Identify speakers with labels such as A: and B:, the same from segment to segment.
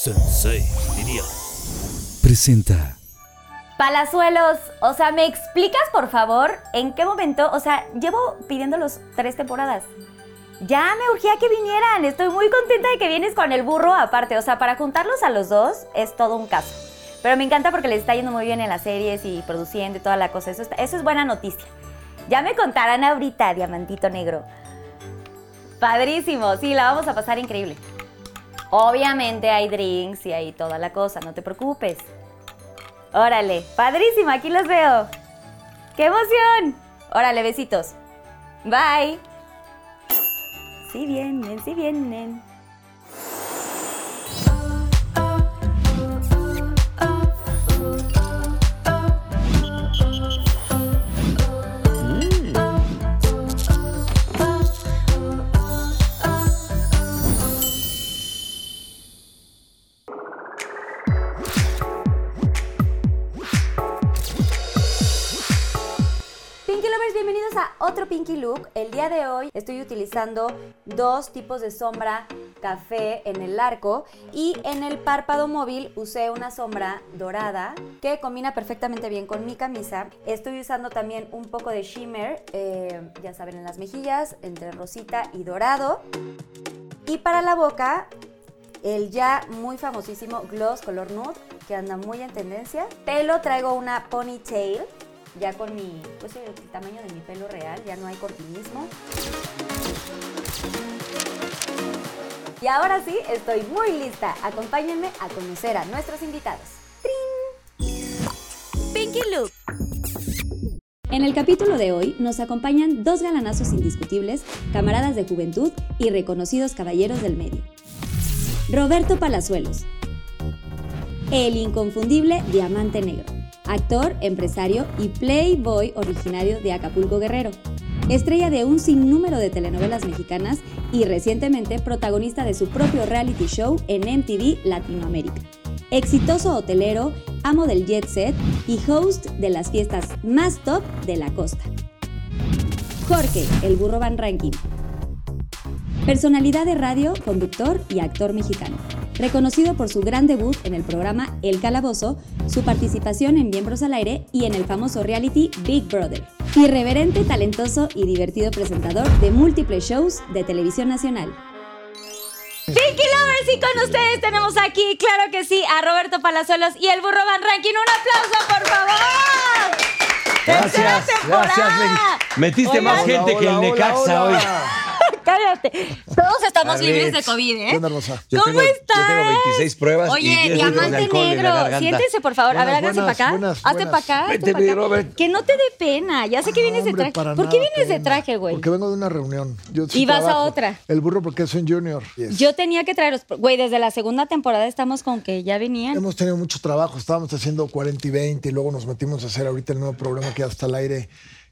A: Sensei, diría. Presenta.
B: Palazuelos, o sea, ¿me explicas por favor en qué momento? O sea, llevo pidiéndolos tres temporadas. Ya me urgía que vinieran. Estoy muy contenta de que vienes con el burro aparte. O sea, para juntarlos a los dos es todo un caso. Pero me encanta porque les está yendo muy bien en las series y produciendo y toda la cosa. Eso, está- eso es buena noticia. Ya me contarán ahorita, Diamantito Negro. Padrísimo, sí, la vamos a pasar increíble. Obviamente hay drinks y hay toda la cosa, no te preocupes. Órale, padrísimo, aquí los veo. ¡Qué emoción! Órale, besitos. Bye. Sí vienen, sí vienen. Pinky Lovers, bienvenidos a otro Pinky Look. El día de hoy estoy utilizando dos tipos de sombra café en el arco y en el párpado móvil usé una sombra dorada que combina perfectamente bien con mi camisa. Estoy usando también un poco de shimmer, eh, ya saben, en las mejillas, entre rosita y dorado. Y para la boca, el ya muy famosísimo gloss color nude, que anda muy en tendencia. Pelo traigo una ponytail, ya con mi, pues el tamaño de mi pelo real, ya no hay cortinismo. Y ahora sí, estoy muy lista. Acompáñenme a conocer a nuestros invitados. ¡Trin! Pinky Look. En el capítulo de hoy nos acompañan dos galanazos indiscutibles, camaradas de juventud y reconocidos caballeros del medio. Roberto Palazuelos. El inconfundible Diamante Negro. Actor, empresario y playboy originario de Acapulco Guerrero. Estrella de un sinnúmero de telenovelas mexicanas y recientemente protagonista de su propio reality show en MTV Latinoamérica. Exitoso hotelero, amo del jet set y host de las fiestas más top de la costa. Jorge, el burro Van Ranking. Personalidad de radio, conductor y actor mexicano. Reconocido por su gran debut en el programa El Calabozo, su participación en Miembros al Aire y en el famoso reality Big Brother. Irreverente, talentoso y divertido presentador de múltiples shows de televisión nacional. Pinky Lovers y con ustedes tenemos aquí, claro que sí, a Roberto Palazuelos y el Burro Van Ranking. ¡Un aplauso, por favor! ¡Tercera
C: Gracias,
B: temporada!
C: gracias. Meti- Metiste
B: Hola.
C: más
B: Hola,
C: gente que el Necaxa
B: Cállate. Todos estamos
C: Alex,
B: libres de COVID, ¿eh?
D: ¿Qué onda, hermosa?
C: Yo
B: ¿Cómo
C: tengo- yo
B: estás?
C: tengo 26 pruebas y 10
B: Oye,
C: litros de
B: diamante
C: alcohol en la
B: negro,
C: garganta.
B: siéntese por favor. a ver, hágase
D: Buenas,
B: para
D: buenas,
B: acá.
D: buenas,
B: Hazte
D: buenas.
B: para acá. hazte
C: Vente,
B: pa' acá.
C: mi Robert.
B: Que no te dé pena. Ya sé que vienes
D: Hombre,
B: de
D: para
B: traje. ¿Por qué
D: nada,
B: vienes de
D: pena.
B: traje, güey?
D: Porque vengo de una reunión. Yo sí
B: Y vas a
D: trabajo.
B: otra.
D: El burro porque es un junior. Yes.
B: Yo tenía que traeros. Güey, desde la segunda temporada estamos con que ya venían.
D: Hemos tenido mucho trabajo. Estábamos haciendo 40 y 20 y luego nos metimos a hacer ahorita el nuevo programa que ya está al aire,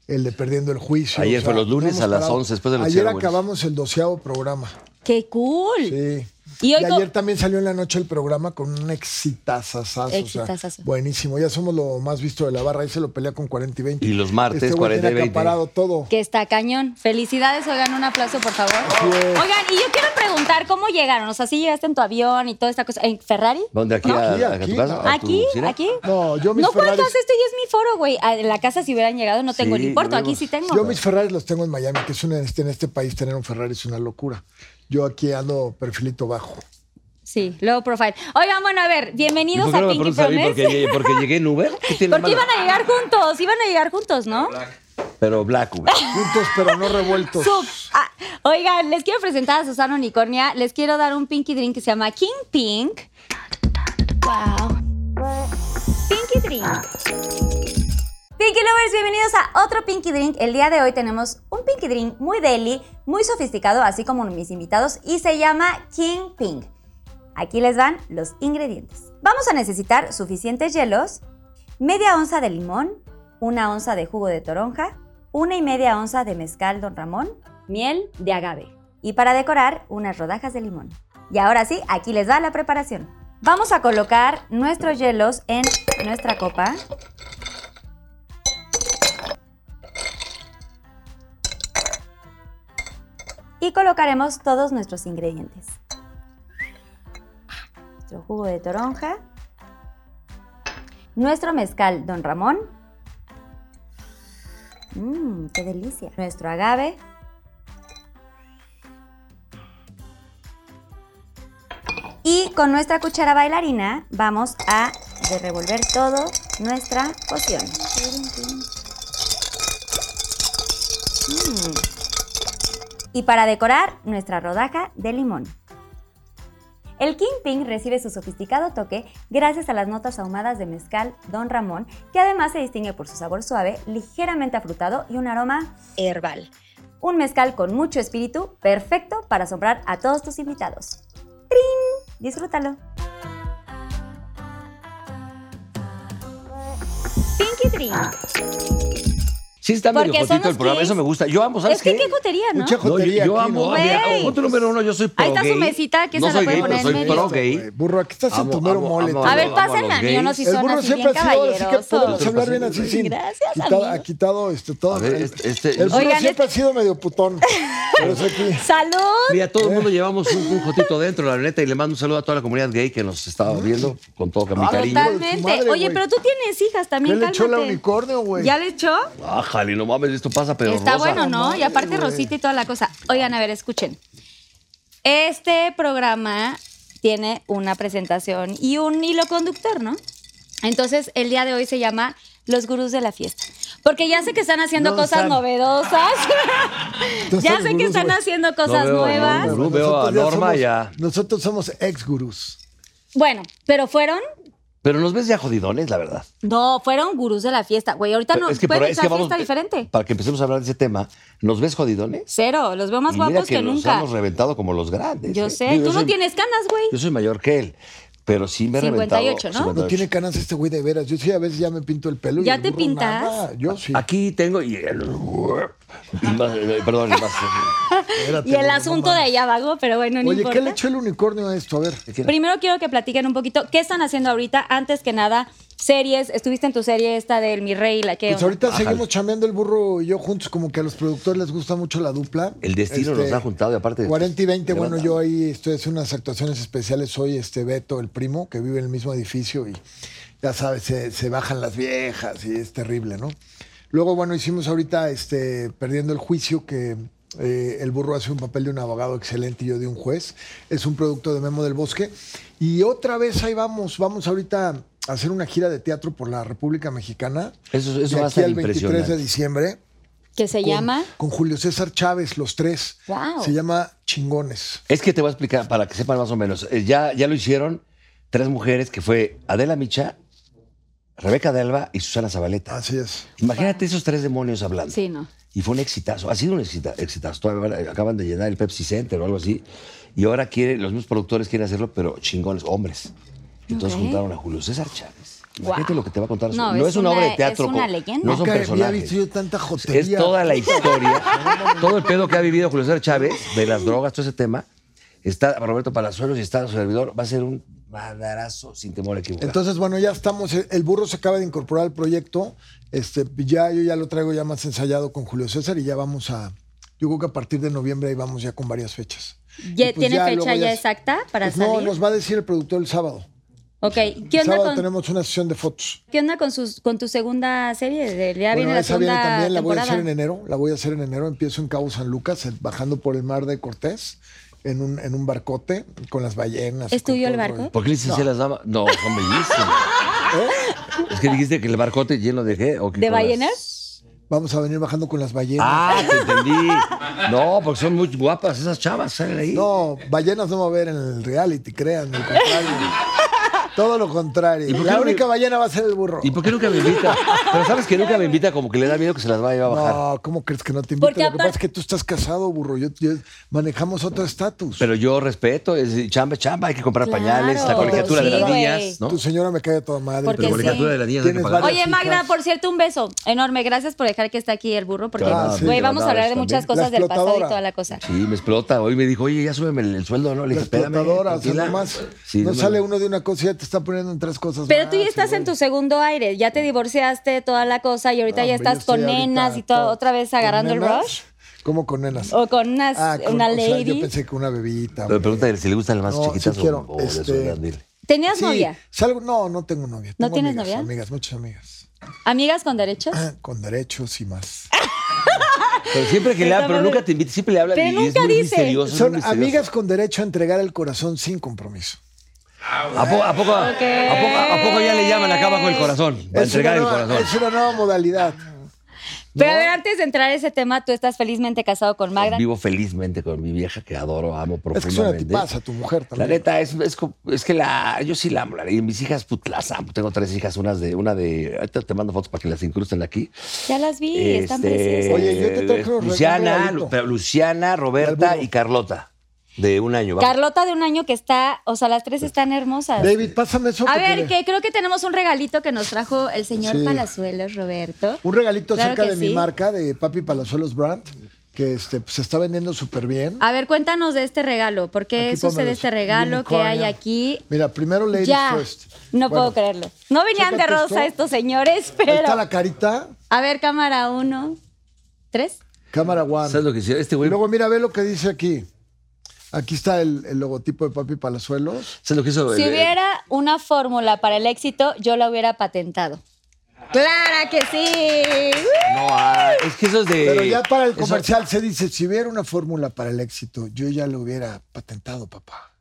D: el de Perdiendo el Juicio.
C: Ayer fue los lunes
D: no hemos
C: a las
D: parado.
C: 11 después de los
D: Ayer
C: Chiaragüeros.
D: acabamos el doceavo programa.
B: ¡Qué cool!
D: Sí.
B: Y hoy co-
D: ayer también salió en la noche el programa con un exitazazazo. o sea,
B: Exitazazo.
D: buenísimo. Ya somos lo más visto de la barra. Ahí se lo pelea con 40 y 20.
C: Y los martes,
D: este güey tiene
C: 40 y 20.
D: acaparado todo.
B: Que está cañón. Felicidades, oigan, un aplauso, por favor.
D: es.
B: Oigan, y yo quiero preguntar cómo llegaron. O sea, si llegaste en tu avión y toda esta cosa. ¿En Ferrari?
C: ¿Dónde? Ah, ¿Aquí?
D: No,
C: a,
D: aquí,
C: a
D: aquí,
C: tu casa?
D: no.
C: ¿A tu
B: ¿Aquí?
C: oficina?
B: ¿Aquí?
D: No, yo mis
B: No cuentas
D: Ferraris-
B: esto y es mi foro, güey. A la casa si hubieran llegado no tengo
C: Sí,
B: ni importo.
C: yo
B: Aquí
C: digo,
B: sí tengo.
D: Yo mis Ferraris los tengo en Miami, que es una, este- en este país tener un Ferrari es una locura. Yo aquí ando perfilito bajo.
B: Sí, low profile. Oigan, bueno, a ver,
C: ¿Y
B: bienvenidos
C: por qué
B: a
C: no me
B: Pinky
C: preguntas a mí?
B: Promise.
C: Porque, llegué- porque llegué en Uber. ¿Qué tiene
B: Porque
C: de malo?
B: iban a llegar juntos, iban a llegar juntos, ¿no?
C: Pero Black Uber.
D: Juntos, pero no revueltos.
B: Sup. Ah, oigan, les quiero presentar a Susana Unicornia. Les quiero dar un pinky drink que se llama King Pink. Wow. Pinky drink. Pinky Lovers, bienvenidos a otro Pinky Drink. El día de hoy tenemos un Pinky Drink muy deli, muy sofisticado, así como mis invitados, y se llama King Pink. Aquí les van los ingredientes. Vamos a necesitar suficientes hielos, media onza de limón, una onza de jugo de toronja, una y media onza de mezcal Don Ramón, miel de agave y para decorar unas rodajas de limón. Y ahora sí, aquí les va la preparación. Vamos a colocar nuestros hielos en nuestra copa. Y colocaremos todos nuestros ingredientes. nuestro jugo de toronja, nuestro mezcal Don Ramón. Mmm, qué delicia. Nuestro agave. Y con nuestra cuchara bailarina vamos a de revolver todo nuestra poción. Mm. Y para decorar, nuestra rodaja de limón. El Kingpin recibe su sofisticado toque gracias a las notas ahumadas de mezcal Don Ramón, que además se distingue por su sabor suave, ligeramente afrutado y un aroma herbal. Un mezcal con mucho espíritu, perfecto para asombrar a todos tus invitados. ¡Trin! Disfrútalo. Pinky
D: Ah,
B: Drink.
C: Sí está medio
B: Porque son
C: jotito el
B: los
C: programa,
B: kings.
C: eso me gusta. Yo amo, ¿sabes
B: Es que
C: qué?
B: qué jotería, ¿no?
D: Mucha
C: No, yo,
D: jotería.
C: yo
D: aquí,
C: amo,
D: ¿no?
B: Güey.
C: mira, punto número uno, yo soy pro
B: Ahí está su
C: gay.
B: mesita, que
C: no
B: esa la
C: soy
B: puede
C: gay,
B: poner
C: pero
B: en
C: soy
B: medio.
C: pro gay.
D: Güey, Burro, aquí estás en
C: Amo,
D: tu mero
C: amo,
D: mole.
C: amo,
D: tío.
B: A ver,
C: Vamos, vamos,
B: pásenme a
C: los
B: mí, yo no sí
D: El
B: son
D: burro
B: así bien
D: siempre ha sido, así que podemos
B: caballerosos.
D: hablar bien así sin
B: Gracias,
D: quitado,
B: amigo.
D: quitado este todo.
C: A ver,
D: el,
C: este- este-
D: el burro
B: Oigan,
D: siempre ha sido medio putón. Pero es aquí.
B: ¡Salud!
C: Mira, todo el mundo llevamos un, un jotito dentro, la neta, y le mando un saludo a toda la comunidad gay que nos estaba viendo con todo mi
D: Ah,
C: cariño.
D: total.
B: Totalmente.
D: Hijo de su madre,
B: Oye,
D: güey.
B: pero tú tienes hijas
D: ¿Qué
B: también,
D: le echó la
B: cálmate.
D: unicornio, güey?
B: ¿Ya le echó?
C: Ájale, no mames, esto pasa, pero
B: Está
C: rosa.
B: bueno, ¿no? Y aparte
D: Madre, güey.
B: Rosita y toda la cosa. Oigan, a ver, escuchen. Este programa tiene una presentación y un hilo conductor, ¿no? Entonces, el día de hoy se llama Los Gurús de la Fiesta. Porque ya sé que están haciendo
D: No,
B: cosas
D: Sam.
B: novedosas.
D: Tú
B: ya
D: eres
B: sé que
D: gurús,
B: están
D: güey.
B: haciendo cosas
C: veo, no,
B: nuevas.
C: no, no.
D: Nosotros
C: Veo a
D: ya
C: Norma
D: somos-
C: ya.
D: Nosotros somos ex-gurús.
B: Bueno, pero fueron
C: Pero nos ves ya jodidones, la verdad.
B: No, fueron gurús de la fiesta, güey. Ahorita
C: Pero
B: no,
C: es que por
B: puede
C: ahí-
B: que
C: es
B: sea
C: que
B: fiesta
C: vamos- eh,
B: diferente.
C: Para que empecemos a hablar de ese tema, ¿nos ves jodidones?
B: Cero, los veo más
C: Y mira
B: guapos
C: que,
B: que,
C: nos
B: nunca.
C: hemos reventado como los grandes.
B: Yo
C: ¿eh?
B: sé,
C: Digo,
B: tú
C: yo
B: no
C: soy-
B: tienes canas,
C: Yo
B: güey.
C: soy mayor que él, pero sí me he reventado.
B: 58, ¿no?
D: No tiene canas este güey de veras. Yo sí, a veces ya me pinto el pelo. y
B: ¿Ya
D: el
B: te
D: burro
B: pintas?
D: nada. Yo sí.
C: Aquí tengo y el- y más- eh, perdón, y más. eh,
D: Espérate,
B: Y el
D: burro,
B: asunto
D: no
B: de
D: mames.
B: allá vago, pero bueno, no
D: Oye,
B: importa.
D: ¿qué le echó el unicornio a esto? A ver.
B: Primero quiero que platiquen un poquito qué están haciendo ahorita. Antes que nada, series. Estuviste en tu serie esta del Mi Rey, la que.
D: Pues ahorita seguimos chambeando el burro y yo juntos, como que a los productores les gusta mucho la dupla.
C: El destino nos ha juntado y aparte-
D: 40 y 20, bueno,
C: Levanta.
D: yo ahí estoy haciendo este, unas actuaciones especiales. Soy este Beto, el primo, que vive en el mismo edificio y ya sabes, se, se bajan las viejas y es terrible, ¿no? Luego, bueno, hicimos ahorita este, Perdiendo el Juicio, que eh, el burro hace un papel de un abogado excelente y yo de un juez. Es un producto de Memo del Bosque. Y otra vez ahí vamos, vamos ahorita a hacer una gira de teatro por la República Mexicana.
C: Eso- eso
D: De
C: va a
D: aquí
C: estar
D: al 23 de
C: impresionante.
D: diciembre.
B: Que se
D: con-
B: llama.
D: Con Julio César Chávez, los tres.
B: Guau.
D: Se llama Chingones.
C: Es que te voy a explicar para que sepan más o menos. Eh, Ya, ya lo hicieron tres mujeres que fue Adela Micha, Rebeca de Alba y Susana Zabaleta.
D: Así es.
C: Imagínate esos tres demonios hablando.
B: Sí, no.
C: Y fue un exitazo. Ha sido un exita- exitazo. Todavía acaban de llenar el Pepsi Center o algo así. Y ahora quieren, los mismos productores quieren hacerlo, pero chingones, hombres. Entonces
B: Ok.
C: juntaron a Julio César Chávez. Imagínate
B: Guau.
C: lo que te va a contar. su-
B: No,
C: no
B: es
C: es una, obra
B: una-
C: de teatro.
B: es una
C: con-
B: leyenda.
C: No son
D: Nunca había
C: personajes.
D: visto yo tanta jotería.
C: Es toda la historia, todo el pedo que ha vivido Julio César Chávez, de las drogas, todo ese tema. Está Roberto Palazuelos y está su servidor. Va a ser un madarazo sin temor a equivocar.
D: Entonces, bueno, ya estamos. eh, El burro se acaba de incorporar al proyecto. Este, ya yo ya lo traigo ya más ensayado con Julio César y ya vamos a. Yo creo que a partir de noviembre ahí vamos ya con varias fechas.
B: Ya-
D: Y pues
B: ¿Tiene
D: luego
B: fecha ya,
D: es-
B: exacta para
D: Pues
B: salir?
D: No, nos va a decir el productor el sábado.
B: Ok, ¿qué
D: El
B: onda,
D: sábado
B: con,
D: tenemos una sesión de fotos.
B: ¿qué onda con, sus, con tu segunda serie? De- Ya
D: Bueno,
B: viene la
D: esa viene
B: segunda
D: también, la voy a
B: temporada.
D: hacer en enero, la voy a hacer en enero, empiezo en Cabo San Lucas, eh, bajando por el mar de Cortés, en un, en un barcote, con las ballenas.
B: ¿Es
D: con
B: tuyo
D: todo
B: el
D: rollo.
C: ¿Por qué le hiciste las damas? No, son bellísimas.
D: ¿Eh?
C: Es que dijiste que el barcote lleno de qué. ¿O qué
B: ¿De
C: con las-
B: ballenas?
D: Vamos a venir bajando con las ballenas.
C: Ah, te entendí. No, porque son muy guapas esas chavas, salen ahí.
D: No, ballenas no va a haber en el reality, créanme, al contrario. Todo lo
C: ¿Y
D: contrario.
C: por qué
D: La
C: no me-
D: única ballena va a ser el burro.
C: ¿Y por qué nunca me invita? Pero sabes que nunca me invita, como que le da miedo que se las vaya a bajar.
D: No, ¿cómo crees que no te invito?
B: Porque
D: Lo que pasa
B: aparte-
D: es que tú estás casado, burro. Yo, yo- manejamos otro estatus.
C: Pero yo respeto, es decir, chamba, chamba, hay que comprar
B: Claro,
C: pañales, la colegiatura de
D: sí,
C: las
D: güey.
C: niñas, ¿no?
D: Tu señora me cae a toda madre.
B: Porque
C: La
D: pero-
B: sí.
C: colegiatura de las niñas hay que
D: Tienes
C: pagar.
D: varias-
B: Oye, Magda,
D: chicas.
B: por cierto, un beso enorme. Gracias por dejar que está aquí el burro, porque,
C: Claro,
B: pues,
D: sí,
B: güey,
C: te
B: vamos a hablar de
C: mandamos
B: muchas
C: también.
B: cosas
D: La
B: del pasado y
D: explotadora.
B: toda la cosa.
C: Sí, me explota. Hoy me dijo, oye, ya súbeme el, el sueldo, ¿no? Le
D: La
C: dije, espérame.
D: explotadora, o sea,
C: tranquila".
D: nomás
C: Sí,
D: no
C: me-
D: sale uno de una cosa y ya te está poniendo en tres cosas.
B: Pero
D: más,
B: tú ya estás en
D: seguro.
B: tu segundo aire, ya te divorciaste, toda la cosa, y ahorita
D: No,
B: ya
D: "Ah, hombre, yo
B: estás con
D: estoy ahorita
B: nenas y todo,
D: todo-
B: otra vez
D: ¿con
B: agarrando el
D: nenas?
B: rush.
D: ¿Cómo con nenas?
B: O con unas-
D: Ah, con-
B: una
D: o sea,
B: lady.
D: yo pensé que una bebita.
C: Pero pregúntale si le gustan las más
D: No,
C: chiquitas
D: sí
C: o-
D: quiero,
C: o, las
D: este,
C: grandes.
B: ¿Tenías
D: Sí,
B: novia?
D: salgo- no, no tengo novia.
B: ¿No
D: Tengo
B: tienes
D: amigas,
B: novia?
D: Amigas, muchas amigas.
B: ¿Amigas con derechos?
D: Ah, Con derechos y más.
C: Ah, Pero siempre que le hablan, pero nunca te invitan, siempre le hablan
B: Pero
C: y
B: nunca
C: es muy
B: dice.
C: misterioso, es muy
D: Son
C: misterioso.
D: amigas con derecho a entregar el corazón sin compromiso.
C: ¿A poco, a, poco, a, poco, a poco ya le llaman acá abajo el corazón? Va a
D: Es una
C: entregar el
D: nueva-
C: corazón.
D: Es una nueva modalidad.
B: Pero a ver, antes de entrar a ese tema, tú estás felizmente casado con Magda.
C: Vivo felizmente con mi vieja que adoro, amo
D: Es que es una
C: profundamente.
D: tipaza tu mujer
C: La
D: también.
C: neta, es, es, co- es que la, yo sí la amo. la neta. Y mis hijas, put, las amo. Tengo tres hijas, unas de, una de. Ahorita te mando fotos para que las incrusten aquí.
B: Ya las vi, están
C: Este,
B: preciosas.
D: Oye, yo te traje unos
C: Luciana,
D: regalos,
C: Lu- Luciana, Roberta
D: Alburo.
C: y Carlota, de un año. vamos.
B: Carlota de un año que está, o sea, las tres están hermosas.
D: David, pásame eso.
B: Ah. a
D: porque
B: ver,
D: le-
B: que creo que tenemos un regalito que nos trajo el señor
D: Sí.
B: Palazuelos, Roberto.
D: Un regalito
B: Claro
D: acerca
B: que
D: de mi
B: sí.
D: marca, de Papi Palazuelos Brand, que este, pues, se está vendiendo súper bien.
B: A ver, cuéntanos de este regalo. ¿Por Ah, qué
D: Aquí
B: sucede
D: pónmelos.
B: este regalo? ¿Qué hay
D: Unicornio.
B: aquí?
D: Mira, primero Ladies
B: ya.
D: First.
B: No
D: Bueno,
B: puedo creerlo. No venían de
D: chécate
B: rosa
D: esto.
B: estos señores,
D: Ahí está
B: pero.
D: la carita,
B: A ver, cámara uno, tres.
D: cámara one.
C: ¿Sabes lo que hicieron? Este
D: Y
C: güey.
D: luego mira, ve lo que dice aquí. Aquí está el, el logotipo de Papi Palazuelos.
C: ¿Sabes lo que hizo?
B: Si
C: El- el-
B: hubiera una fórmula para el éxito, yo la hubiera patentado. ¡Clara que sí!
C: No, ah, es que eso es de.
D: Pero ya para el
C: eso-
D: comercial se dice, si hubiera una fórmula para el éxito, yo ya lo hubiera patentado, papá.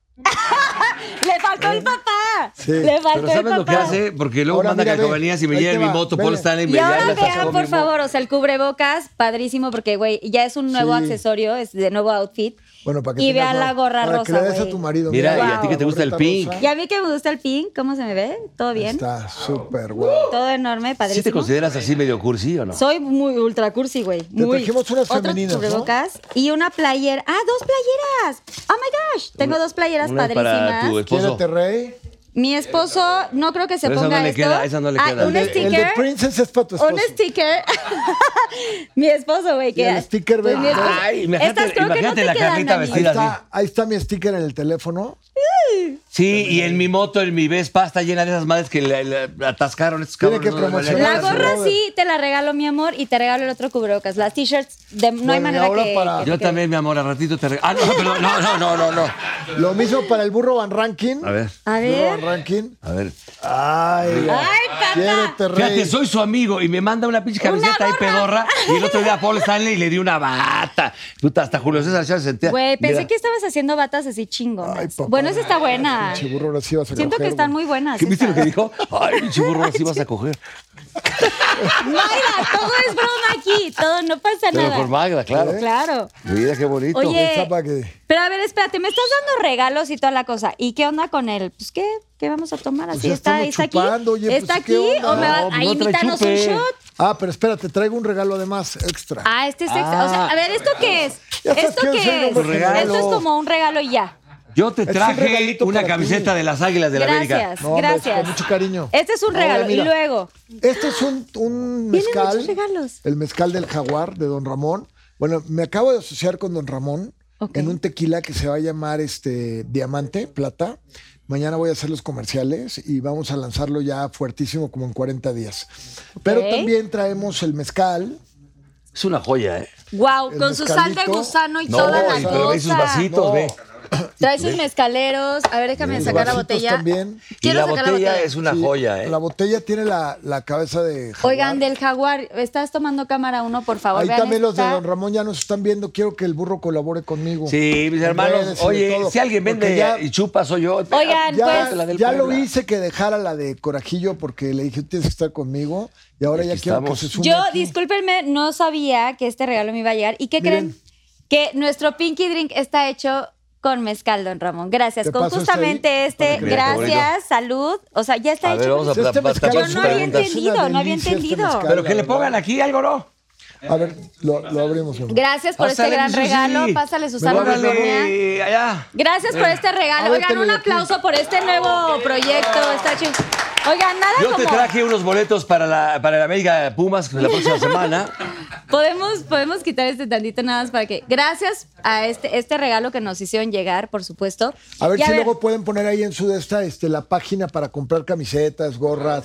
B: ¡Le faltó el papá!
D: Sí,
B: ¡Le faltó
C: Pero ¿sabes
B: el
C: lo que
B: papá!
C: hace? Porque luego
D: Ahora,
C: manda
D: mira, ve,
C: calcomanías y me
D: ahí
C: llevan
D: te
C: mi
D: va,
C: moto,
D: ve.
C: Paul Stanley. me
B: Y ahora
C: llevan-
B: vean, por favor, o sea, el cubrebocas, padrísimo, porque, güey, ya es un nuevo
D: Sí.
B: accesorio, es de nuevo outfit.
D: Bueno, para que
B: y
D: tengas
B: vean la gorra
D: para que
B: rosa,
D: le des a
B: güey.
D: tu marido.
C: Mira,
B: y a ti que
D: la
C: te gusta el
D: gorrita
C: pink.
D: rosa.
B: Ya vi que me gusta el pink, ¿cómo se me ve? ¿Todo bien?
D: Está súper
C: Uh,
D: guau.
B: Todo enorme,
C: ¿Sí
B: padrísimo.
C: te consideras así medio cursi o no?
B: Soy muy ultra cursi, güey. Muy.
D: trajimos unas
B: Otro
D: femeninas, ¿no?
B: cubrebocas y una player. ¡Ah, dos playeras! ¡Oh, my gosh! Tengo dos playeras
C: Una
B: padrísimas.
C: Para tu esposo.
D: Quiérete, rey.
B: Mi esposo, no creo que se
C: Pero esa
B: ponga
C: no le
B: esto.
C: queda, esa no le
B: Ah,
C: queda.
B: un
C: El de-
D: El de
B: sticker.
D: Princess es para tu esposo.
B: Un sticker. Mi esposo, güey. que-
D: Y el sticker,
B: Pues
D: ve.
B: mi esposo-
C: Ay, imagínate-
B: Estas creo que no
C: imagínate
B: te
C: la
B: quedan,
C: Carlita
B: Dani.
D: Ahí
C: vestida.
D: está, ahí está mi sticker en el teléfono.
C: Sí, y en mi moto, en mi Vespa, está llena de esas madres que le, le atascaron estos
D: Tiene
C: cabrones. no,
D: que
C: no, no,
D: promocionar
B: La
C: no, no, no.
B: gorra
D: Robert.
B: sí te la regalo, mi amor, y te regalo el otro cubrebocas. Las t-shirts, de- no hay
D: Bueno, y
B: manera
D: ahora
B: que,
D: para-
B: que te
C: Yo
B: quede.
C: también, mi amor, a ratito te regalo. Ah, no, perdón, no, no, no, no, no.
D: Lo mismo para el burro Van Rankin.
C: A ver,
B: A
D: Burro Van
B: ver.
D: Rankin.
C: a ver.
D: Ay,
B: ¡Ay, papá!
D: quiérete, rey.
C: Fíjate, soy su amigo y me manda una pinche camiseta ahí pedorra. Y el otro día a Paul Stanley le di una bata. Puta, hasta Julio César Chávez sentía.
B: Güey, pensé
C: Mira,
B: que estabas haciendo batas así
D: Ay,
B: chingonas.
D: papá.
B: bueno, esa está buena.
D: Pinche burro, ahora sí vas a
B: Siento
D: coger,
B: que están
D: güey.
B: muy buenas.
C: ¿Qué viste lo
B: esas.
C: que dijo? Ay, pinche burro, así vas a coger.
B: Mayra, todo es broma aquí. Todo, no pasa
C: Pero
B: nada.
C: con Magda, claro.
D: ¿Eh?
B: Claro.
C: Mira qué bonito.
B: Oye,
D: Está pa' que-
B: pero a ver, espérate, me estás dando regalos y toda la cosa. ¿Y qué onda con él? Pues qué, ¿qué vamos a tomar así?
D: Pues ya
B: ¿Está,
D: estamos
B: está aquí?
D: chupando, oye,
B: ¿Está
D: pues,
B: aquí?
D: ¿qué onda?
B: ¿O me va
C: No,
B: ahí
C: no trae
B: invítanos un
C: chupe.
B: shot?
D: Ah, pero espérate, traigo un regalo además extra.
B: Ah, este es extra. O sea, a ver, ¿esto qué es?
D: Ya sabes
B: ¿Esto
D: que yo soy pues, un
B: qué es?
D: hombre
C: generoso.
B: Esto es como un regalo y ya.
C: Yo te
D: es un
C: traje
D: regalito
C: una
D: para ti.
C: camiseta de las Águilas de la América.
B: Gracias,
D: No, hombre,
B: gracias.
D: con mucho cariño.
B: Este es un
D: Ahora,
B: regalo.
D: mira.
B: y luego,
D: Este es un, un
B: Vienen
D: mezcal.
B: muchos regalos.
D: El mezcal del jaguar de Don Ramón. Bueno, me acabo de asociar con Don Ramón
B: Ok.
D: en un tequila que se va a llamar este Diamante Plata. Mañana voy a hacer los comerciales y vamos a lanzarlo ya fuertísimo como en 40 días. Pero
B: Ok.
D: también traemos el mezcal.
C: Es una joya, ¿eh?
B: wow,
D: El
B: con su sal de
D: mezcalito.
B: gusano y
C: No,
B: toda la
C: y- pero
B: cosa.
C: ve sus vasitos,
D: No.
C: ve.
B: Trae sus mezcaleros. A ver, déjame
D: Los
B: sacar la
D: vasitos
B: botella.
D: también.
C: Y
B: Quiero
C: la
B: sacar
C: botella,
B: la botella.
C: es una
D: Sí,
C: joya, ¿eh?
D: La botella tiene la, la cabeza de jaguar.
B: Oigan, del jaguar, estás tomando cámara uno, por favor.
D: Ahí
B: vean
D: también los de
B: esta.
D: Don Ramón ya nos están viendo. Quiero que el burro colabore conmigo.
C: Sí, mis
D: En
C: hermanos.
D: redes y de
C: Oye,
D: todo.
C: si alguien vende
D: Porque ya-
C: y chupa, soy yo.
B: Oigan,
D: Ya,
B: pues,
C: la del
D: ya lo
C: Puebla.
D: hice que dejara la de Corajillo porque le dije, tienes que estar conmigo. Y ahora
C: Aquí
D: ya quiero
C: estamos.
D: que se sume.
B: Yo,
D: aquí.
B: discúlpenme, no sabía que este regalo me iba a llegar. ¿Y qué
D: Miren.
B: creen? Que nuestro Pinky Drink está hecho con mezcal, don Ramón. Gracias.
D: ¿Te
B: Con
D: paso este ahí?
B: justamente este.
C: Para que vean qué
B: Gracias, salud. O sea, ya está
C: A ver,
B: hecho.
C: vamos a-
D: Este
C: Para-
D: mezcal
C: para-
D: es
C: Yo no
D: una
C: había
D: delicia,
B: entendido,
D: es una
B: no había
D: delicia este
B: entendido.
D: mezcal,
C: Pero
D: la
C: que le
D: verdad.
C: pongan aquí algo, ¿no?
D: A ver, lo, lo abrimos. mi amor.
B: Gracias por este
C: Pásale,
B: gran
C: Susi.
B: regalo. Pásale, Susana California.
C: Órale, allá.
B: Gracias por este
D: Eh, A
B: regalo.
D: ver,
B: Oigan, un
D: tenlo aquí.
B: aplauso por este nuevo proyecto. Está chido. Oigan, nada
C: Yo
B: como...
C: te traje unos boletos para la, para la América Pumas la próxima semana.
B: Podemos, podemos quitar este tantito nada más para que. Gracias a este, este regalo que nos hicieron llegar, por supuesto.
D: A ver
B: Y
D: si luego pueden poner ahí en su de esta este, la página para comprar camisetas, gorras,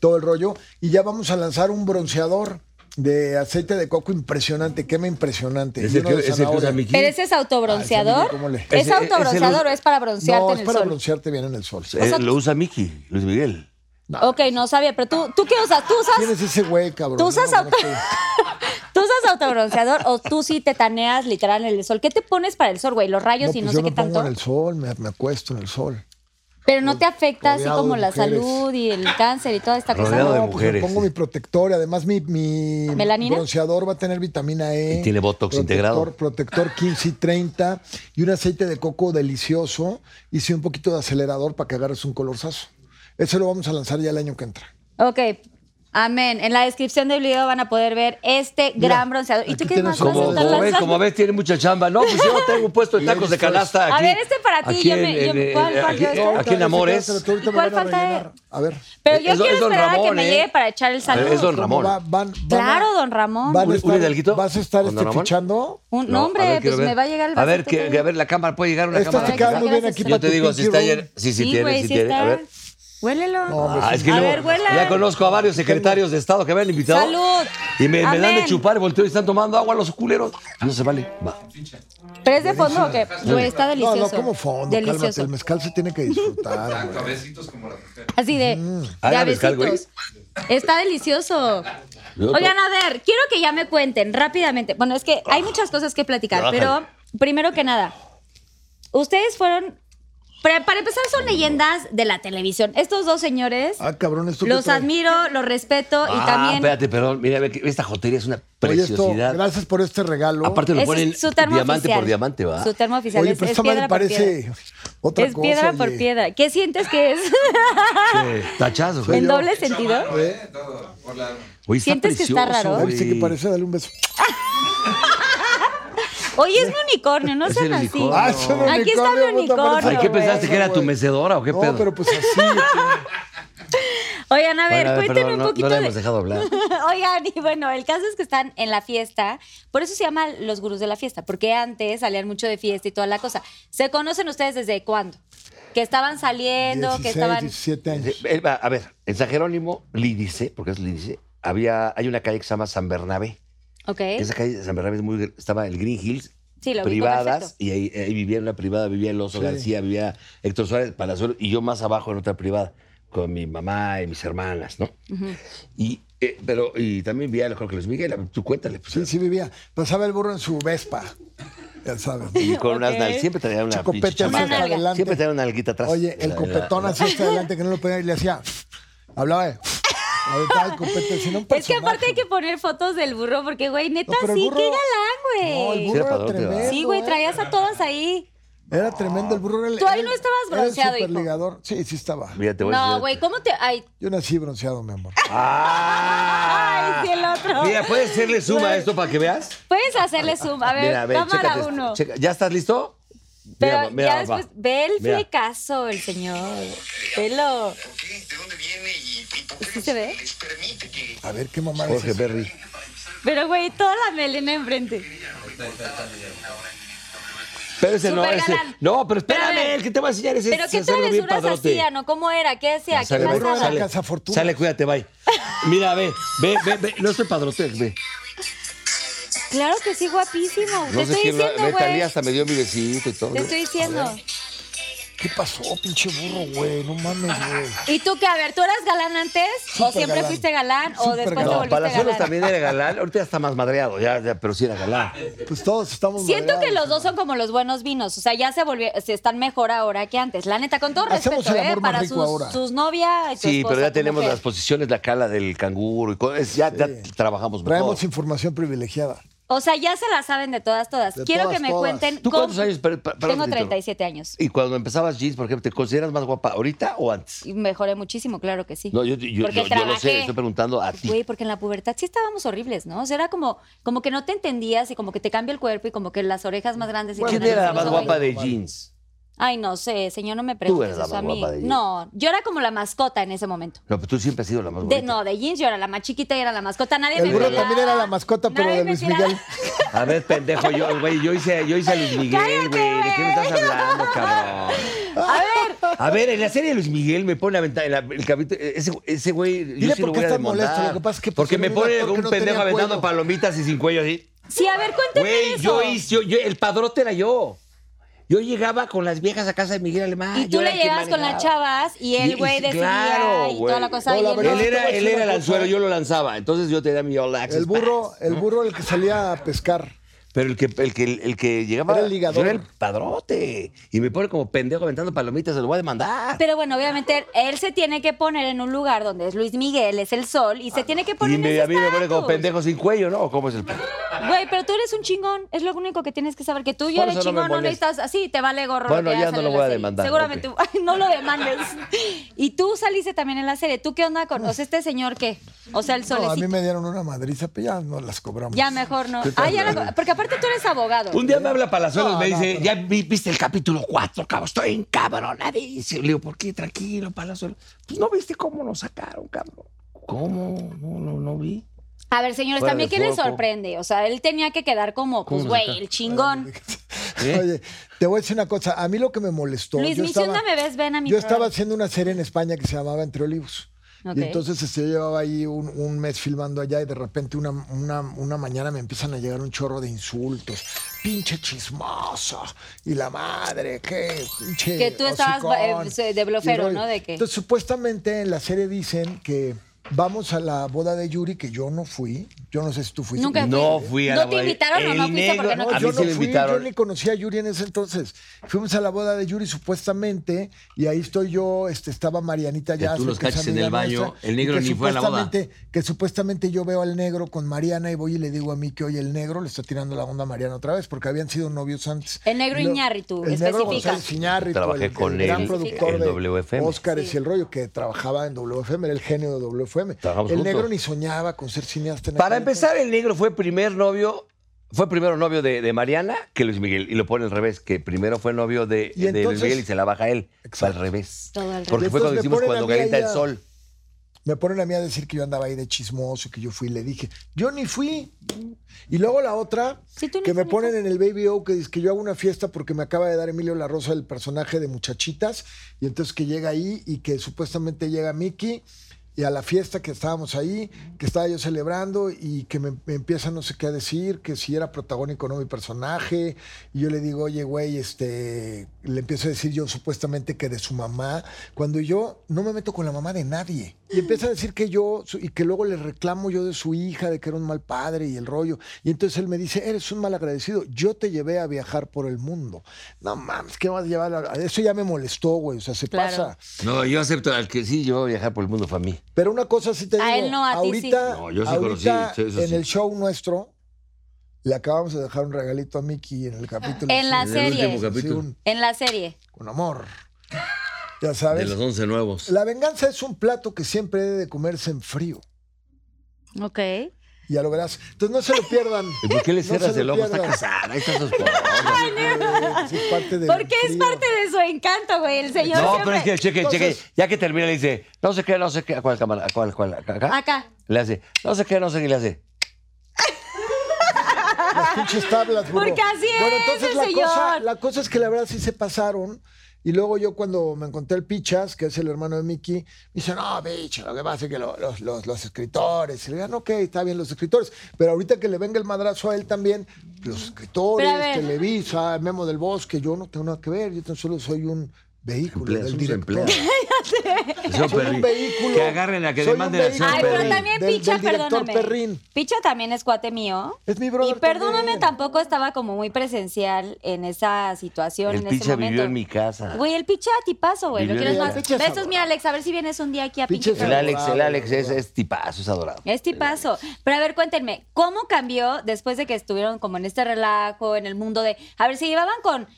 D: todo el rollo. Y ya vamos a lanzar un bronceador de aceite de coco impresionante, quema impresionante.
C: Es el
D: Eh, y uno
C: que-
D: de
C: es el que
D: zanahoria.
C: usa Miki.
B: ¿Pero ese es
D: Ay,
B: autobronceador?
D: ese, ¿cómo le-
B: ¿Es
C: Ese-
B: autobronceador
C: ese-
B: o es para broncearte
D: No,
B: en
D: es
B: el
D: para
B: sol?
D: broncearte bien en el sol.
C: Eh, lo usa Miki, Luis Miguel.
B: Ok, no sabía, pero tú, ¿tú qué usas? ¿Tú usas,
D: ¿Quién es ese güey, cabrón?
B: tú usas
D: No,
B: auto-
D: no, no,
B: ¿tú usas autobronceador o tú sí te taneas literal en el sol? ¿Qué te pones para el sol, güey? Los rayos
D: no,
B: y
D: pues
B: no
D: yo
B: sé
D: me
B: qué
D: pongo
B: tanto.
D: en el sol, me, me acuesto en el sol.
B: Pero no te afecta así
D: rodeado
B: como
D: de
B: la
D: mujeres.
B: salud y el cáncer y toda esta cosa.
C: Rodeado de
D: No, pues me
C: mujeres,
D: pongo
C: sí.
D: mi protector. Además, mi, mi
B: ¿Melanina?
D: bronceador va a tener vitamina E.
C: Y tiene Botox
D: protector-
C: integrado.
D: Protector 15 y 30 y un aceite de coco delicioso. Y sí, un poquito de acelerador para que agarres un colorzazo. Ese lo vamos a lanzar ya el año que entra.
B: Ok. Amén. En la descripción del video van a poder ver este
D: Mira,
B: gran bronceador. ¿Y tú
D: aquí
B: qué
D: tienes
B: más vas a
D: como-
C: Como,
B: estar
C: como ves,
B: lanzando?
C: como ves, tiene mucha chamba. No, pues yo no tengo un puesto de tacos de canasta aquí.
B: A ver, este para ti,
C: aquí
B: yo me-
C: en-
B: yo-
C: en-
B: ¿cuál- cuál
C: aquí-
B: de estos?
C: Aquí en Amores.
D: Ahorita me
B: ¿Y cuál
D: van a
B: falta E? de-
D: rellenar. A ver.
B: Pero yo
C: Es-
B: quiero
C: es don
B: esperar a que
C: Ramón,
B: me
C: ¿eh?
B: llegue para echar el saludo.
C: Es don Ramón.
D: Va- van- van a-
B: Claro, don Ramón.
D: van a
C: ¿Un- un
D: estar-
C: hidalguito?
D: ¿Vas a estar
C: ¿Con
D: este,
C: Don Ramón?
D: fichando?
B: Un, no,
C: No,
B: hombre,
C: a ver, quiero
B: pues
C: ver.
B: me va a llegar el
C: A ver,
B: vasito
C: que,
B: que-
C: a ver, la cámara puede llegar una
D: Esta
C: cámara.
D: está
C: acá?
B: quedando bien aquí
C: Yo
B: para
C: te
D: tu
C: digo, si
D: pinky
C: está
D: room.
C: ayer. Sí, sí,
B: güey,
C: tiene, sí
B: sí
C: tiene.
B: está.
C: A ver.
B: Huélelo.
D: hombre,
C: Ah, es que
B: a
C: luego
B: ver, huela.
C: ya conozco a varios secretarios de Estado que me han invitado.
B: Salud.
C: Y me, me dan
B: Amén.
C: de chupar, volteo y están tomando agua los culeros. No se vale. Va.
B: ¿Pero es de fondo o qué? Güey, está
D: No,
B: delicioso.
D: no, como fondo, cálmate.
B: Delicioso.
D: El mezcal se tiene que disfrutar. güey.
B: Así de,
C: Ah,
B: de
C: la mezcal, güey.
B: avesitos. Está delicioso.
C: ¿eh? Yo
B: Oigan,
C: to-
B: a ver, quiero que ya me cuenten rápidamente. Bueno, es que hay muchas cosas que platicar,
C: Ah. Bájale.
B: pero primero que nada, ustedes fueron. Para, para empezar, son leyendas de la televisión. Estos dos señores,
D: Ah, cabrón, esto que
B: los
D: trae.
B: admiro, los respeto y
C: ah,
B: también.
C: espérate, perdón. Mira, ve que esta jotería es una
D: Oye, esto,
C: preciosidad.
D: gracias por este regalo.
C: Aparte lo
B: Ese
C: ponen
B: es su termo
C: diamante
B: oficial.
C: por diamante, ¿va?
B: Su termo oficial
D: Oye,
B: es,
D: pero
B: es
D: esta madre
B: piedra por piedra.
D: parece otra
B: es
D: cosa.
B: piedra por
D: oye.
B: piedra. ¿Qué sientes que es?
C: Sí, Tachazo, güey.
B: ¿En doble sentido?
C: Oye, está
B: ¿Sientes que está
C: precioso,
B: raro?
D: Ay,
C: güey.
D: sí que parece darle un beso.
B: Oye, es mi unicornio, no
C: Es
B: sean
C: el
B: así.
C: unicornio. Ah, es
D: el
B: Aquí está mi
D: unicornio, puta,
B: unicornio.
D: parece-
C: Ay, ¿qué pensaste?
B: güey.
C: ¿Que era tu
D: güey.
C: mecedora o qué
D: No,
C: pedo?
D: pero pues así.
B: Oigan, a ver,
C: Bueno,
B: cuéntenme
C: perdón,
B: un
C: no-
B: poquito
C: No, la
B: de-
C: hemos dejado hablar.
B: Oigan, y bueno, el caso es que están en la fiesta. Por eso se llama los gurús de la fiesta, porque antes salían mucho de fiesta y toda la cosa. ¿Se conocen ustedes desde cuándo? Que estaban saliendo,
D: 16,
B: que estaban.
D: 17 años.
C: Eh, eh, va, A ver, en San Jerónimo, Lídice, porque es Lídice, había, hay una calle que se llama San Bernabé.
B: Ok.
C: Esa calle de San Bernabé es muy, gr- estaba el Green Hills,
B: ¿Eh? Sí, lo ubico
C: privadas,
B: perfecto.
C: y ahí, ahí vivía en una privada, vivía el Oso
D: Sí.
C: García, vivía Héctor Suárez Palazuelo, y yo más abajo en otra privada, con mi mamá y mis hermanas, ¿no? Y eh, pero y también vivía, creo que Luis Miguel, a ver, tú cuéntale. Pues,
D: Sí, sí vivía. Pasaba el burro en su Vespa. Ya sabes.
C: Y con unas
B: Ok.
C: nal- siempre traía una
D: Chocopete
C: pinche
D: así
C: chamaca.
B: Una
D: hasta
B: nalga.
D: adelante.
C: Siempre traía una alguita atrás.
D: Oye,
C: La-
D: el copetón
C: la-
D: así hasta adelante que no lo podía y le hacía. Hablaba de. Aventaba el copete. sino un
B: Es que aparte hay
D: personaje.
B: que poner fotos del burro, porque, güey, neta,
D: No, pero el
B: sí,
D: burro-
B: qué
D: No, el
B: galán, güey.
D: burro
C: Sí, era
D: era
C: padrote, ¿verdad?
D: tremendo.
B: sí, güey,
D: ¿eh?
B: traías a todas ahí.
D: Era tremendo el burro. era el-
B: Tú ahí
D: era-
B: no estabas
D: era el
B: bronceado, hijo.
D: superligador. Sí, sí estaba.
C: Mira, te voy a
B: No,
C: enseñar-
B: güey, ¿cómo te.? Ay,
D: Yo nací bronceado, mi amor.
C: ¡Ah!
B: Ay, sí, el otro.
C: Mira, ¿puedes hacerle suma a esto para que veas?
B: puedes hacerle zoom. A ver,
C: Mira, a ver,
B: cámara
C: chécate esto.
B: uno.
C: Checa- ¿Ya estás listo?
B: Pero
C: Mira, mira,
B: ya
C: va.
B: después, ve el
C: Mira.
B: flecazo, el señor. Velo.
E: ¿Por qué? ¿De dónde viene? ¿Y, y por qué
B: ¿Sí se ve?
E: les permite que
D: A ver qué mamá
C: Jorge Berry.
B: Pero, güey, toda la melena enfrente.
C: Pero ese no,
B: Súper
C: ese.
B: galán.
C: No, pero
B: Pero a ver.
C: espérame, el que te va a enseñar ese
B: Pero qué
C: es hacerlo bien
B: travesuras
C: padrote.
B: hacían, ¿no? ¿Cómo era? ¿Qué hacía? ¿Qué
C: Sale,
D: burro de la
B: pasaba?
C: sale,
D: casa fortuna.
C: sale, cuídate, bye. Mira, ve, ve, ve, ve. No estoy padrote, ve.
B: Claro que sí, guapísimo.
C: No
B: Te estoy
C: quién lo-
B: diciendo,
C: ve,
B: güey.
C: Talía hasta me dio mi besito y todo.
B: Te estoy diciendo.
D: ¿Qué pasó, pinche burro, güey? No mames, güey.
B: ¿Y tú qué? A ver, ¿tú eras galán antes? ¿O
D: Súper
B: siempre
D: galán.
B: fuiste galán? ¿O
D: Súper
B: después te
D: galán.
C: No,
B: volviste
C: Palazuelos
B: galán?
C: también era galán. Ahorita ya está más madreado, ya, ya, pero sí era galán.
D: Pues todos estamos
B: Siento que los
D: madreados.
B: dos son como los buenos vinos. O sea, ya se volvieron, se están mejor ahora que antes. La neta, con todo
D: Hacemos
B: respeto,
D: el amor
B: ¿eh?
D: más
B: Para
D: rico
B: sus,
D: ahora.
B: sus novias y su
C: Sí,
B: esposa,
C: pero ya
B: tu
C: tenemos
B: mujer.
C: las posiciones, la cala del canguro y co- es- ya, ya trabajamos mejor.
D: Traemos información privilegiada.
B: O sea, ya se la saben de todas, todas.
D: De
B: Quiero
D: todas,
B: que me
D: todas.
B: cuenten.
C: ¿Tú
B: cómo-
C: cuántos años? Per- per- perdón,
B: Tengo
C: te interrumpo.
B: 37 años.
C: Y cuando empezabas jeans, por ejemplo, ¿te consideras más guapa ahorita o antes?
B: Y mejoré muchísimo, claro que sí.
C: No, yo, yo,
B: Porque
C: yo- yo lo sé,
B: trabajé.
C: estoy preguntando a ti.
B: Güey, porque en la pubertad sí estábamos horribles, ¿no? O sea, era como, como que no te entendías y como que te cambia el cuerpo y como que las orejas más grandes. Y
C: ¿Quién
B: la nariz
C: era la
B: y los
C: más
B: ojos.
C: guapa de jeans?
B: Ay, no sé, señor, no me preguntes
C: eres la
B: eso a
C: más
B: mí.
C: guapa de Jeans.
B: No, yo era como la mascota en ese momento.
C: No, pero tú siempre has sido la más
B: De,
C: bonita.
B: no, de jeans yo era la más chiquita y era la mascota. Nadie
D: El
B: me
D: burro
B: pelaba.
D: también era la mascota, pero
B: Nadie
D: de
B: me
D: Luis
B: tiraba.
D: Miguel.
C: A ver, pendejo, yo, güey, yo hice, yo hice a Luis Miguel,
B: Cállate,
C: güey. ¿De qué me estás
B: güey.
C: hablando, cabrón?
B: A ver,
C: A ver, en la serie de Luis Miguel me pone a aventar en la- el capítulo. Ese, ese güey, yo
D: Dile
C: sí
D: por
C: lo
D: qué
C: voy a
D: estás molesto,
C: demandar.
D: lo que pasa es que pues,
C: Porque
D: pusieron
C: me
D: un
C: pone
D: actor que
C: un
D: no
C: pendejo
D: tenía
C: aventando
D: cuello.
C: palomitas y sin cuello así.
B: sí, a ver, cuéntame
C: Güey,
B: eso.
C: yo hice, yo, yo- el padrote era yo. Yo llegaba con las viejas a casa de Miguel Alemán.
D: Ah,
B: Y tú
C: yo era
B: le
C: quien
B: llegabas con las
C: manejaba.
B: chavas y
C: Y-
B: el
C: y-
B: güey decidía
C: claro,
B: y
C: güey.
B: toda la cosa.
D: No, la
B: y él
D: verdad
C: Él
B: no.
D: te voy
C: era,
D: a decir
C: él era el
D: una cosa.
C: anzuelo, yo lo lanzaba. Entonces yo tenía mi all access
D: El burro,
C: pass.
D: el burro el que salía a pescar.
C: Pero el que, el que, el que llegaba.
D: Era el ligador.
C: Yo era el padrote. Y me pone como pendejo aventando palomitas, se lo voy a demandar.
B: Pero bueno, obviamente él se tiene que poner en un lugar donde es Luis Miguel, es el sol, y se tiene que poner
C: Ah, y me-
B: en
C: a
B: ese
C: mí me pone como
B: estatus.
C: pendejo sin cuello, ¿no? ¿O ¿Cómo es el pedo?
B: Güey, pero tú eres un chingón, es lo único que tienes que saber, que tú ya
C: Por
B: eres
C: eso no me
B: chingón, no,
C: molesta.
B: necesitas así, te vale gorro.
C: Bueno,
B: que
C: ya
B: sale
C: no lo
B: en la
C: voy a
B: serie.
C: demandar,
B: Seguramente, ay, no lo demandes. Y tú saliste también en la serie, ¿tú qué onda con, o sea, este señor qué? O sea, el
D: No, a mí
B: solecito.
D: me dieron una madriza, pero ya no las cobramos.
B: Ya mejor no. Ah, ya la- porque aparte tú eres abogado.
C: Un día me habla Palazuelos,
D: No,
C: me
D: no,
C: dice, ya vi- viste el capítulo 4, cabrón, estoy encabronadísimo. Le digo, ¿por qué? Tranquilo, Palazuelos. Pues no viste cómo nos sacaron, cabrón. ¿Cómo? No, no, no vi.
B: A ver, señores,
C: Fuera
B: también
C: de
B: ¿qué les
C: foco.
B: sorprende? O sea, él tenía que quedar como, pues,
C: nos
B: güey,
C: sacaron?
B: el chingón.
C: ¿Eh?
D: Oye, te voy a decir una cosa. A mí lo que me molestó.
B: Luis,
D: yo
B: mi
D: estaba,
B: ciudad me ves, ven a mi
D: Yo
B: programa.
D: estaba haciendo una serie en España que se llamaba Entre Olivos.
B: Ok.
D: Y entonces este, yo llevaba ahí un, un mes filmando allá y de repente una, una, una mañana me empiezan a llegar un chorro de insultos. Pinche chismosa. Y la madre, qué pinche.
B: Que tú estabas,
D: hocicón".
B: eh, de blofero,
D: Y rollo.
B: ¿no? De que-
D: Entonces, supuestamente en la serie dicen que vamos a la boda de Yuri, que yo no fui. Yo no sé si tú fuiste.
B: Nunca
C: No
B: fui.
C: fui a
B: ¿No
C: la
B: te
C: boda.
B: invitaron o
C: El
B: no fuiste porque no
C: negro- A
D: yo
C: mí
D: no
C: sí me
D: fui,
C: invitaron.
D: yo ni conocía a Yuri en ese entonces. Fuimos a la boda de Yuri supuestamente y ahí estoy yo, este, estaba Marianita
C: Que
D: ya.
C: tú los cachas en el baño, el negro ni fue a la boda.
D: Que supuestamente yo veo al negro con Mariana y voy y le digo a mí que hoy el negro le está tirando la onda a Mariana otra vez porque habían sido novios antes.
B: El negro
D: Lo-
B: Iñárritu,
D: el negro
B: especifica.
D: González Iñárritu,
C: Trabajé
D: el,
C: con
D: el gran
C: él
D: productor
C: en
D: de
C: WFM.
D: Óscares y el rollo que trabajaba en WFM, era el genio de WFM.
C: Trabajamos
D: el
C: juntos.
D: negro ni soñaba con ser cineasta. en
C: Para
D: aquel
C: empezar, el negro fue primer novio, fue primero novio de, de Mariana que Luis Miguel. Y lo pone al revés, que primero fue novio de,
D: Y
C: de Luis
D: entonces-
C: Miguel y se la baja él. Fue al
D: Exacto.
C: revés.
B: Todo al
C: Porque
D: revés.
C: fue
D: Y entonces
C: cuando
D: me
C: hicimos
D: ponen
C: cuando
D: a mí
C: calienta el
D: allá.
C: sol.
D: Me ponen a mí a decir que yo andaba ahí de chismoso, que yo fui y le dije, yo ni fui. Y luego la otra,
B: Sí, tú ni
D: que me
B: fuiste.
D: ponen en el Baby O, que dice que yo hago una fiesta porque me acaba de dar Emilio La Rosa el personaje de Muchachitas, y entonces que llega ahí y que supuestamente llega Mickey. Y a la fiesta que estábamos ahí, que estaba yo celebrando y que me, me empieza no sé qué a decir, que si era protagónico o no mi personaje. Y yo le digo, oye, güey, este, le empiezo a decir yo supuestamente que de su mamá, cuando yo no me meto con la mamá de nadie. Y empieza a decir que yo, su- y que luego le reclamo yo de su hija, de que era un mal padre y el rollo. Y entonces él me dice, eres un mal agradecido, yo te llevé a viajar por el mundo. No mames, ¿qué vas a llevar? a- Eso ya me molestó, güey, o sea, se
B: Claro.
D: pasa.
C: No, yo acepto al que sí, yo voy a viajar por el mundo fue a mí.
D: Pero una cosa sí te
B: A
D: digo,
B: él no, a ti sí.
D: ahorita,
C: No, yo sí
D: ahorita
C: conocí, sí, eso
D: en
C: sí.
D: el show nuestro, le acabamos de dejar un regalito a Mickey en el capítulo.
B: En la
D: sí,
B: serie.
C: último capítulo.
D: un-
B: En la serie.
D: con amor. Ya
C: De
D: sabes.
C: los 11 nuevos.
D: La venganza es un plato que siempre debe de comerse en frío.
B: Ok.
D: Ya lo verás. Entonces no se lo pierdan.
C: ¿Y por qué le
D: No
C: cierras
D: se lo
C: el ojo? Está
D: pierdan.
C: casada, ahí está su esposo.
D: Eh, Sí, es parte del
B: Porque es
D: frío.
B: parte de su encanto, güey. El señor
C: No,
B: siempre...
C: pero es que cheque, cheque.
D: Entonces-
C: Ya que termina, le dice, no sé qué, no sé qué. ¿A cuál cámara? ¿A cuál, cuál? ¿Acá?
B: Acá.
C: Le hace, no sé qué, no sé qué, y le hace.
D: Las pinches tablas, burro.
B: Porque así
D: Bueno,
B: es
D: entonces
B: el
D: la
B: señor.
D: cosa, la cosa es que la verdad sí se pasaron. Y luego yo cuando me encontré el Pichas, que es el hermano de Mickey, me dice, no, bicho, lo que pasa es que lo- los, los- los escritores. Y le digan, ok, está bien los escritores. Pero ahorita que le venga el madrazo a él también, los escritores,
B: Pero a ver.
D: Televisa, Memo del Bosque, yo no tengo nada que ver, yo tan solo soy un vehículo
C: Emplea-
D: del
C: somos
D: director.
C: empleados. Señor
D: Soy
C: Perry,
D: un vehículo.
C: Que agarren a que
D: Soy un
C: demanden al señor
B: Ay,
D: vehículo
B: Ah, pero
C: Perry.
B: también
D: Del-
B: Picha,
D: del director
B: perdóname.
D: Perrín.
B: Picha también es cuate mío.
D: Es mi
B: Y
D: brother
B: perdóname,
D: también.
B: tampoco estaba como muy presencial en esa situación,
C: El
B: en ese
C: picha
B: momento.
C: vivió en mi casa.
B: Güey, el Picha tipazo, güey. Lo
C: Vivió
B: quieres
C: en mi
B: más.
D: casa. Picha es
B: Besos, mi Alex. A ver si vienes un día aquí a
D: Picha
B: Picha.
D: es
C: El Alex, el
D: Adorado,
C: Alex es,
D: adorado.
C: es tipazo, es adorado.
B: Es tipazo. Pero a ver, cuéntenme, ¿cómo cambió después de que estuvieron como en este relajo, en el mundo de. A ver, si llevaban con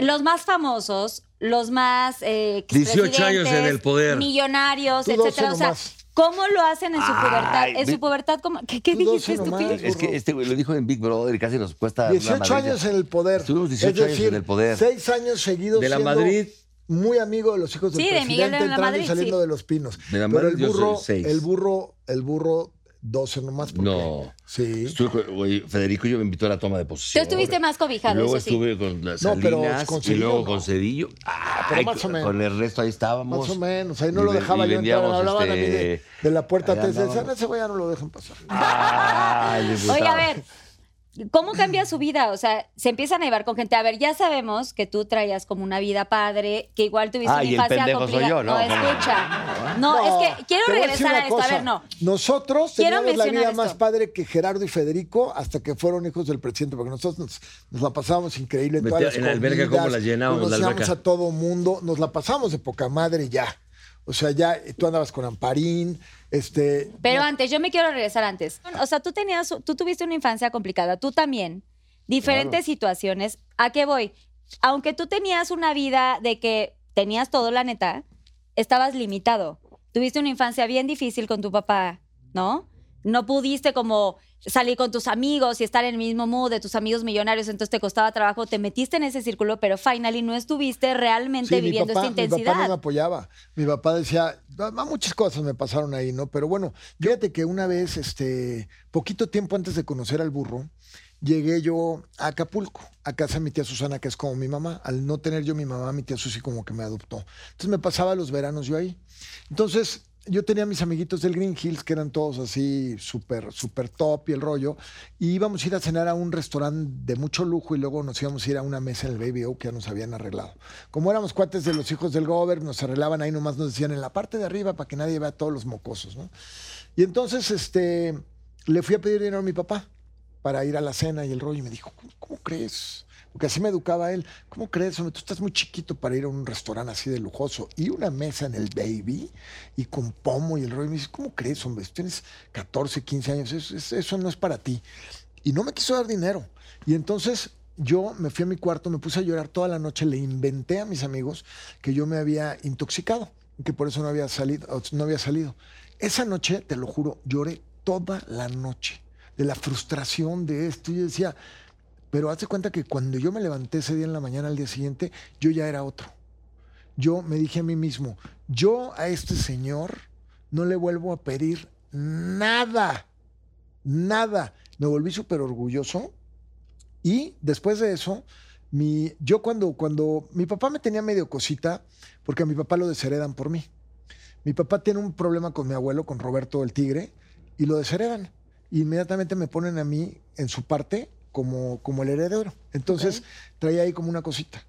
B: los más famosos, los más. eh,
C: 18 años en
B: expresidentes,
C: el poder.
B: Millonarios,
D: Tú
B: etcétera.
D: doce
B: O sea,
D: nomás.
B: ¿Cómo lo hacen en su
C: Ay,
B: pubertad? En
C: ve-
B: su pubertad, ¿cómo? ¿qué, qué
D: Tú doce
B: dijiste,
D: nomás.
B: estúpido?
C: Es que este güey lo dijo en Big Brother y casi nos cuesta. una
D: 18
C: madriza.
D: años en el poder.
C: Estuvimos 18
D: es
C: años
D: decir,
C: en el poder.
D: 6 años seguidos
C: De la
D: siendo
C: Madrid.
D: muy amigo de los hijos del
B: Sí, de Miguel
D: presidente,
B: de la
D: entrando
B: Madrid,
D: y saliendo
B: sí.
D: de los pinos.
C: De la
D: Pero
C: Madrid
D: el
C: yo soy
D: burro,
C: seis.
D: el burro, el burro 12 nomás porque
C: No.
D: Sí.
C: Estuve con- güey, Federico yo me invitó a la toma de
B: Tú
C: posición.
B: estuviste más
C: Y
B: cobijado,
C: luego
B: eso sí.
C: estuve con las
D: No, pero
C: Salinas
D: con
C: y
D: Cedillo
C: luego
D: no.
C: con Cedillo. Ah,
D: pero más o menos.
C: Con el resto ahí estábamos.
D: Más o menos, ahí no
C: Y
D: lo
C: ve-
D: decaba
C: y
D: yo entrar,
C: vendíamos,
D: hablaban a mí de,
C: este,
D: de la puerta
C: ahí
D: antes de
C: andábamos.
D: esa, ese güey ya no lo dejan pasar.
C: Ay, diputado.
B: Oye, a ver, ¿cómo cambia su vida? O sea, se empiezan a llevar con gente. A ver, ya sabemos que tú traías como una vida padre, que igual tuviste
C: Ah,
B: una
C: y el
B: infancia
C: pendejo soy
B: complicada.
C: yo, ¿no?
B: escucha. No, es que quiero
D: te voy a decir
B: regresar
D: una
B: a esto. A
D: cosa.
B: ver, no.
D: Nosotros
B: Quiero
D: teníamos la vida
B: mencionar
D: más
B: esto.
D: padre que Gerardo y Federico hasta que fueron hijos del presidente, porque nosotros nos, nos la pasábamos increíble. en
C: Metía-
D: todas las
C: en la alberca,
D: comidas,
C: cómo la llenábamos, la
D: Conocíamos
C: alberca.
D: a todo mundo, nos la pasamos de poca madre ya. O sea, ya eh, tú andabas con Amparín, este...
B: Pero antes, yo me quiero regresar antes. O sea, tú tenías, tú tuviste una infancia complicada, tú también. Diferentes situaciones. ¿A qué voy? Aunque tú tenías una vida de que tenías todo, la neta, estabas limitado. Tuviste una infancia bien difícil con tu papá, ¿no? No pudiste como salir con tus amigos y estar en el mismo mood de tus amigos millonarios, entonces te costaba trabajo, te metiste en ese círculo, pero finally no estuviste realmente
D: Sí,
B: viviendo esta
D: Mi papá no me
B: intensidad.
D: apoyaba. Mi papá decía, "Ah, muchas cosas me pasaron ahí, ¿no? Pero bueno, fíjate que una vez, este, poquito tiempo antes de conocer al burro, llegué yo a Acapulco, a casa de mi tía Susana, que es como mi mamá. Al no tener yo mi mamá, mi tía Susi como que me adoptó. Entonces me pasaba los veranos yo ahí. Entonces, yo tenía mis amiguitos del Green Hills, que eran todos así súper, súper top y el rollo, y íbamos a ir a cenar a un restaurante de mucho lujo y luego nos íbamos a ir a una mesa del Baby O que ya nos habían arreglado. Como éramos cuates de los hijos del Gober, nos arreglaban ahí nomás, nos decían en la parte de arriba para que nadie vea todos los mocosos, ¿no? Y entonces, este, le fui a pedir dinero a mi papá para ir a la cena y el rollo y me dijo, ¿cómo, cómo crees? Porque así me educaba él. ¿Cómo crees? Hombre, tú estás muy chiquito para ir a un restaurante así de lujoso y una mesa en el baby y con pomo y el rollo. Y me dice, ¿cómo crees, hombre? Tú tienes 14, 15 años, eso, es- eso no es para ti. Y no me quiso dar dinero. Y entonces yo me fui a mi cuarto, me puse a llorar toda la noche, le inventé a mis amigos que yo me había intoxicado y que por eso no había salido. No había salido. Esa noche, te lo juro, lloré toda la noche de la frustración de esto. Yo decía, pero hazte cuenta que cuando yo me levanté ese día en la mañana al día siguiente, yo ya era otro. Yo me dije a mí mismo, yo a este señor no le vuelvo a pedir nada, nada. Me volví súper orgulloso y después de eso, mi, yo cuando, cuando mi papá me tenía medio cosita, porque a mi papá lo desheredan por mí. Mi papá tiene un problema con mi abuelo, con Roberto el Tigre, y lo desheredan. Y inmediatamente me ponen a mí en su parte como, como el heredero. Entonces traía ahí como una cosita.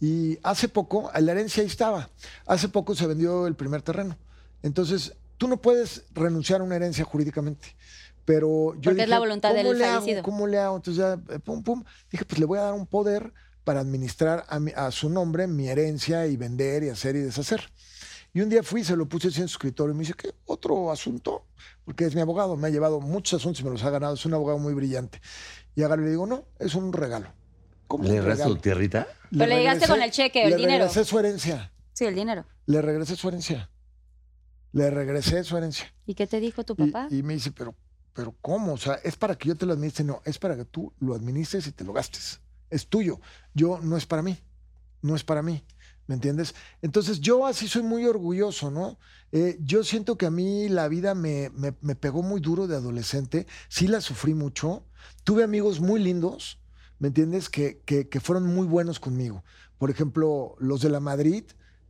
D: Y hace poco, la herencia ahí estaba. Hace poco se vendió el primer terreno. Entonces, tú no puedes renunciar a una herencia jurídicamente. Pero yo
B: Porque es
D: dije,
B: la voluntad
D: ¿cómo
B: del
D: le hago?
B: fallecido.
D: ¿Cómo le hago? Entonces ya, eh, pum, pum. Dije, pues le voy a dar un poder para administrar a, mi- a su nombre mi herencia y vender y hacer y deshacer. Y un día fui, se lo puse así en su escritorio y me dice, ¿qué? ¿Otro asunto? Porque es mi abogado, me ha llevado muchos asuntos y me los ha ganado, es un abogado muy brillante. Y agarro y le digo, no, es un regalo. ¿Cómo
C: ¿Le
D: un
C: resto
D: regalo?
C: tu tierrita?
B: Pero le llegaste
D: regresé-
B: con el cheque, el
D: le
B: dinero.
D: regresé su herencia,
B: Sí, el dinero.
D: le regresé su herencia, le regresé su herencia.
B: ¿Y qué te dijo tu
D: Y-
B: papá?
D: Y, me dice, pero, pero ¿cómo? O sea, es para que yo te lo administre. No, es para que tú lo administres y te lo gastes. Es tuyo. Yo no es para mí. No es para mí. ¿Me entiendes? Entonces yo así soy muy orgulloso, ¿no? Eh, yo siento que a mí la vida me, me- me pegó muy duro de adolescente. Sí la sufrí mucho. Tuve amigos muy lindos, ¿me entiendes? Que, que, que fueron muy buenos conmigo. Por ejemplo, los de la Madrid,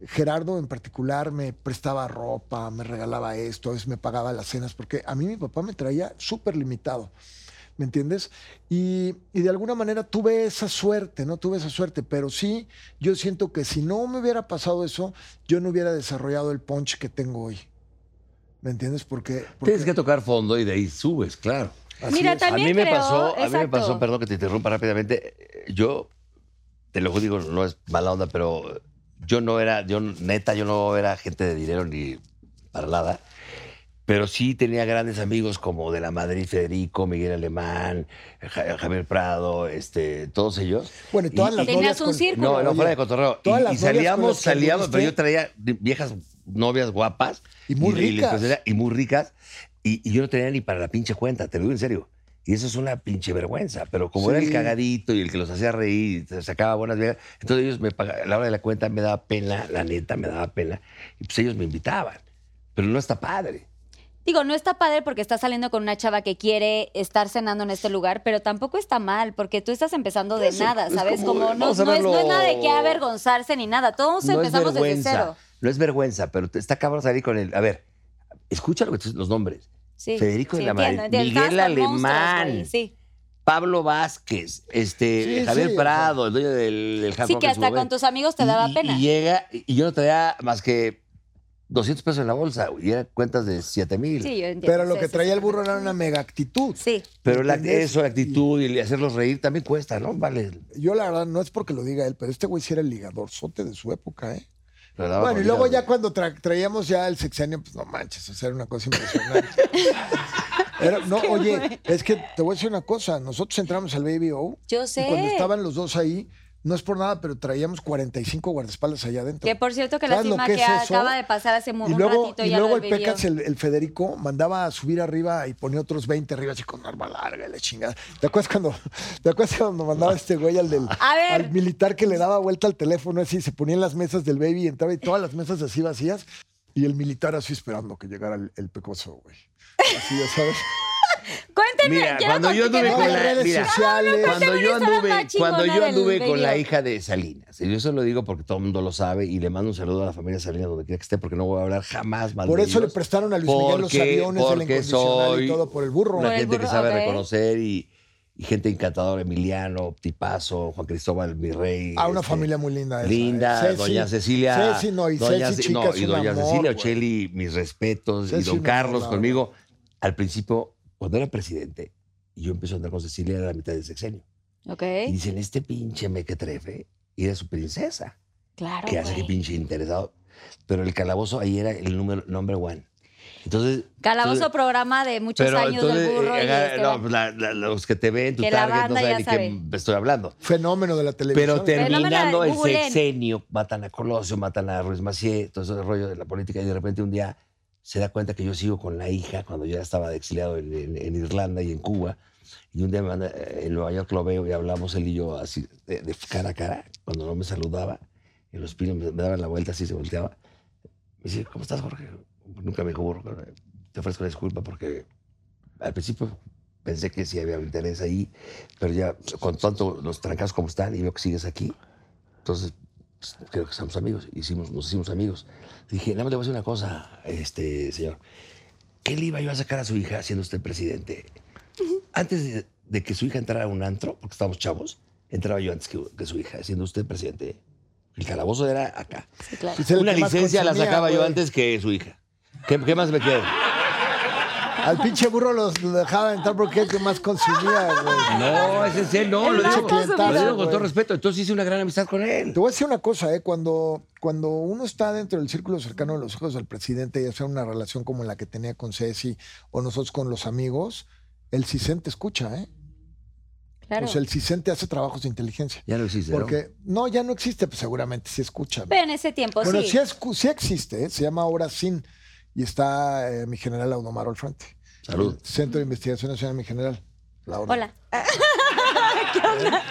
D: Gerardo en particular me prestaba ropa, me regalaba esto, a veces me pagaba las cenas, porque a mí mi papá me traía súper limitado. ¿Me entiendes? Y, y de alguna manera tuve esa suerte, ¿no? Tuve esa suerte, pero sí, yo siento que si no me hubiera pasado eso, yo no hubiera desarrollado el punch que tengo hoy. ¿Me entiendes? Porque... porque
C: Tienes que tocar fondo y de ahí subes, claro.
D: así
B: Mira,
D: es.
B: también-
C: a mí me
B: creo,
C: pasó, a mí me
B: exacto.
C: pasó, perdón que te interrumpa rápidamente. eh, Yo te lo digo, no es mala onda, pero yo no era, yo neta, yo no era gente de dinero ni para nada. Pero sí tenía grandes amigos como de la Madrid, Federico, Miguel Alemán, Ja- Javier Prado, este, todos ellos.
D: Bueno, y todas las
B: Tenías
D: novias
B: un
D: con-
B: círculo.
C: No, no,
D: Oye,
C: fuera de cotorreo.
D: todas
C: Y-
D: las
C: Y,
D: novias con
C: salíamos,
D: las que
C: salíamos,
D: anduviste-
C: pero yo traía viejas novias guapas.
D: Y muy
C: les
D: ricas.
C: ofrecía- y muy ricas. Y, y yo no tenía ni para la pinche cuenta, te lo digo en serio. Y eso es una pinche vergüenza. Pero como era el
D: Sí.
C: cagadito y el que los hacía reír, y sacaba buenas vidas, entonces ellos me pagaban, a la hora de la cuenta me daba pena, la neta me daba pena. Y pues ellos me invitaban. Pero no está padre.
B: Digo, no está padre porque estás saliendo con una chava que quiere estar cenando en este lugar, pero tampoco está mal porque tú estás empezando de
C: Eso,
B: nada,
C: Pues es
B: ¿sabes?
C: como de,
B: Como, no,
C: vamos a
B: no es, no es
C: verlo.
B: nada de qué avergonzarse ni nada. Todos empezamos desde cero.
C: No es vergüenza, pero te- está cabrón salir con el. A ver, escucha lo que te- los nombres.
B: Sí,
C: Federico
B: sí,
C: de la
B: entiendo,
C: Madrid,
B: entiendo.
C: Miguel
B: Estabas con monstruos,
C: Alemán.
B: güey, Sí,
C: Pablo Vázquez, este,
D: Sí,
C: Javier
D: sí, o sea.
C: Prado, el dueño del, del hard
B: sí
C: rock
B: que
C: en su
B: hasta con
C: momento.
B: tus amigos te
C: Y-
B: daba
C: y-
B: pena.
C: Y llega, y yo no traía más que 200 pesos en la bolsa, güey, y eran cuentas de 7 mil.
B: Sí, yo entiendo.
D: Pero lo
B: Sí,
D: que
B: sí,
D: traía
B: sí.
D: el burro era una mega actitud.
B: Sí.
C: Pero la-
D: ¿Entendés?
C: eso, la actitud y el hacerlos reír también cuesta, ¿no? Vale.
D: Yo, la verdad, no es porque lo diga él, pero este güey sí era el ligadorzote de su época, ¿eh?
C: Pero daba
D: Bueno, y
C: mordida,
D: luego
C: güey.
D: ya cuando tra- traíamos ya el sexenio, pues no manches, o sea, era una cosa impresionante. Era- no, oye, es que te voy a decir una cosa, nosotros entramos al Baby O.
B: Yo
D: Y
B: sé.
D: cuando estaban los dos ahí, no es por nada, pero traíamos 45 guardaespaldas allá adentro.
B: Que por cierto, que
D: ¿Sabes lo
B: lástima
D: que
B: que,
D: es eso?
B: acaba de pasar hace mu-
D: y
B: un
D: luego,
B: ratito
D: y
B: ya lo
D: luego el
B: del video.
D: Pecas, el, el Federico, mandaba a subir arriba y ponía otros 20 arriba así con arma larga y la chingada. ¿Te acuerdas cuando, te acuerdas cuando mandaba este güey al, del,
B: A ver.
D: al militar que le daba vuelta al teléfono así, se ponía en las mesas del baby y entraba y todas las mesas así vacías y el militar así esperando que llegara el, el pecoso, güey. Así, ya sabes.
B: Cuéntenme,
C: Mira,
B: quiero
C: cuando yo
B: contar-
C: anduve
D: Todas
C: con
D: las
C: la-
D: redes
C: mira,
D: sociales.
C: Cuando
B: Cuéntame
C: yo,
B: una historia
C: anduve,
B: más
C: cuando yo
B: chingona
C: anduve
B: del
C: con la
B: video.
C: hija de Salinas, y yo se lo digo porque todo el mundo lo sabe, y le mando un saludo a la familia Salinas donde quiera que esté, porque no voy a hablar jamás mal
D: Por
C: de
D: eso le
C: ellos.
D: prestaron a Luis Miguel los
C: Porque-
D: aviones de la
C: porque
D: incondicional
C: soy
D: y todo por el burro.
C: Una
B: Por el
C: gente que
B: burro,
C: sabe
B: ok.
C: reconocer y, y gente encantadora, Emiliano, Tipazo, Juan Cristóbal, mi rey.
D: A una
C: este,
D: familia muy linda. esa,
C: Linda,
D: ¿eh? Ceci-
C: doña Cecilia.
D: Ceci, no, y
C: doña
D: Ceci,
C: Ce-
D: chica,
C: no,
D: es
C: y
D: un
C: doña
D: amor,
C: Cecilia
D: güey.
C: Ocelli, mis respetos.
D: Ceci,
C: y don
D: un
C: Carlos
D: amor, la
C: conmigo. Al principio, cuando era presidente, y yo empecé a andar con Cecilia, era la mitad del sexenio. Y
B: Ok,
C: dicen, este pinche mequetrefe, y era su princesa.
B: claro.
C: que hace que
B: güey.
C: pinche interesado. Pero el calabozo ahí era el número, number one. Entonces.
B: Calabozo
C: entonces-
B: programa de muchos
C: pero
B: años
C: entonces,
B: del burro.
C: eh,
B: y
C: agarra-
B: este
C: no,
B: va-
C: pues, la- la- los que te ven, tu
B: Que la
C: target, no
B: banda
C: saben
B: ya
C: ni
B: sabe.
C: qué estoy hablando.
D: Fenómeno de la televisión.
C: Pero
B: Fenómeno del
C: terminando el
B: Google.
C: sexenio, matan a Colosio, matan a Ruiz Macié, todo ese rollo de la política, y de repente un día se da cuenta que yo sigo con la hija cuando yo ya estaba de exiliado en, en- en Irlanda y en Cuba. Y un día me manda, eh, en Nueva York lo veo y hablamos él y yo así de, de cara a cara, cuando no me saludaba, en los pinos me, me daban la vuelta así, se volteaba. Me dice, ¿cómo estás, Jorge? Nunca me dijo burro. pero, eh, Te ofrezco una disculpa porque al principio pensé que sí había un interés ahí, pero ya con tanto los trancas como están y veo que sigues aquí, entonces pues, creo que estamos amigos. Hicimos, nos hicimos amigos. Dije, nada más le voy a decir una cosa, este señor. ¿Qué le iba yo a sacar a su hija siendo usted presidente? Antes de, de que su hija entrara a un antro, porque estábamos chavos, entraba yo antes que, que su hija, siendo usted presidente. El calabozo era acá.
B: sí, claro.
D: Pues era el
C: Una
D: que más
C: licencia la
D: consumía,
C: sacaba yo
D: güey.
C: antes que su hija. ¿Qué, qué más me queda?
D: Al pinche burro los lo dejaba entrar porque es el que más consumía, güey.
C: No, ese es él, no,
B: El
C: lo
B: más
C: digo, con-
B: consumido.
C: lo digo con todo
D: Güey.
C: respeto. Entonces hice una gran amistad con él.
D: Te voy a decir una cosa, ¿eh? Cuando, cuando uno está dentro del círculo cercano de los hijos del presidente, ya sea una relación como la que tenía con Ceci o nosotros con los amigos, el CISEN te escucha, ¿eh?
B: claro.
C: pues
D: O sea, el CISEN te hace trabajos de inteligencia.
C: Ya no existe, ¿no?
D: Porque, no, ya no existe, pues seguramente sí escucha. ¿no?
B: Pero en ese tiempo
D: bueno,
B: Oh, sí.
D: sí, escu- sí existe, ¿eh? se llama ahora SIN y está eh, mi general Audomaro al frente.
C: Salud.
D: El Centro de Investigación Nacional, mi general. La orden.
B: Hola. ¿Qué onda?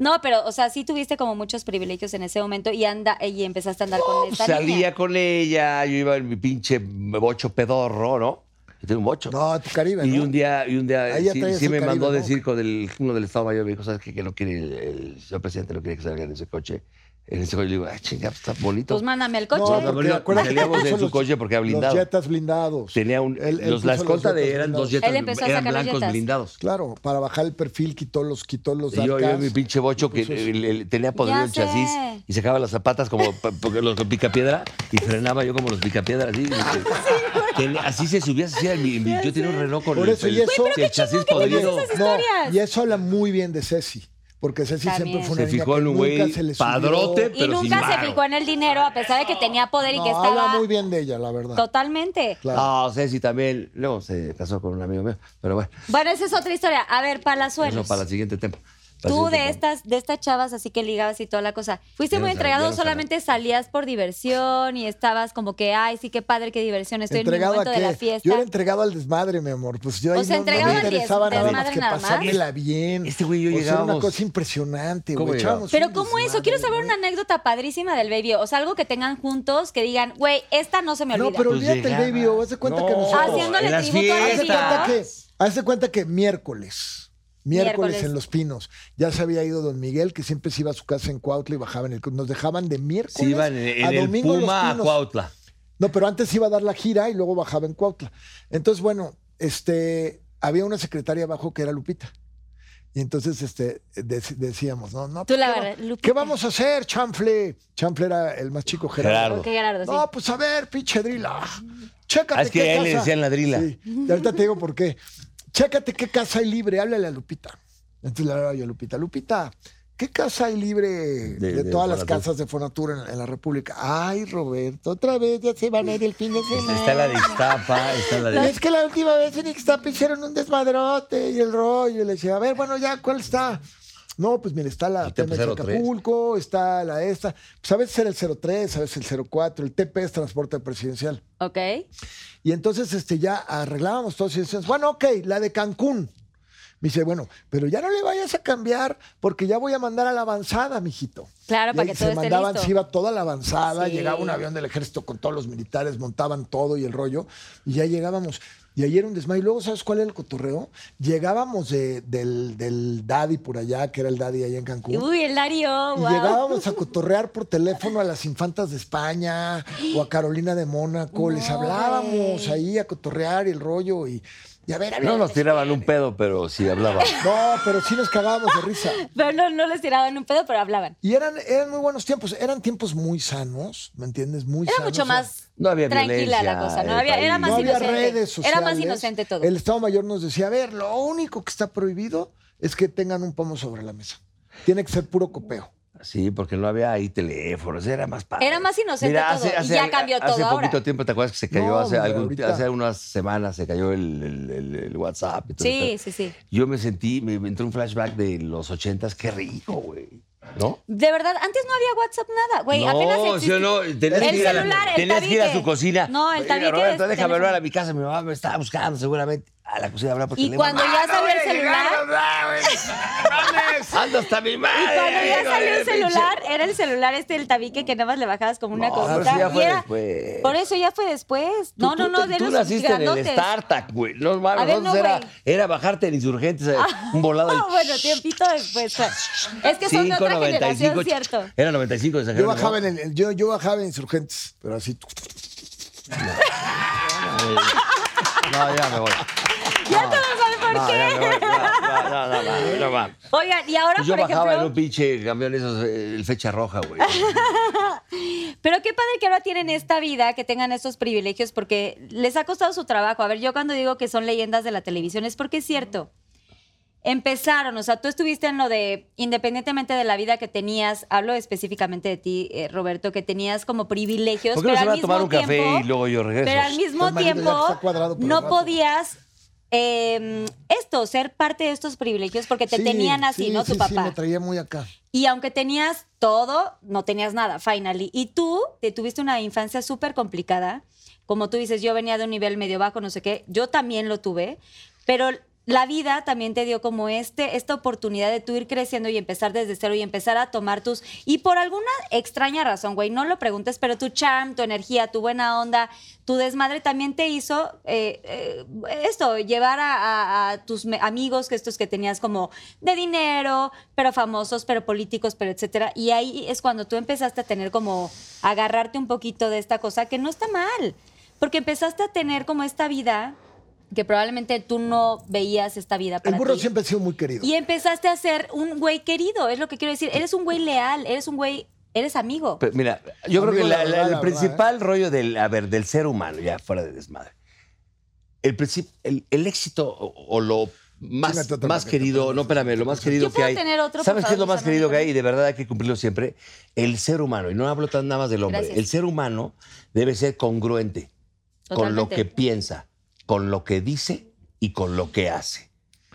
B: No, pero, o sea, sí tuviste como muchos privilegios en ese momento y anda y empezaste a andar con esta
C: salía
B: niña.
C: con ella, yo iba en mi pinche bocho pedorro, ¿no? Yo tengo un bocho.
D: No, tu Caribe.
C: y
D: ¿no?
C: un día, y un día
D: Ahí ya
C: sí,
D: traías
C: sí
D: el
C: me
D: Caribe,
C: mandó
D: ¿no?
C: decir con el, uno del Estado Mayor, me dijo, ¿sabes qué? Que no quiere, el, el señor presidente no quiere que salga en ese coche. En ese coche, yo le digo, ah, chinga, pues, está bonito.
B: Pues mándame al
D: No,
B: coche.
C: no,
D: porque
C: no,
D: acuérdate
C: salíamos
D: que
C: en
D: puso
C: su coche porque era blindado.
D: Los jetas blindados.
C: Tenía un,
D: Él- él
C: los, las
D: puso los
C: contas de
D: jetas
C: eran dos
D: blindados.
C: jetas,
B: Él empezó a
C: eran
B: sacar los
C: blancos
B: jetas.
C: blindados.
D: Claro, para bajar el perfil quitó los, quitó los
C: Y yo, yo en
D: darkas.
C: mi pinche bocho que el- el- tenía podrido
B: pues Ya
C: el chasis
B: sé.
C: y sacaba las zapatas como pa- porque los picapiedra y frenaba yo como los picapiedra así. Tenía- así se subía, así era mi- mi- yo tenía un reloj con
D: Por
C: el,
D: eso,
C: el-
D: y eso- Güey, pero
C: el
D: qué
C: chasis
B: chingón que
C: podrido.
B: conoces esas
D: No,
B: historias.
D: y eso habla muy bien de Ceci, porque Ceci
B: También.
D: siempre fue una
C: Se
D: niña
C: fijó
D: que
C: en un
D: nunca
C: güey
D: se le subió.
C: padrote.
B: Y
C: pero sin
B: nunca se
C: varo.
B: fijó en el dinero, a pesar de que tenía poder y
D: No,
B: que estaba.
D: habla muy bien de ella, la verdad.
B: Totalmente.
D: Claro.
C: No, Ceci también. Luego se casó con un amigo mío. Pero bueno,
B: Bueno, esa es otra historia. A ver,
C: eso
B: Palazuelos.
C: para el siguiente tema.
B: Tú
C: es,
B: de
C: Juan.
B: estas, de estas chavas así que ligabas y toda la cosa. Fuiste
C: Ya
B: muy
C: no sal- ya
B: entregado,
C: no
B: solamente salías por diversión y estabas como que, ay, sí, qué padre, qué diversión, estoy
D: ¿Entregado
B: en mi momento
D: a
B: de
D: qué?
B: la fiesta.
D: Yo era entregado al desmadre, mi amor. Pues yo
B: O
D: ahí
B: sea,
D: no- no,
B: entregado
D: me
B: al
D: interesaba nada más
B: desmadre
D: que
B: nada más.
D: pasármela bien.
C: Este güey y yo
D: O sea, era una
C: llegábamos-
D: cosa impresionante,
C: ¿Cómo
D: güey.
C: llegábamos?
D: Echábamos
B: Pero
D: un
B: ¿cómo eso?
D: desmadre,
B: Quiero saber una
D: güey.
B: anécdota padrísima del baby. O sea, algo que tengan juntos que digan, güey, esta no se me olvida.
D: No, pero
C: Pues
D: olvídate el
C: llegabas.
D: baby o haz de cuenta que
C: No,
D: nosotros...
B: Haciéndole
C: en las
B: tributo a los
D: Haz de cuenta
C: fiestas.
D: que, haz de cuenta que miércoles, miércoles.
B: Miércoles.
D: en Los Pinos. Ya se había ido Don Miguel, que siempre se iba a su casa en Cuautla y bajaban el... Nos dejaban de miércoles
C: Sí, iban en, en
D: a
C: el
D: domingo en
C: Puma a
D: Los Pinos.
C: Cuautla.
D: No, pero antes iba a dar la gira y luego bajaba en Cuautla. Entonces, bueno, este, había una secretaria abajo que era Lupita. Y entonces este, dec- decíamos, no, no.
B: Tú
D: pues,
B: la
D: ¿qué va-
B: agarras, Lupita.
D: ¿Qué vamos a hacer, Chanfle? Chanfle era el más chico, Gerardo.
C: Gerardo.
B: Ok, Gerardo, sí.
D: No, pues a ver, pinche drila. Chécate
C: Ah, es que
D: qué
C: a él le
D: casa-
C: decían la drila.
D: Sí. Y ahorita te digo por qué. Chécate qué casa hay libre, háblale a Lupita. Entonces le hablaba yo a Lupita. Lupita, ¿qué casa hay libre de,
C: De- de
D: todas las
C: Fonatur.
D: casas de Fonatur en, en la República? Ay, Roberto, otra vez ya se van a ir el fin de semana.
C: Pues Está la de Iztapa, está la de...
D: Es que la última vez en Ixtapa hicieron un desmadrote y el rollo. Y le decía, a ver, bueno, ya, ¿cuál está? No, pues mira, está la
C: El TP
D: TMX
C: 03.
D: Acapulco, está la esta. Pues a veces era el 03, a veces el 04. El TP es transporte presidencial.
B: Ok.
D: Y entonces este, ya arreglábamos todos y decíamos, bueno, ok, la de Cancún. Me dice, bueno, pero ya no le vayas a cambiar porque ya voy a mandar a la avanzada, mijito.
B: Claro,
D: Y
B: para
D: ahí
B: que
D: se
B: todo esté
D: mandaban,
B: listo.
D: se iba toda la avanzada,
B: Sí.
D: llegaba un avión del ejército con todos los militares, montaban todo y el rollo, y ya llegábamos. Y ayer un desmayo. Y luego, ¿sabes cuál era el cotorreo? Llegábamos de- del, del Daddy por allá, que era el Daddy allá en Cancún.
B: Uy, el Darío,
D: Y
B: Oh, wow.
D: llegábamos a cotorrear por teléfono a las infantas de España o a Carolina de Mónaco, les hablábamos ahí a cotorrear y el rollo y, y a ver, a ver.
C: No nos tiraban un pedo, pero sí hablaban.
D: No, pero sí nos cagábamos de risa.
B: Pero no, no les tiraban un pedo, pero hablaban.
D: Y eran, eran muy buenos tiempos, eran tiempos muy sanos, ¿me entiendes? Muy
B: Era
D: sanos.
B: mucho más
C: No había
B: tranquila la
C: violencia
B: cosa. No
C: en el
B: había, era
C: país.
B: más
D: no había
B: inocente.
D: redes sociales.
B: Era más inocente todo.
D: El Estado Mayor nos decía, a ver, lo único que está prohibido es que tengan un pomo sobre la mesa. Tiene que ser puro copeo.
C: Sí, porque no había ahí teléfonos, era más padre.
B: Era más inocente todo, y ya cambió
C: Hace
B: todo ahora.
C: poquito tiempo, ¿te acuerdas que se cayó?
D: No,
C: hace,
D: hombre,
C: algún-
D: ahorita.
C: hace unas semanas se cayó el, el- el- el WhatsApp. y todo
B: sí,
C: eso.
B: sí, sí.
C: Yo me sentí, me, me entró un flashback de los ochentas, qué rico, güey. ¿No?
B: De verdad, antes no había WhatsApp nada, güey. apenas
C: no,
B: existía.
C: yo no, tenías,
B: El
C: que, ir a la-
B: celular, el
C: tenías que ir a
B: tabique.
C: su cocina.
B: No, el
C: Oiga,
B: tabique
C: Roberto,
B: es
C: déjame
B: teléfono.
C: hablar a mi casa, mi mamá me estaba buscando seguramente. A la cocina a hablar por
B: Y
C: teléfono.
B: cuando ya
C: ¡Ah, no
B: salió el
C: voy a llegar, no mames! Ando hasta mi madre.
B: Y cuando ya
C: hijo
B: salió
C: de
B: el
C: pinche-
B: celular, era el celular este del tabique que nada más le bajabas como una
C: No,
B: cosita.
C: pero eso ya
B: y
C: fue
B: era-
C: después.
B: Por eso ya fue después.
C: Tú-
B: No, no,
C: tú-
B: no,
C: Tú,
B: de los
C: naciste en el
B: grandotes.
C: StarTac, güey. No mames,
B: A ver,
C: nosotros
B: no,
C: era,
B: güey.
C: era bajarte en Insurgentes, eh, un volado.
B: No, bueno, tiempito después. fue. Es que son de otra
C: 5.95,
B: generación, cierto.
C: Era 95 de San
D: Yo
C: Jerónimo.
D: bajaba en, el- yo, yo bajaba en Insurgentes, pero así.
C: No, ya me voy.
B: Ya te vas a ver por
C: No, ya me
B: qué.
C: voy. No, no, no, no, no, no, mames.
B: Oigan, y ahora,
C: Yo
B: por
C: bajaba en
B: ejemplo.
C: un pinche camión esos, eh, el fecha roja, güey.
B: Pero qué padre que ahora tienen esta vida, que tengan estos privilegios, porque les ha costado su trabajo. A ver, yo cuando digo que son leyendas de la televisión es porque es cierto. Empezaron, o sea, tú estuviste en lo de, independientemente de la vida que tenías, hablo específicamente de ti, eh, Roberto, que tenías como privilegios,
C: ¿Por qué
B: pero
C: no se
B: al
C: van a
B: mismo
C: tomar un café
B: tiempo-
C: y luego yo regreso?
B: Pero al mismo
D: Pues, manito, ya que está cuadrado
B: tiempo
D: por el
B: no
D: rato.
B: podías eh, esto, ser parte de estos privilegios, porque te
D: Sí,
B: tenían así,
D: sí,
B: ¿no? Tu
D: sí,
B: papá.
D: Sí, me traía muy acá.
B: Y aunque tenías todo, no tenías nada, finally. Y tú te tuviste una infancia súper complicada. Como tú dices, yo venía de un nivel medio bajo, no sé qué. Yo también lo tuve. Pero la vida también te dio como este, esta oportunidad de tú ir creciendo y empezar desde cero y empezar a tomar tus... Y por alguna extraña razón, güey, no lo preguntes, pero tu charm, tu energía, tu buena onda, tu desmadre también te hizo eh, eh, esto, llevar a, a- a tus me- amigos, que estos que tenías como de dinero, pero famosos, pero políticos, pero etcétera. Y ahí es cuando tú empezaste a tener como agarrarte un poquito de esta cosa que no está mal, porque empezaste a tener como esta vida que probablemente tú no veías esta vida para
D: El burro
B: ti.
D: siempre ha sido muy querido.
B: Y empezaste a ser un güey querido, es lo que quiero decir. Eres un güey leal, eres un güey, eres amigo.
C: Pero mira, yo creo
D: Amigo,
C: que
D: la
C: la- la-
D: verdad,
C: el
D: la verdad,
C: principal rollo del, a ver, del ser humano, ya fuera de desmadre, el, princip- el, el éxito o, o lo
D: Sí, me
C: más,
D: trata
C: más
D: mal,
C: querido, no, espérame, lo más querido
B: Yo
C: que
B: puedo
C: hay.
B: tener otro, por
C: ¿Sabes qué es
B: favor,
C: lo más
B: Susana,
C: querido que
B: ¿no?
C: hay? Y de verdad hay que cumplirlo siempre. El ser humano, y no hablo tan nada más del hombre,
B: Gracias.
C: el ser humano debe ser congruente con lo
B: Totalmente.
C: que piensa, con lo que dice y con lo que hace.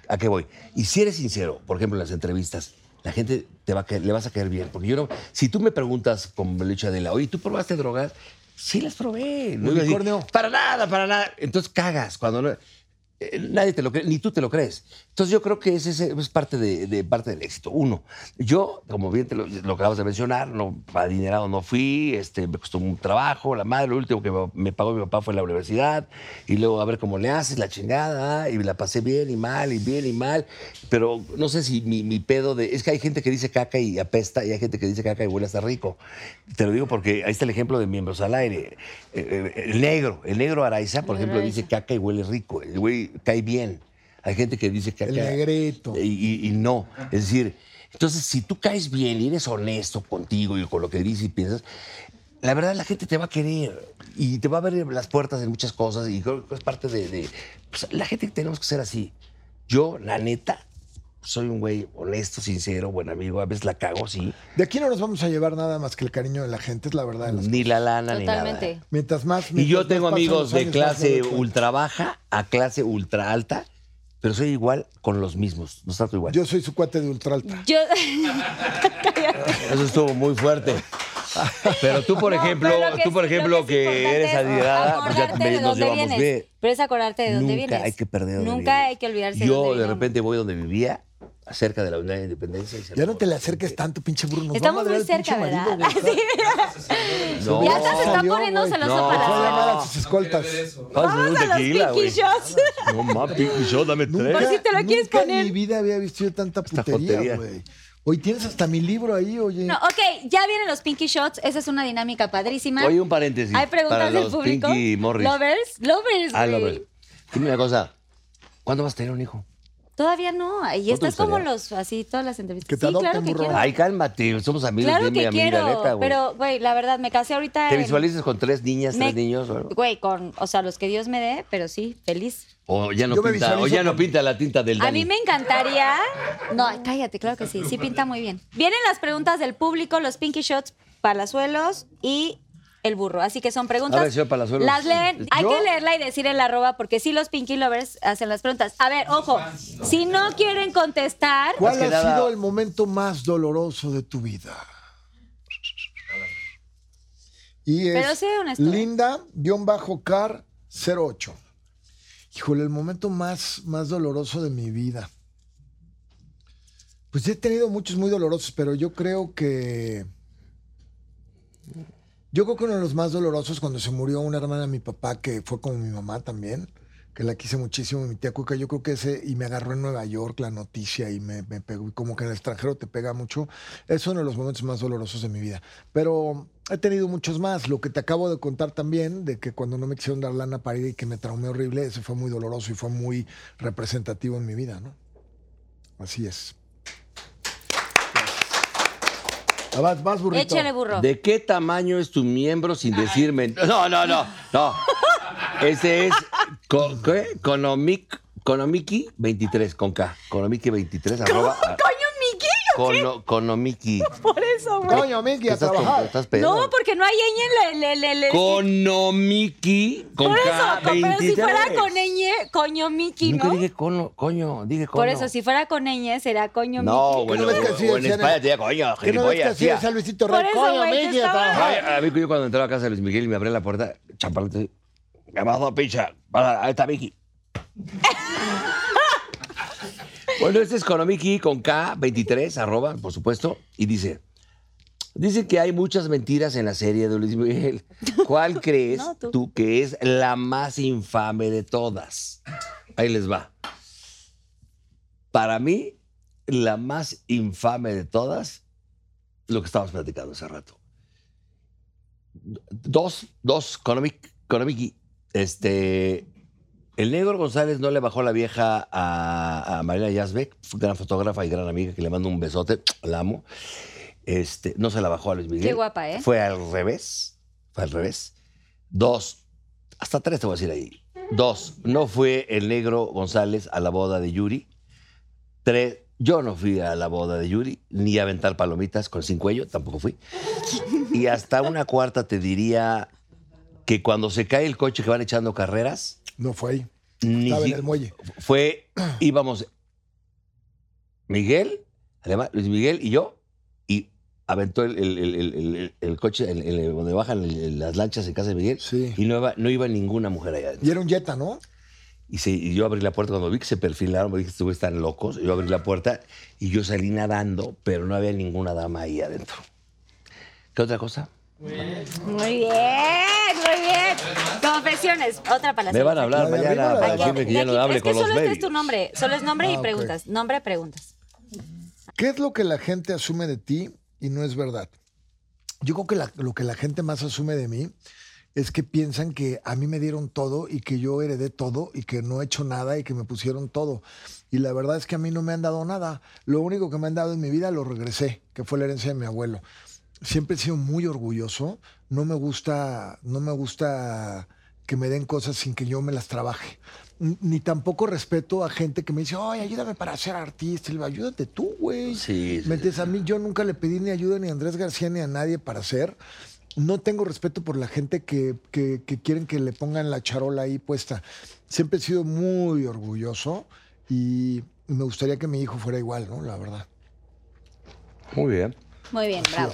C: ¿A qué voy? Y si eres sincero, por ejemplo, en las entrevistas, la gente te va a caer- le vas a caer bien. Porque yo no. Si tú me preguntas con Belucha de la, oye, ¿tú probaste drogas? Sí, las probé. No iba a decir,
D: Unicornio.
C: para nada, para nada. Entonces cagas cuando no. eh, Nadie te lo cree, ni tú te lo crees. Entonces yo creo que ese es, es parte, de, de- parte del éxito. Uno, yo, como bien te lo, lo acabas de mencionar, no, adinerado no fui, este, me costó un trabajo, la madre, lo último que me, me pagó mi papá fue la universidad, y luego a ver cómo le haces, la chingada, ah, y la pasé bien y mal, y bien y mal, pero no sé si mi, mi pedo de... Es que hay gente que dice caca y apesta, y hay gente que dice caca y huele hasta rico. Te lo digo porque ahí está el ejemplo de miembros al aire. Eh, eh, El negro, el negro Araiza, por
B: Negro
C: ejemplo,
B: Araiza.
C: dice caca y huele rico. El güey cae bien. Hay gente que dice caca.
D: El negrito.
C: Y, y- y no. Es decir, entonces, si tú caes bien y eres honesto contigo y con lo que dices y piensas, la verdad la gente te va a querer y te va a abrir las puertas en muchas cosas y creo que es parte de... de- pues, la gente tenemos que ser así. Yo, la neta, soy un güey honesto, sincero, buen amigo. A veces la cago, sí.
D: De aquí no nos vamos a llevar nada más que el cariño de la gente, es la verdad. de las-
C: Ni la lana, ni nada.
B: Totalmente.
D: Mientras más.
C: Mm. Y yo
D: mientras
C: tengo
D: más pasan
C: amigos
D: los
C: de
D: años, más me doy
C: clase
D: cuenta.
C: ultra baja a clase ultra alta, pero soy igual con los mismos. No trato igual.
D: Yo soy su cuate de ultra
C: Mm.
D: alta.
B: Yo.
C: Eso estuvo muy fuerte. Pero tú, por
B: No,
C: ejemplo,
B: pero lo que
C: tú, por
B: es- lo
C: ejemplo,
B: es
C: que
B: importante
C: eres
B: es
C: adinerada, pues ya
B: acordarte de
C: me- nos
B: dónde
C: llevamos
B: vienes.
C: bien.
B: Pero es acordarte de dónde
C: Nunca
B: vienes.
C: hay que perder. dónde
B: Nunca hay
C: vienes.
B: que olvidarse
C: Yo
B: dónde
C: de
B: vinimos.
C: repente voy donde vivía, cerca de la Unidad de Independencia. y se
D: Ya
C: lo-
D: no te le acerques tanto, pinche Bruno. nos va a
B: Estamos
D: madrear
B: muy
D: el pinche
B: cerca, ¿verdad?
D: marido, güey.
B: Sí.
C: No.
B: ya hasta se está
D: Salió,
B: poniendo
D: güey.
B: celoso
C: No.
D: Fue a
B: para.
D: llamar a sus escoltas.
C: Pásame un
B: Vamos a los
C: tequila,
B: Pinky
C: güey.
B: Shots.
C: No, ma, Pinky Shot, dame tres.
B: Por si te lo quieres
D: nunca
B: poner.
D: En mi vida había visto yo tanta
C: jotería.
D: putería, güey. Hoy tienes hasta mi libro ahí, oye.
B: No, ok, ya vienen los Pinky Shots. Esa es una dinámica padrísima.
C: Oye, un paréntesis.
B: Hay preguntas
C: para
B: del
C: los
B: público.
C: Pinky Morris.
B: Lovers, lovers.
C: Ah,
B: güey.
C: Lover. Dime una cosa. ¿Cuándo vas a tener un hijo?
B: Todavía no. Y
C: ¿No te
B: estás como
C: gustaría?
B: los, así, todas las entrevistas.
D: Que te
B: sí, claro
D: adopten,
B: que
D: burro.
B: quiero.
C: Ay, cálmate. Somos amigos.
B: claro
C: dime
B: que
C: a mí,
B: quiero.
C: la neta, güey.
B: pero, güey, la verdad, me casé ahorita.
C: ¿Te
B: en-
C: visualizas con tres niñas,
B: me-
C: tres niños? o algo?
B: Güey, con, o sea, los que Dios me dé, pero sí, feliz.
C: O ya no
D: Yo me
C: pinta, o
D: visualizo
C: ya no
D: con-
C: pinta la tinta del
B: A
C: Dani.
B: mí me encantaría. No, cállate, claro que sí. Sí pinta muy bien. Vienen las preguntas del público, los pinky shots, palazuelos y el burro. Así que son preguntas.
C: A ver, señor Palazuelos.
B: Las leen. Hay
D: ¿Yo?
B: que leerla y decir el arroba porque sí los pinky lovers hacen las preguntas. A ver, ojo. Si no quieren contestar,
D: ¿Cuál
C: Más
D: ha
C: que nada-
D: sido el momento más doloroso de tu vida? Y es
B: Pero sé honesto. ¿eh?
D: Linda-car08. Híjole, el momento más, más doloroso de mi vida. Pues he tenido muchos muy dolorosos, pero yo creo que... Yo creo que uno de los más dolorosos cuando se murió una hermana de mi papá, que fue como mi mamá también, que la quise muchísimo, mi tía Cuca, yo creo que ese, y me agarró en Nueva York la noticia y me, me pegó, y como que en el extranjero te pega mucho, es uno de los momentos más dolorosos de mi vida. Pero he tenido muchos más, lo que te acabo de contar también, de que cuando no me quisieron dar lana para ir y que me traumé horrible, eso fue muy doloroso y fue muy representativo en mi vida, ¿no? Así es. Ah, Vas, vas, burrito.
B: échale burro.
C: ¿De qué tamaño es tu miembro sin decirme? No, no, no, no. Ese es co- ¿qué? Konomik- Konomiki 23 con K. Konomiki 23 arroba.
B: ¡Coño, Miki!
C: Kono- Konomiki.
B: Por eso, güey.
D: Coño, Miki, a
C: ¿Estás, con-
D: trabajar.
C: estás pedo?
B: No, porque no hay ñ en la- la- la- la-
C: Konomiki con
B: Por eso,
C: K
B: pero
C: 23.
B: si fuera con ñ, coño, Miki,
C: Nunca
B: ¿no?
C: dije cono, coño, dije cono.
B: Por eso, si fuera con ñ, será coño,
C: No,
B: Miki.
C: bueno,
D: no ves que así
C: o en
D: decían en-
C: España te decía coño,
D: ¿Qué no ves que
C: gilipollas,
D: así
C: tía.
D: decía Luisito
B: Por
D: Rey?
B: eso,
D: Coño,
B: güey, que
D: Miki, a
B: estaba-
D: trabajar.
C: Ay, a mí yo cuando entraba a casa de Luis Miguel y me abría la puerta, chapalete, me más dos pinchas. Ahí está Vicky. bueno, este es Konomiki con K23, arroba, por supuesto, y dice... Dice que hay muchas mentiras en la serie de Luis Miguel. ¿Cuál crees
B: No, tú.
C: tú. que es la más infame de todas? Ahí les va. Para mí, la más infame de todas, lo que estábamos platicando hace rato dos, dos, Konomik- Konomiki. Este, el negro González no le bajó la vieja a, a Mariana Yazbek, gran fotógrafa y gran amiga que le mando un besote, la amo. Este, no se la bajó a Luis Miguel.
B: Qué guapa, ¿eh?
C: Fue al revés, fue al revés. Dos, hasta tres te voy a decir ahí. Dos, no fue el negro González a la boda de Yuri. Tres, yo no fui a la boda de Yuri, ni a aventar palomitas con sin cuello, tampoco fui. Y hasta una cuarta te diría que cuando se cae el coche que van echando carreras,
D: No fue ahí.
C: ni
D: Estaba en
C: si-
D: el muelle.
C: fue, íbamos Miguel, además, Luis Miguel y yo, y aventó el, el- el- el- el- el coche el- el- donde bajan el- el- las lanchas en casa de Miguel.
D: Sí.
C: Y no iba, no iba ninguna mujer allá adentro.
D: Y era un Jetta, ¿no?
C: Y, se- y yo abrí la puerta cuando vi que se perfilaron, me dije, estos güeyes están locos. Yo abrí la puerta y yo salí nadando, pero no había ninguna dama ahí adentro. ¿Qué otra cosa?
B: Muy bien, muy bien. Confesiones, otra para la
C: Me van
B: semana.
C: a hablar
D: La de arriba,
C: mañana
D: la de
C: para
D: abajo.
C: decirme que ya no
B: De aquí-
C: hable
B: es que
C: con los
B: solo este es
C: medios.
B: tu nombre, solo es nombre
D: Ah,
B: y
D: ok.
B: preguntas, nombre, preguntas.
D: ¿Qué es lo que la gente asume de ti y no es verdad? Yo creo que la- lo que la gente más asume de mí es que piensan que a mí me dieron todo y que yo heredé todo y que no he hecho nada y que me pusieron todo. Y la verdad es que a mí no me han dado nada. Lo único que me han dado en mi vida lo regresé, que fue la herencia de mi abuelo. Siempre he sido muy orgulloso. No me gusta, no me gusta que me den cosas sin que yo me las trabaje. N- Ni tampoco respeto a gente que me dice, ay, ayúdame para ser artista. Y le digo, ayúdate tú, güey.
C: Sí, sí,
D: ¿Me entiendes? A mí yo nunca le pedí ni ayuda ni a Andrés García ni a nadie para hacer. No tengo respeto por la gente que, que- que quieren que le pongan la charola ahí puesta. Siempre he sido muy orgulloso y me gustaría que mi hijo fuera igual, ¿no? La verdad.
C: Muy bien.
B: Muy bien, bravo.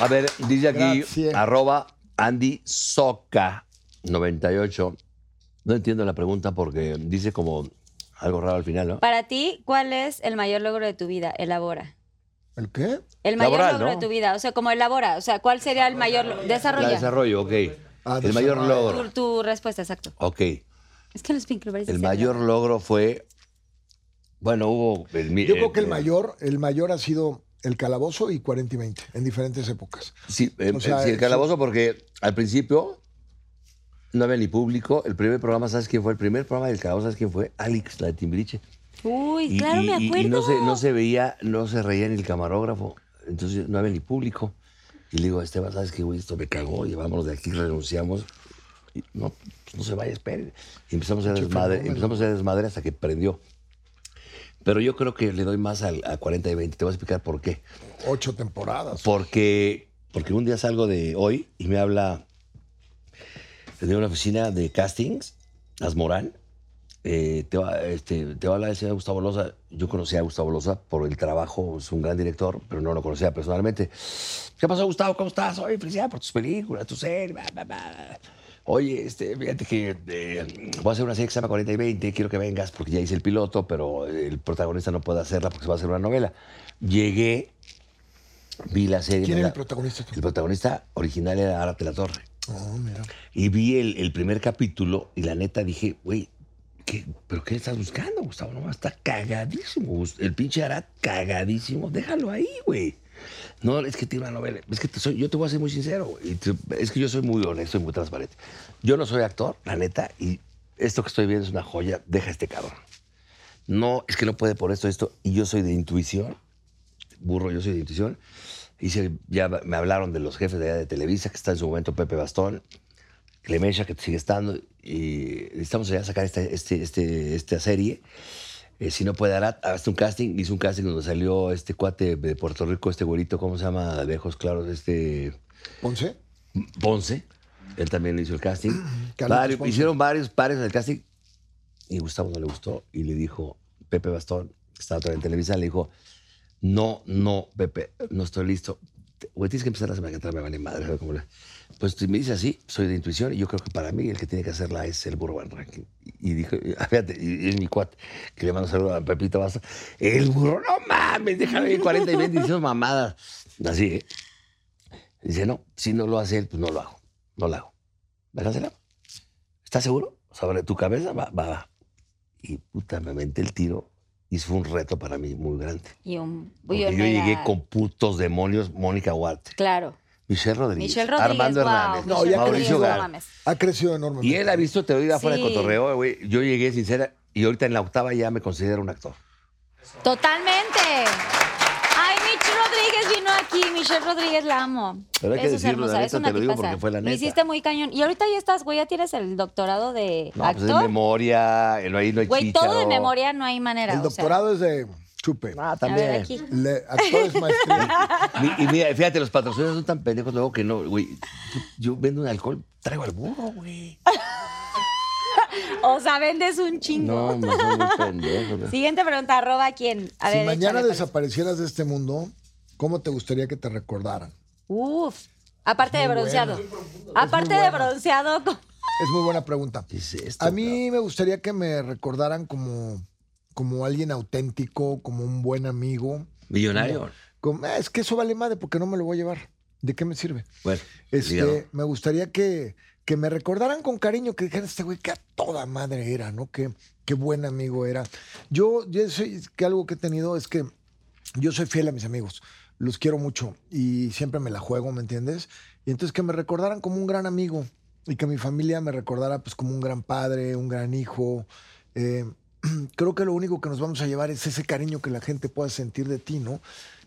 C: A ver, dice aquí,
D: Gracias.
C: arroba Andy Soca 98. No entiendo la pregunta porque dice como algo raro al final, ¿no?
B: Para ti, ¿cuál es el mayor logro de tu vida? Elabora.
D: ¿El qué?
B: El mayor
C: Laboral,
B: logro
C: ¿no?
B: de tu vida, o sea, como elabora, o sea, ¿cuál sería el mayor lo-
C: La
B: desarrolla?
C: desarrollo, ok.
D: Ah,
C: el mayor
D: desarrollo.
B: Tu,
C: logro.
B: tu respuesta, exacto.
C: Ok.
B: Es que los Pink Lovers
C: El
B: dicen-
C: mayor logro fue. Bueno, hubo. el mi-
D: Yo creo que el
C: eh,
D: mayor, el mayor ha sido el calabozo y 40 y 20 en diferentes épocas.
C: Sí, eh,
D: O sea,
C: sí, el
D: eso-
C: calabozo, porque al principio no había ni público. El primer programa, ¿sabes quién fue? El primer programa del calabozo, ¿sabes quién fue? Alex, la de Timbiriche.
B: Uy,
C: Y-
B: claro,
C: y-
B: me
C: y-
B: acuerdo.
C: Y no se, no se veía, no se reía ni el camarógrafo. Entonces no había ni público. Y le digo, Esteban, ¿sabes qué, güey? Esto me cagó, llevámonos de aquí, renunciamos. Y, no, pues, no se vaya, esperen. Y empezamos a hacer desmadre, empezamos a hacer desmadre hasta que prendió. Pero yo creo que le doy más al, a 40 y 20. Te voy a explicar por qué.
D: Ocho temporadas.
C: Porque, porque un día salgo de hoy y me habla de una oficina de castings, Asmorán. Eh, te, va, este, te va a hablar el señor Gustavo Loza. Yo conocí a Gustavo Loza por el trabajo, es un gran director, pero no lo conocía personalmente. ¿Qué pasó, Gustavo? ¿Cómo estás? Oye, felicidades por tus películas, tu serie. bla, bla, bla. Oye, este, fíjate que eh, voy a hacer una serie que se llama 40 y 20. Quiero que vengas porque ya hice el piloto, pero el protagonista no puede hacerla porque se va a hacer una novela. Llegué, vi la serie.
D: ¿Quién
C: me
D: era el
C: la-
D: protagonista?
C: el protagonista original era Árate la Torre.
D: Oh, mira.
C: Y vi el, el primer capítulo y la neta dije, güey, ¿qué- ¿pero qué estás buscando, Gustavo? No, está cagadísimo. Gus- El pinche Arat cagadísimo. Déjalo ahí, güey. No, es que tiene una novela. Es que te soy- yo te voy a ser muy sincero. güey. Y te- es que yo soy muy honesto y muy transparente. Yo no soy actor, la neta, y esto que estoy viendo es una joya. Deja este cabrón. No, es que no puede por esto, esto. Y yo soy de intuición. Burro, yo soy de intuición. Hice, ya me hablaron de los jefes de, allá de Televisa, que está en su momento Pepe Bastón, Clemencia, que sigue estando, y estamos allá a sacar esta, este, este- esta serie. Eh, si no puede Arat, hasta un casting, hice un casting donde salió este cuate de Puerto Rico, este güerito, ¿cómo se llama? De ojos claros, este...
D: ¿Ponce?
C: Ponce, él también hizo el casting.
D: Carlitos
C: Varios-
D: Ponce.
C: hicieron varios pares en el casting y Gustavo no le gustó y le dijo, Pepe Bastón, que estaba todavía en Televisa, le dijo, no, no, Pepe, no estoy listo. Te- Güey, tienes que empezar la semana que entra, me vale madre. ¿sabes cómo le- Pues tú me dices así, soy de intuición y yo creo que para mí el que tiene que hacerla es el burro Van Ranking. Y dijo, y- fíjate, y, y es mi cuate, que le mando un saludo a Pepito Bastón. El burro, no mames, déjame ir 40 y 20 diciendo mamadas. Así, ¿eh? Dice, no, si no lo hace él, pues no lo hago. No lo hago. ¿Me cancela? ¿Estás seguro? Sobre tu cabeza, va, va, va. Y puta, me aventé el tiro y fue un reto para mí muy grande.
B: Y un.
C: Porque yo
B: y un mega-
C: llegué con putos demonios, Mónica Huarte,
B: Claro.
C: Michelle Rodríguez,
B: Michelle Rodríguez.
C: Armando
B: wow,
C: Hernández,
D: No,
B: Michelle
D: ya
B: Rodríguez,
C: Mauricio
B: no
D: creció.
C: Gar.
B: mames.
D: Ha crecido enormemente.
C: Y él ha visto, te oí afuera
B: Sí.
C: de cotorreo, güey. Yo llegué sincera y ahorita en la octava ya me considero un actor.
B: Totalmente. Ay, Michelle Rodríguez vino aquí. Michelle Rodríguez la amo.
C: Pero hay que
B: Eso es
C: decirlo, la
B: hermosa.
C: neta,
B: Es una
C: te lo digo
B: tipaza.
C: porque fue la
B: Lo
C: neta.
B: hiciste muy cañón. Y ahorita ya estás, güey, ya tienes el doctorado de
C: No, pues es
B: actor.
C: memoria, eh, no hay, no hay
B: Güey, todo de
C: chícharo.
B: memoria no hay manera.
D: El
B: o sea.
D: doctorado es de chupe.
B: A
C: Ah,
B: ver,
C: también.
B: aquí.
D: Le- actores maestría.
C: Mi- Y mira, fíjate, los patrocinadores son tan pendejos luego que no, güey. Yo, yo vendo un alcohol, traigo al burro, güey.
B: o sea, vendes un chingo.
C: No, me son muy pendejo. güey.
B: Siguiente pregunta, arroba quién. A
D: si
B: ver,
D: mañana
B: échale, pues.
D: desaparecieras de este mundo, ¿cómo te gustaría que te recordaran?
B: Uf. Aparte de
D: muy
B: bronceado.
D: buena.
B: Aparte
D: muy
B: de
D: buena.
B: bronceado. co-
D: Es muy buena pregunta.
C: ¿Qué es esto,
D: A mí me gustaría que me recordaran como, como alguien auténtico, como un buen amigo.
C: cabrón? Millonario.
D: Como, "Ah, es que eso vale madre porque no me lo voy a llevar. ¿De qué me sirve?
C: Bueno,
D: Este,
C: dígalo.
D: me gustaría que, que me recordaran con cariño, que dijeran este güey que a toda madre era, ¿no? Que, qué buen amigo era. Yo, yo soy, que algo que he tenido es que yo soy fiel a mis amigos, los quiero mucho y siempre me la juego, ¿me entiendes? Y entonces que me recordaran como un gran amigo y que mi familia me recordara pues como un gran padre, un gran hijo. Eh, creo que lo único que nos vamos a llevar es ese cariño que la gente pueda sentir de ti, ¿no?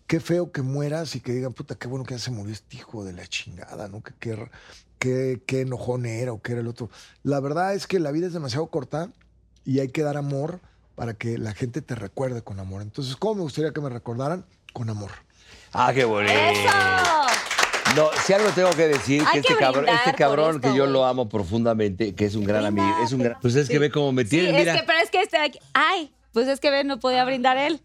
D: Qué feo que mueras y que digan, puta, qué bueno que ya se murió este hijo de la chingada, ¿no? Que qué, qué, qué enojón era o qué era el otro. La verdad es que la vida es demasiado corta y hay que dar amor para que la gente te recuerde con amor. Entonces, ¿cómo me gustaría que me recordaran? Con amor.
C: Ah, qué bonito.
B: ¡Eso!
C: No, si algo tengo que decir, que
B: Hay
C: este
B: que
C: cabrón,
B: brindar
C: este
B: por
C: cabrón
B: esto,
C: que yo
B: güey.
C: lo amo profundamente, que es un gran
B: Brinda,
C: amigo, es un
B: pero-
C: gran... Pues es que ve cómo me tienen,
B: sí,
C: mira.
B: es que, pero es que este de aquí. Ay, pues es que ve, no podía brindar él.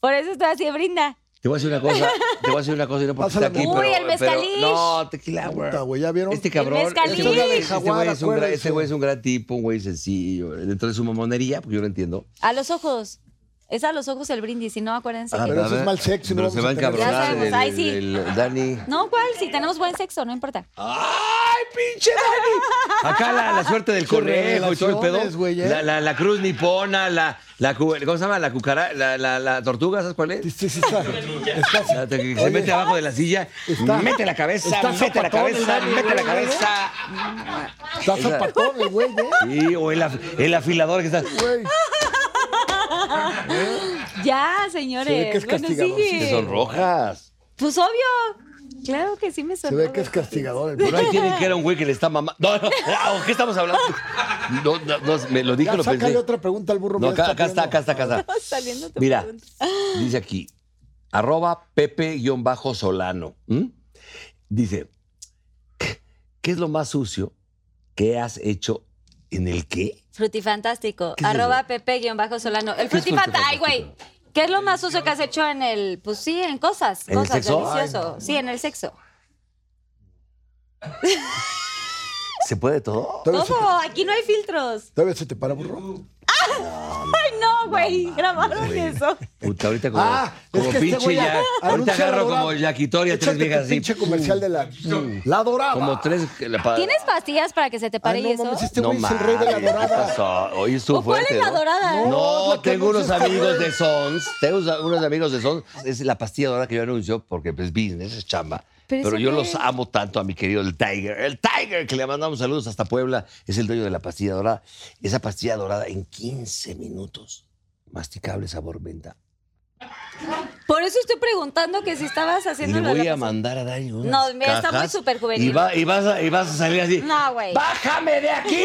B: Por eso estoy así de brinda.
C: Te voy a decir una cosa, te voy a decir una cosa y no porque
D: Pásala
C: está aquí,
D: muy
C: pero,
B: bien. Uy, el
C: pero-
B: mezcalish.
C: no, tequila, güey.
D: Puta, güey, ¿ya vieron?
C: Este cabrón,
B: El
C: este
B: mezcalish.
C: güey, este güey es un gran,
D: Acuérdense.
C: este güey es un gran tipo, un güey sencillo, dentro de su mamonería, porque yo lo entiendo.
B: A los ojos. Es a los ojos el brindis, si no, acuérdense.
D: Ah,
B: que-
D: pero eso es mal sexo, no
C: Pero
D: vamos
C: se
D: a
C: va a
D: tener-
B: Ya
C: encabronar
B: sabemos,
C: el,
B: ay, sí.
C: el- el Dani.
B: No, ¿cuál? Si tenemos buen sexo, no importa.
C: ¡Ay, pinche Dani! Acá la, la suerte del correjo y todo el
D: Relaciones,
C: pedo.
D: güey, ¿eh?
C: La, la, la cruz nipona, la, la cu- ¿cómo se llama? La cucara, la, la, la tortuga, ¿sabes cuál es?
D: Este Sí, sí, está.
C: La
D: Está-
C: te- que se
D: Oye,
C: mete abajo de la silla,
D: Está-
C: mete la cabeza,
D: está
C: mete la
D: zapatón el
C: cabeza,
D: Dani, ¿eh?
C: mete la
D: güey,
C: cabeza.
D: Está zapatón, el güey, ¿eh?
C: Sí, o el, af- el afilador que está.
D: Güey,
B: Ya, señores.
D: Se ve que es
B: bueno,
D: castigador, sí,
B: sigue.
D: que
C: Son rojas.
B: Pues obvio. Claro que sí me
D: Se
B: sonó.
D: ve que es castigador el güey.
C: Pero ahí tienen que era un güey que le está mamando. No, no, ah, ¿qué estamos hablando? No, no, no, me lo dije,
D: Ya,
C: lo
D: sácale
C: pensé.
D: otra pregunta al burro.
C: No,
D: mira,
C: acá, acá está, acá
D: viendo.
C: está, acá está.
B: Saliendo tu
C: Mira,
B: pregunta.
C: dice aquí, arroba pepe-solano. ¿m? Dice, ¿qué es lo más sucio que has hecho en el qué?
B: Frutifantástico.
C: ¿Qué es
B: Arroba
C: eso?
B: pepe-solano. El
C: ¿Qué es
B: frutifanta. Ay, güey.
C: frutifantástico?
B: ¿Qué es lo más sucio que has hecho en el. Pues sí, en cosas.
C: ¿En el
B: cosas,
C: sexo?
B: delicioso. Sí, en el sexo.
C: ¿Se puede todo?
D: Todavía se,
B: Todo, aquí no hay filtros.
D: todavía se te para, burro.
B: Ay, no, güey. Grabaron eso.
C: Puta, ahorita como,
D: Ah,
C: como pinche
D: este güey
C: ya. Ahorita
D: anuncia la
C: agarro
D: dorada.
C: como yaquitoria, tres
D: Échate tu
C: viejas así. Mm.
D: pinche comercial de la... La dorada.
C: Como tres. que la pa-
B: ¿Tienes pastillas para que se te pare
D: Ay,
B: y
D: no
B: eso?
D: mames, este
C: Ah. no
D: güey es el rey de la
C: mames, ¿qué
D: dorada.
C: pasó? Hoy estuvo
B: ¿O cuál es
C: fuerte,
B: la
C: ¿no?
B: dorada?
C: No,
D: la que
C: tengo unos
D: anuncia este
C: amigos
D: güey.
C: de Sons. Tengo unos- unos amigos de Sons. Es la pastilla dorada que yo anuncio porque pues, es business, es chamba.
B: Pero
C: Pero,
B: eso
C: yo
B: qué
C: los
B: es.
C: amo tanto a mi querido el Tiger. El Tiger, que le mandamos saludos hasta Puebla, es el dueño de la pastilla dorada. Esa pastilla dorada en 15 minutos. Masticable sabor menta.
B: Por eso estoy preguntando que si estabas
C: Y
B: haciendo
C: le
B: lo de
C: voy
B: la
C: a mandar a Dani unas
B: No, mira, está muy
C: cajas
B: superjuvenil.
C: Y, va- y vas a, y vas a salir así.
B: No, güey.
C: ¡Bájame de aquí!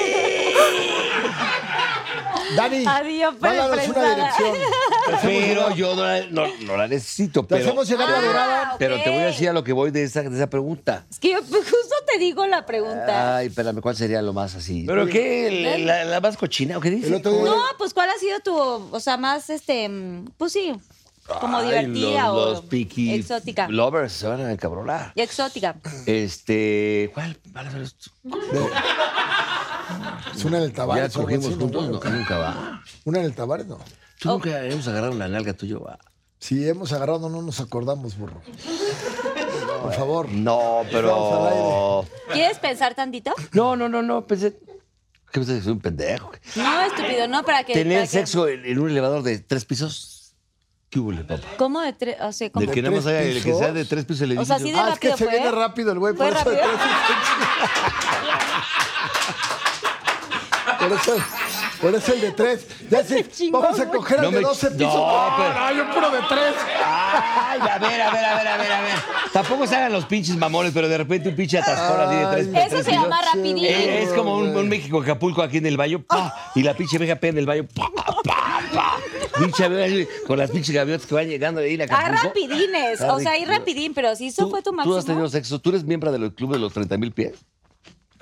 D: Dani,
B: Adiós, pero
D: mándanos una
B: prensada.
D: dirección.
C: pero yo no la, no- no la necesito.
D: Te
C: Pero,
D: hacemos llegar la dorada.
B: Ah, ok.
C: pero te voy a decir a lo que voy de esa, de esa pregunta.
B: Es que yo pues, justo te digo la pregunta.
C: Ay, espérame, ¿cuál sería lo más así? ¿Pero qué? ¿La, la más cochina o qué dices?
D: El otro día-
B: no, pues ¿cuál ha sido tu, o sea, más este, mm, pues sí, como
C: Ay,
B: divertida
C: los,
B: o
C: los picky
B: exótica?
C: Lovers se van a encabronar.
B: Exótica.
C: Este. ¿Cuál? Van a ver esto.
D: Es una en el
C: Ya
D: Tabares. o algo
C: cogimos
D: así, ¿no,
C: juntos,
D: güey?
C: no, nunca va.
D: Una en el Tabares, no.
C: Tú
B: Oh.
C: nunca hemos agarrado una nalga tuya, va.
D: Si hemos agarrado, no nos acordamos, burro. Por favor.
C: No, pero.
D: Vamos
B: ¿Quieres pensar tantito?
C: No, no, no, no. Pensé. ¿Qué pensé? que Soy un pendejo.
B: No, estúpido, no, para que... para
C: Tener
B: que-
C: sexo en, en un elevador de tres pisos. ¿Qué hubo, le, papá?
B: ¿Cómo de tres? O sea,
C: De
B: ¿cómo?
C: que nada más
D: tres
C: haya, el que sea de
D: pisos?
C: tres pisos
B: O
C: el edificio.
B: sea, así de
D: Ah, es que
B: rápido
D: se
B: fue.
D: viene rápido el güey.
B: Fue
D: Por eso,
B: rápido.
D: por eso- por eso el de tres. Ya sí,
B: chingó,
D: vamos a
B: güey.
D: coger
C: No
D: el de
C: me-
D: 12
C: no,
D: pisos.
C: pero-
D: hay un puro de tres.
C: Ay, a ver, a ver, a ver, a ver, a ver. Tampoco se hagan los pinches mamones, pero de repente un pinche atascón así de tres.
D: Ay,
C: de
B: Eso
C: tres
B: se
C: pisos.
B: llama rapidín.
C: Eh, Es, como un, un México Acapulco aquí en el baño, pa, y la pinche vieja pega en el baño, pa, pa, pa. Pinche vieja así, con las pinches gaviotas que van llegando de ahí en
B: Hay
C: Acapulco.
B: Ah, rapidines, o sea, hay rapidín, pero si eso
C: ¿Tú-
B: fue tu
C: ¿Tú
B: máximo...
C: has tenido sexo? ¿Tú eres miembro del club de los 30 mil pies?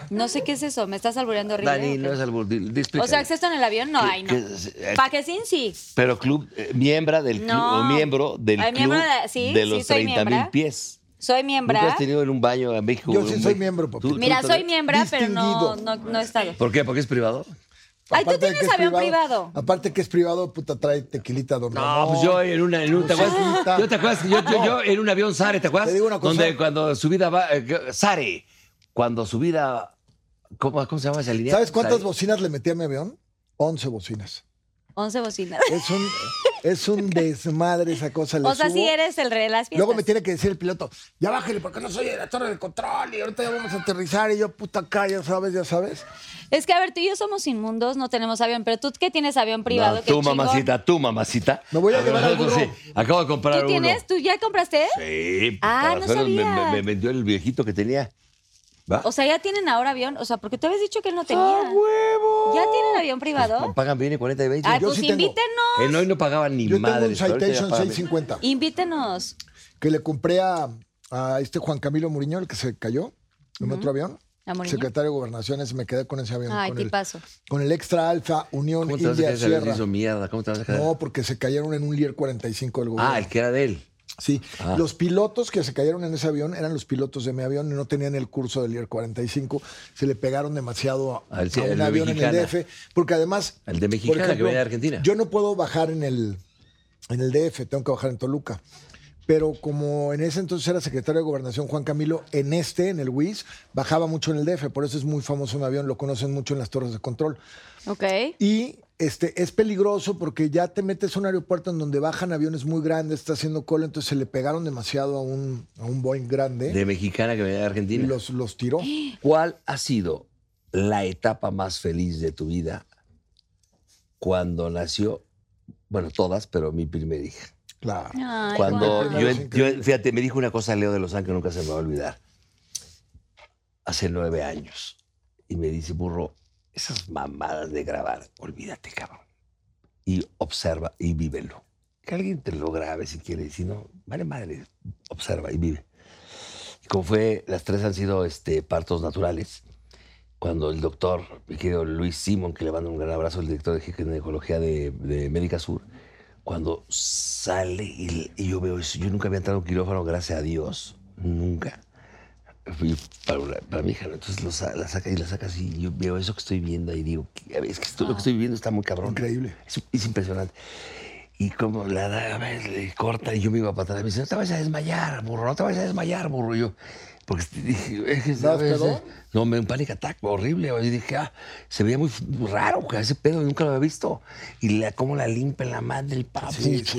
B: No sé qué es eso, me estás albureando horrible.
C: Dani,
B: ¿o
C: no
B: qué?
C: es albur. di- di-
B: O sea,
C: explícale.
B: acceso en el avión no
C: ¿Qué-
B: hay, no.
C: qué es- eh,
B: Paquecín sí.
C: Pero club, eh, miembra del club,
B: No.
C: o miembro del
B: Ay,
C: club
B: miembro de- sí,
C: de
B: sí,
C: los
B: soy
C: 30 mil
B: miembra.
C: pies.
B: Soy
C: ¿Nunca
B: miembra.
C: has tenido en un baño en México?
D: Yo
C: en
D: sí
C: un
D: soy
C: Mex-
D: miembro, papito.
C: tú
B: Mira,
C: todavía-
B: soy miembra, pero no, no,
D: Distinguido.
B: no he estado.
C: ¿Por qué? ¿Porque es privado?
B: Ay, tú
D: Aparte de que
B: tienes
D: es
B: avión privado.
D: Aparte que es privado, puta, trae tequilita, don
F: No,
D: Ramón.
F: pues yo en una, en un, ¿te
D: Lucecita.
F: acuerdas? Yo te acuerdas, yo, yo, yo en un avión Sare, ¿te acuerdas?
D: Te digo una cosa.
F: Donde cuando su vida va, eh, que- Sare, cuando su vida, ¿cómo, cómo se llama esa línea?
D: ¿Sabes cuántas
F: Sare.
D: bocinas le metí a mi avión? 11 bocinas.
B: 11 bocinas.
D: Es un, es un desmadre esa cosa. le
B: O sea,
D: subo.
B: sí eres el rey de las fiestas.
D: Luego me tiene que decir el piloto, ya bájale porque no soy de la torre de control y ahorita ya vamos a aterrizar y yo, puta acá, ya sabes, ya sabes.
B: Es que, a ver, tú y yo somos inmundos, no tenemos avión, pero tú que tienes avión privado.
C: No,
B: qué
C: tú,
B: chingón.
C: mamacita, tú, mamacita.
D: Me voy a
C: ver,
D: llevar al
C: nosotros
D: burro.
C: sí, Acabo de comprar
B: ¿Tú tienes?
C: uno.
B: ¿Tú ya compraste?
F: pues,
C: Sí,
B: Ah,
C: para
B: no
C: suelos me,
B: sabía.
C: me- me vendió el viejito que tenía. ¿Va?
B: O sea, ¿ya tienen ahora avión? O sea, porque tú habías dicho que él no
D: ¡Ah,
B: tenía.
C: Ah, huevo!
B: ¿Ya tienen avión privado?
C: Pagan
F: eh,
C: bien y 40 y 20.
B: Ay,
D: yo
B: pues
D: sí tengo.
B: invítenos.
C: en hoy no pagaban ni
D: Yo
C: madre.
D: tengo un Citation 650
B: Invítenos.
D: que le compré a, a este Juan Camilo Muriño, el que se cayó en otro avión.
B: ¿A Muriño?
D: Secretario de Gobernaciones, me quedé con ese avión.
B: Ay,
D: con, el,
B: tipazo.
D: con el Extra Alfa Unión
F: ¿Cómo te vas a
D: India
F: quedar? Se les
D: Sierra.
F: hizo mierda. ¿Cómo te vas a quedar?
D: No, pues. porque se cayeron en un Lier 45 del gobierno.
F: Ah, el Ah. que era de él.
D: Sí, los pilotos que se cayeron en ese avión eran los pilotos de mi avión, no tenían el curso del IR 45, se le pegaron demasiado a,
F: Al-
D: a
F: al
D: un
F: de
D: avión
F: Mexicana.
D: en el DF, porque además...
F: Al de
D: por
F: Mexicana, que venía de Argentina.
D: Yo no puedo bajar en el, en el DF, tengo que bajar en Toluca. Pero como en ese entonces era secretario de Gobernación Juan Camilo, en este, en el WIS, bajaba mucho en el DF, por eso es muy famoso un avión, lo conocen mucho en las torres de control.
B: Ok.
D: Y este, es peligroso porque ya te metes a un aeropuerto en donde bajan aviones muy grandes, está haciendo cola, entonces se le pegaron demasiado a un, a un Boeing
C: ¿Eh?
D: grande
F: De mexicana que venía de
D: y
F: Argentina.
D: los, los tiró.
C: ¿Cuál ha sido la etapa más feliz de tu vida cuando nació? Bueno, todas, pero mi primera hija.
D: Claro.
B: Ay,
C: Cuando
B: guau.
D: guau.
C: yo,
D: Es
C: yo- fíjate, me dijo una cosa Leo de Lozán que nunca se me va a olvidar. Hace nueve años. Y me dice, burro, esas mamadas de grabar, olvídate, cabrón. Y observa y vívelo. Que alguien te lo grabe si quiere. y Si no, vale madre, observa y vive. Y como fue, las tres han sido este, partos naturales. Cuando el doctor, mi querido Luis Simón, que le mando un gran abrazo, el director de ginecología de, de Médica Sur, cuando sale y, y yo veo eso, yo nunca había entrado a un quirófano, gracias a Dios, nunca. Fui para, una- para mi hija, ¿no? entonces lo sa- la saca y la saca así, y yo veo eso que estoy viendo y digo, "¿Qué? A ver, es que esto- lo que estoy viviendo está muy cabrón.
D: Increíble.
C: Es, es impresionante. Y como la da, a ver, le corta, y yo me iba para atrás, me dice, no te vayas a desmayar, burro, no te vayas a desmayar, burro. Y yo, porque dije, es que
D: ¿Dabas pedo?
C: no, me dio un panic attack horrible. Y dije, ah, se veía muy raro, que ese pedo nunca lo había visto. Y la, cómo la limpia la madre, el papo,
D: Sí, sí, es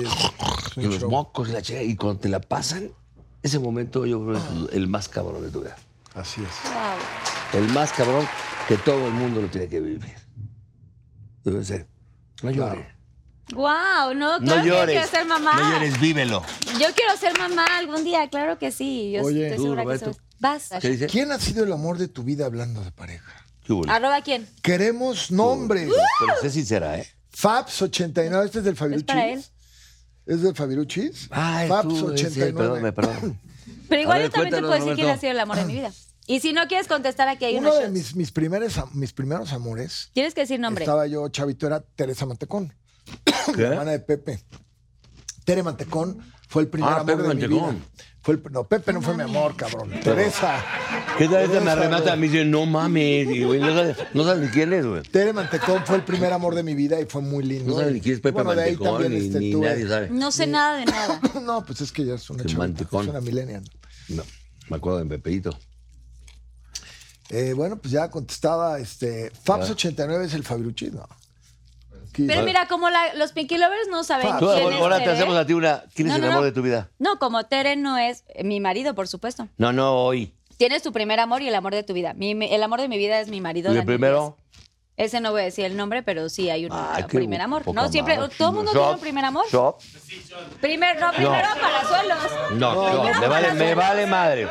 C: y
D: un
C: los
D: show.
C: mocos y la chica. Y cuando te la pasan, ese momento yo creo que es el más cabrón de tu vida.
D: Así es.
B: Guau.
C: El más cabrón que todo el mundo lo tiene que vivir. Debe ser. No llores.
B: Guau, no,
C: No
B: claro que quiero
C: llores.
B: ser mamá.
C: No llores, vívelo.
B: Yo quiero ser mamá algún día, claro que sí. Yo
D: Oye,
B: estoy
D: tú,
B: segura que
F: Roberto.
B: soy. Vas.
C: ¿Qué dice?
D: ¿Quién ha sido el amor de tu vida hablando de pareja?
C: ¿Qué hubo?
B: ¿Arroba quién?
D: Queremos nombres.
C: Pero sé sincera, ¿eh?
D: Fabs89, este es del
B: Es para él.
D: Fabiruchis. ¿Es del Fabiruchis?
C: Ay, Ah, tú, sí, perdón, perdón.
B: Pero igual
C: A ver,
B: yo también te
C: cuéntanos,
B: puedo decir
C: Roberto.
B: quién ha sido el amor de mi vida. Y si no quieres contestar, aquí hay una
D: Uno de
B: shot.
D: mis, mis, primeros, am- mis primeros amores
B: Tienes que decir nombre.
D: Estaba yo chavito, era Teresa Mantecón,
F: ¿Qué?
D: la hermana de Pepe. Tere Mantecón fue el primer
F: Ah,
D: amor
F: Pepe
D: de mi
F: Mantecón.
D: vida. Fue el pr- no, Pepe no fue mi amor, cabrón. Teresa.
C: ¿Qué tal esta me
D: Teresa,
C: remata?
D: güey.
C: Me dice, no mames, y, güey, no sabes, no sabes ni quién es, güey.
D: Tere Mantecón fue el primer amor de mi vida y fue muy lindo.
F: No sabes ni quién es Pepe
D: Bueno, de ahí
F: Mantecón,
D: también,
F: ni,
D: este,
F: ni
D: tuve-
F: nadie sabe.
B: No sé nada de nada.
D: No, pues es que ya es una
F: El
D: chavita,
F: Mantecón.
D: es una millennial.
F: No, me acuerdo de Pepeito.
D: Eh, bueno, pues ya contestaba, este,
F: Ah.
D: Fabs89 es el Fabiruchi, ¿no? Aquí-
B: Pero mira, como la- los Pinky Lovers no saben
C: Tú,
D: Tú,
B: quién
C: ahora
B: es
C: ahora te
B: Tere.
C: hacemos a ti una. ¿Quién es
B: No,
C: el
B: no,
C: amor
B: no.
C: de tu vida?
B: No, como Tere no es eh, mi marido, por supuesto.
C: No, no, hoy.
B: Tienes tu primer amor y el amor de tu vida. Mi- mi- el amor de mi vida es mi marido.
C: ¿Y el
B: Daniel
C: primero?
B: Díaz. Ese no voy a decir el nombre, pero sí hay un
C: Ay, qué
B: primer amor.
C: poca
B: No, siempre,
C: madre.
B: todo el mundo
C: Shot,
B: tiene un primer amor.
C: shot.
B: Primer, no, primero Palazuelos.
C: No, no,
B: no,
C: me vale,
B: no,
C: me
B: no,
C: vale madre.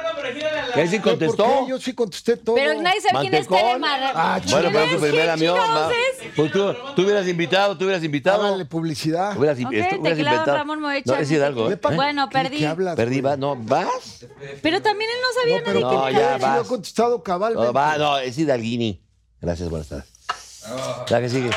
C: ¿Qué si
D: ¿Por
C: contestó?
D: qué? Yo sí contesté todo.
B: Pero nadie sabe quién es
C: Mantecón.
B: Telemar.
D: Ah,
C: Bueno, pero
B: ¿Quién
C: tu
B: es?
C: primera
B: ¿Qué
C: amigo.
B: chingados es?
C: Pues tú, tú hubieras invitado, tú hubieras invitado.
D: Háganle Ah, publicidad.
C: Hubieras,
B: Ok,
C: esto-
B: teclado
C: hubieras inventado.
B: Ramón Moecha.
C: No, es Hidalgo. ¿eh?
D: Epa,
B: Bueno,
D: ¿qué-
B: perdí.
D: qué hablas,
C: Perdí,
D: güey?
C: va, no, ¿vas?
B: Pero también él no
D: No,
B: sabía
D: pero
B: nada.
C: No,
D: ¿qué
C: ya
D: crees? Yo
C: vas.
D: he contestado cabalmente.
C: No, Oh, va, no, es Hidalguini. Gracias, buenas tardes. La que sigue.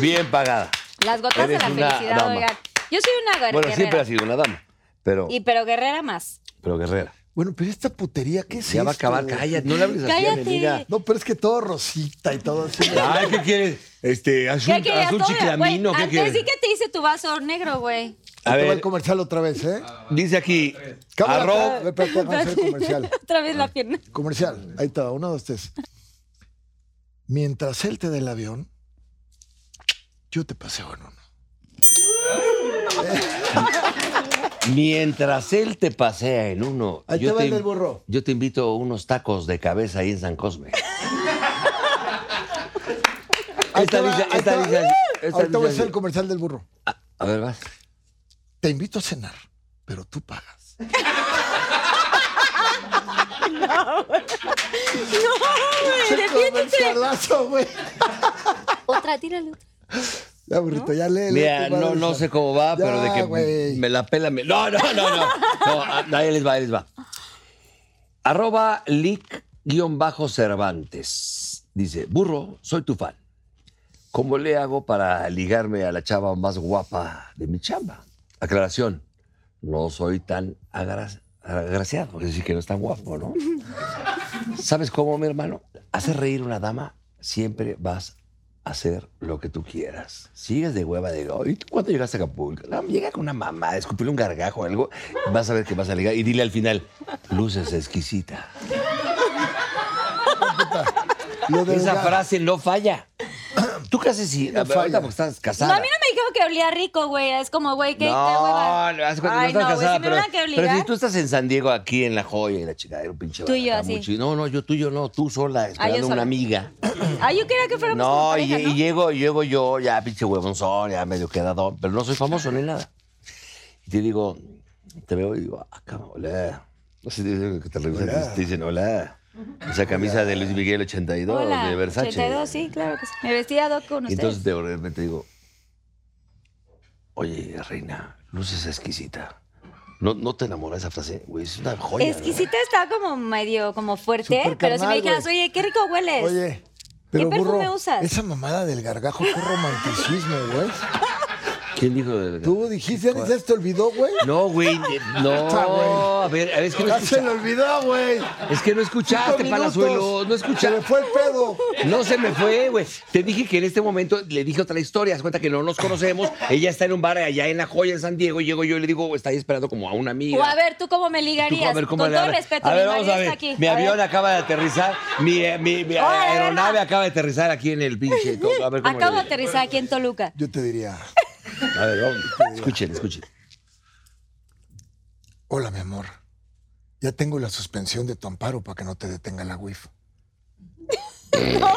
C: Bien pagada.
B: Las gotas de
C: Eres
B: la
C: una
B: felicidad,
C: dama.
B: oigan. Yo soy una guerrera.
C: Bueno, siempre ha sido una dama, pero,
B: Y pero guerrera más.
C: pero guerrera.
D: Bueno, pero esta putería, ¿qué es
C: Ya va a
D: esto?
C: acabar, cállate, no le hables así a mi
B: Cállate.
C: amiga.
D: No, pero es que todo rosita y todo así.
F: Ay, ¿qué quieres? Este, haz un,
B: querías
F: haz un
B: todo?
F: chiclamino,
B: Güey,
F: ¿qué
B: antes
F: quieres?
B: sí que te hice tu vaso negro, güey.
C: A
D: Ahí te va el
C: ver,
D: comercial otra vez, ¿eh?
C: dice aquí,
D: Cámara
C: arroz.
D: atrás. Espérate, déjame hacer comercial.
B: Otra
C: Ah.
B: vez la pierna.
D: Comercial. Ahí está, uno, dos, tres. Mientras él te dé el avión, yo te paseo en uno.
C: Mientras él te pasea en uno,
D: Ahí te va el del burro.
C: yo te invito a unos tacos de cabeza ahí en San Cosme.
D: Ahí te
C: Esta
D: va,
C: dice,
D: ahí
C: esta
D: te va.
C: dice, esta
D: Ahorita voy
C: dice
D: a hacer el comercial del burro.
C: A ver, vas.
D: Te invito a cenar, pero tú pagas.
B: No, güey, defiéndete.
D: Comercialazo, güey.
B: Otra, tíralo.
D: Ya, burrito, ya lee.
C: Mira, no, no sé cómo va,
D: Ya,
C: pero de que
D: güey.
C: me la pela. me- No, no, no, no. No, a- ahí les va, ahí les va. Arroba lic-cervantes. Dice, burro, soy tu fan. ¿Cómo le hago para ligarme a la chava más guapa de mi chamba? Aclaración, no soy tan agra- agraciado, es decir, que no es tan guapo, ¿no? ¿Sabes cómo, mi hermano? Hacer reír una dama, siempre vas a hacer lo que tú quieras. Sigues de hueva de ¿y tú cuándo llegaste a Acapulco? No, llega con una mamá, escupirle un gargajo o algo, vas a ver que vas a ligar y dile al final, luces exquisita.
D: Lo de
C: Esa
D: ya-
C: frase no falla. ¿Tú qué haces si a ver,
D: falla.
C: ahorita porque estás
B: No,
C: casada?
B: a mí no me dijeron que olía rico, güey. Es como, güey, ¿qué, qué
C: No,
B: hueva?
C: no, hace cuenta que
B: Ay,
C: no estás
B: no, güey,
C: casada,
B: si me
C: pero,
B: hubieran que
C: pero si
B: obligar.
C: tú estás en San Diego, aquí en La Joya y la chica, era un pinche
B: Tú y yo,
C: barracamuchi.
B: así.
C: No, no, yo tú y yo no, tú sola, esperando a
B: sola.
C: una amiga.
B: Ah, yo quería que fuéramos como
C: No, y,
B: pareja,
C: y
B: ¿no?
C: llego, llego yo, ya pinche huevonzón, ya medio quedado, pero no soy famoso ni nada. Y te digo, te veo y digo, ah, cabrón, hola. No sé, te dicen que te revisan,
D: Hola.
C: te dicen hola. Esa camisa de Luis Miguel 82,
B: Hola,
C: de Versace.
B: 82, sí, claro que sí. Me vestía doc con
C: Y
B: ustedes.
C: entonces de repente digo, oye, reina, luces exquisita. ¿No, no te enamora esa frase? Güey, es una joya. ¿no?
B: Exquisita está como medio como fuerte,
D: Súper
B: pero si me
D: carnal,
B: dijeras,
D: güey.
B: oye, qué rico hueles.
D: Oye, pero
B: perfume
D: burro,
B: usas?
D: esa mamada del gargajo, qué romanticismo, güey.
C: ¿Quién dijo? de-
D: Tú dijiste, ya se te olvidó, güey.
C: No, güey, eh,
D: Puta,
C: no.
D: güey.
C: A ver, a ver, es que no,
D: Ya se
C: escucha- Ah,
D: le olvidó, güey.
C: es que no
D: Cinco
C: escuchaste,
D: minutos.
C: Palazuelo. No
D: Se le
C: escuchaste.
D: fue el pedo.
C: No se me fue, güey. Te dije que en este momento le dije otra historia. Haz cuenta que no nos conocemos. Ella está en un bar allá en La Joya, en San Diego. y Llego yo y le digo, está ahí esperando como a una amiga.
B: O a ver, ¿tú cómo me
C: Tú,
B: ligarías?
C: a ver, ¿cómo
B: Con
C: le
B: todo
C: hablas?
B: respeto,
C: A ver,
B: mi
C: vamos
B: marido
C: a ver.
B: está aquí.
C: Mi
B: A
C: avión
B: ver.
C: acaba de aterrizar. Mi, eh, mi- mi
B: Órale,
C: aeronave
B: verga.
C: acaba de aterrizar aquí en el pinche. todo. A ver cómo
B: Acabo de
C: le-
B: aterrizar aquí en Toluca.
D: Yo te diría,
C: A ver, vamos. Escuchen, escuchen.
D: hola, mi amor. Ya tengo la suspensión de tu amparo para que no te detenga la WIF.
B: Eso,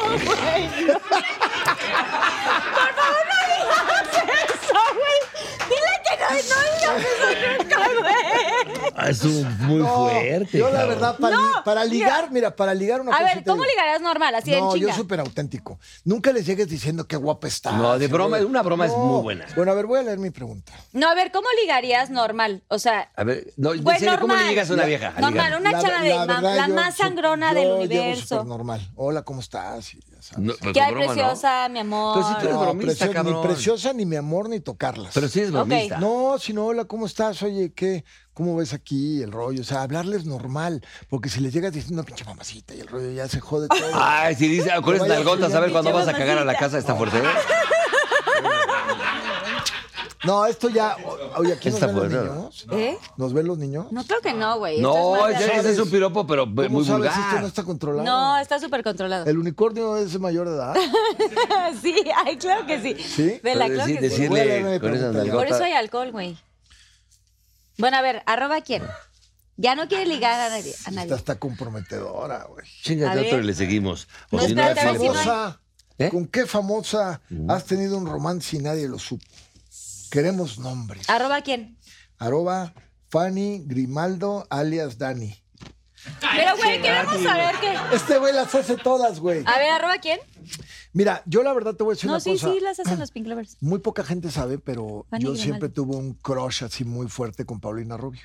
C: Ah,
B: güey. Dile que no, no digas eso nunca, güey.
C: Ah, Es un muy fuerte.
D: Yo, la
C: cabrón.
D: verdad, para, li-
B: No,
D: para ligar, mira, para ligar una
B: A
D: cosa
B: ver,
D: sí te
B: ¿cómo
D: digo.
B: ligarás normal? Así en
D: No, yo
B: chinga.
D: súper auténtico. Nunca les llegues diciendo qué guapa está.
C: No, de broma, una broma es muy buena.
D: Bueno, a ver, voy a leer mi pregunta.
B: No, a ver, ¿cómo ligarías normal? O sea,
C: A ver, no, en
B: Güey,
C: serio, Pues, ¿cómo
B: Pues
C: le
B: normal.
C: llegas a una vieja?
B: Normal, una chava de mam-
D: verdad,
B: la
D: yo
B: más
D: su-
B: sangrona
D: yo
B: del
D: llego
B: universo.
D: normal. Hola, ¿cómo estás? Y ya sabes.
C: No, pero
B: ¿qué
C: con
B: hay
C: broma, no.
B: preciosa, mi amor?
C: Pero si tú eres
D: No,
C: bromista,
D: precio-
C: cabrón.
D: Ni preciosa, ni mi amor, ni tocarlas.
C: Pero sí es bromista.
D: No, sino hola, ¿cómo estás? Oye, ¿qué? ¿Cómo ves aquí el rollo? O sea, hablarles normal, porque si les llegas diciendo pinche mamacita y el rollo ya se jode todo.
C: Ay, si dice, con esas
D: vaya
C: nalgotas, a
D: subiendo
C: ver
D: mi
C: cuándo vas a
B: chava
C: cagar a la
B: mamacita.
C: casa, está fuerte. ¿eh?
D: Ah, No, esto ya. o- Oye, aquí nos
C: Está
D: ven los
C: bueno.
D: niños.
B: ¿Eh?
D: ¿Nos ven los niños?
B: No creo que no, güey. Esto
C: No,
B: es más
C: ese,
B: de-
C: ese es un piropo, pero muy
D: ¿Cómo sabes? Esto no
C: vulgar.
D: está controlado.
B: No, está súper controlado.
D: El unicornio es de mayor de edad.
B: sí, ay, claro que sí.
D: ¿Sí?
B: Vela,
C: Pero
B: claro
C: deci-
B: que sí.
D: Voy a leer
C: decirle
D: mi
C: con esas
D: pregunta.
B: Por
C: nalgotas.
B: eso hay alcohol, güey. Bueno, a ver, arroba quién. Ya no quiere ligar a nadie. A
D: Esta
B: nadie.
D: está comprometedora, güey.
C: Chingate
B: A
C: otro y
B: ver.
C: le seguimos. O
B: No,
C: si no,
B: espérate, a
C: sí le
B: ver si no
C: ponemos.
B: hay-
D: Famosa.
C: ¿Eh?
D: ¿Con qué famosa has tenido un romance y nadie lo supo? Queremos nombres.
B: ¿Arroba quién?
D: Arroba Fanny Grimaldo alias Dani.
B: Pero, güey, queremos saber qué.
D: Este güey las hace todas, güey.
B: A ver, ¿arroba quién?
D: Mira, yo la verdad te voy a decir
B: Ah. No,
D: una
B: sí,
D: cosa.
B: sí, las hacen los Pink Lovers.
D: Muy poca gente sabe, pero
B: Fanny
D: yo
B: Grimaldo.
D: siempre tuve un crush así muy fuerte con Paulina Rubio.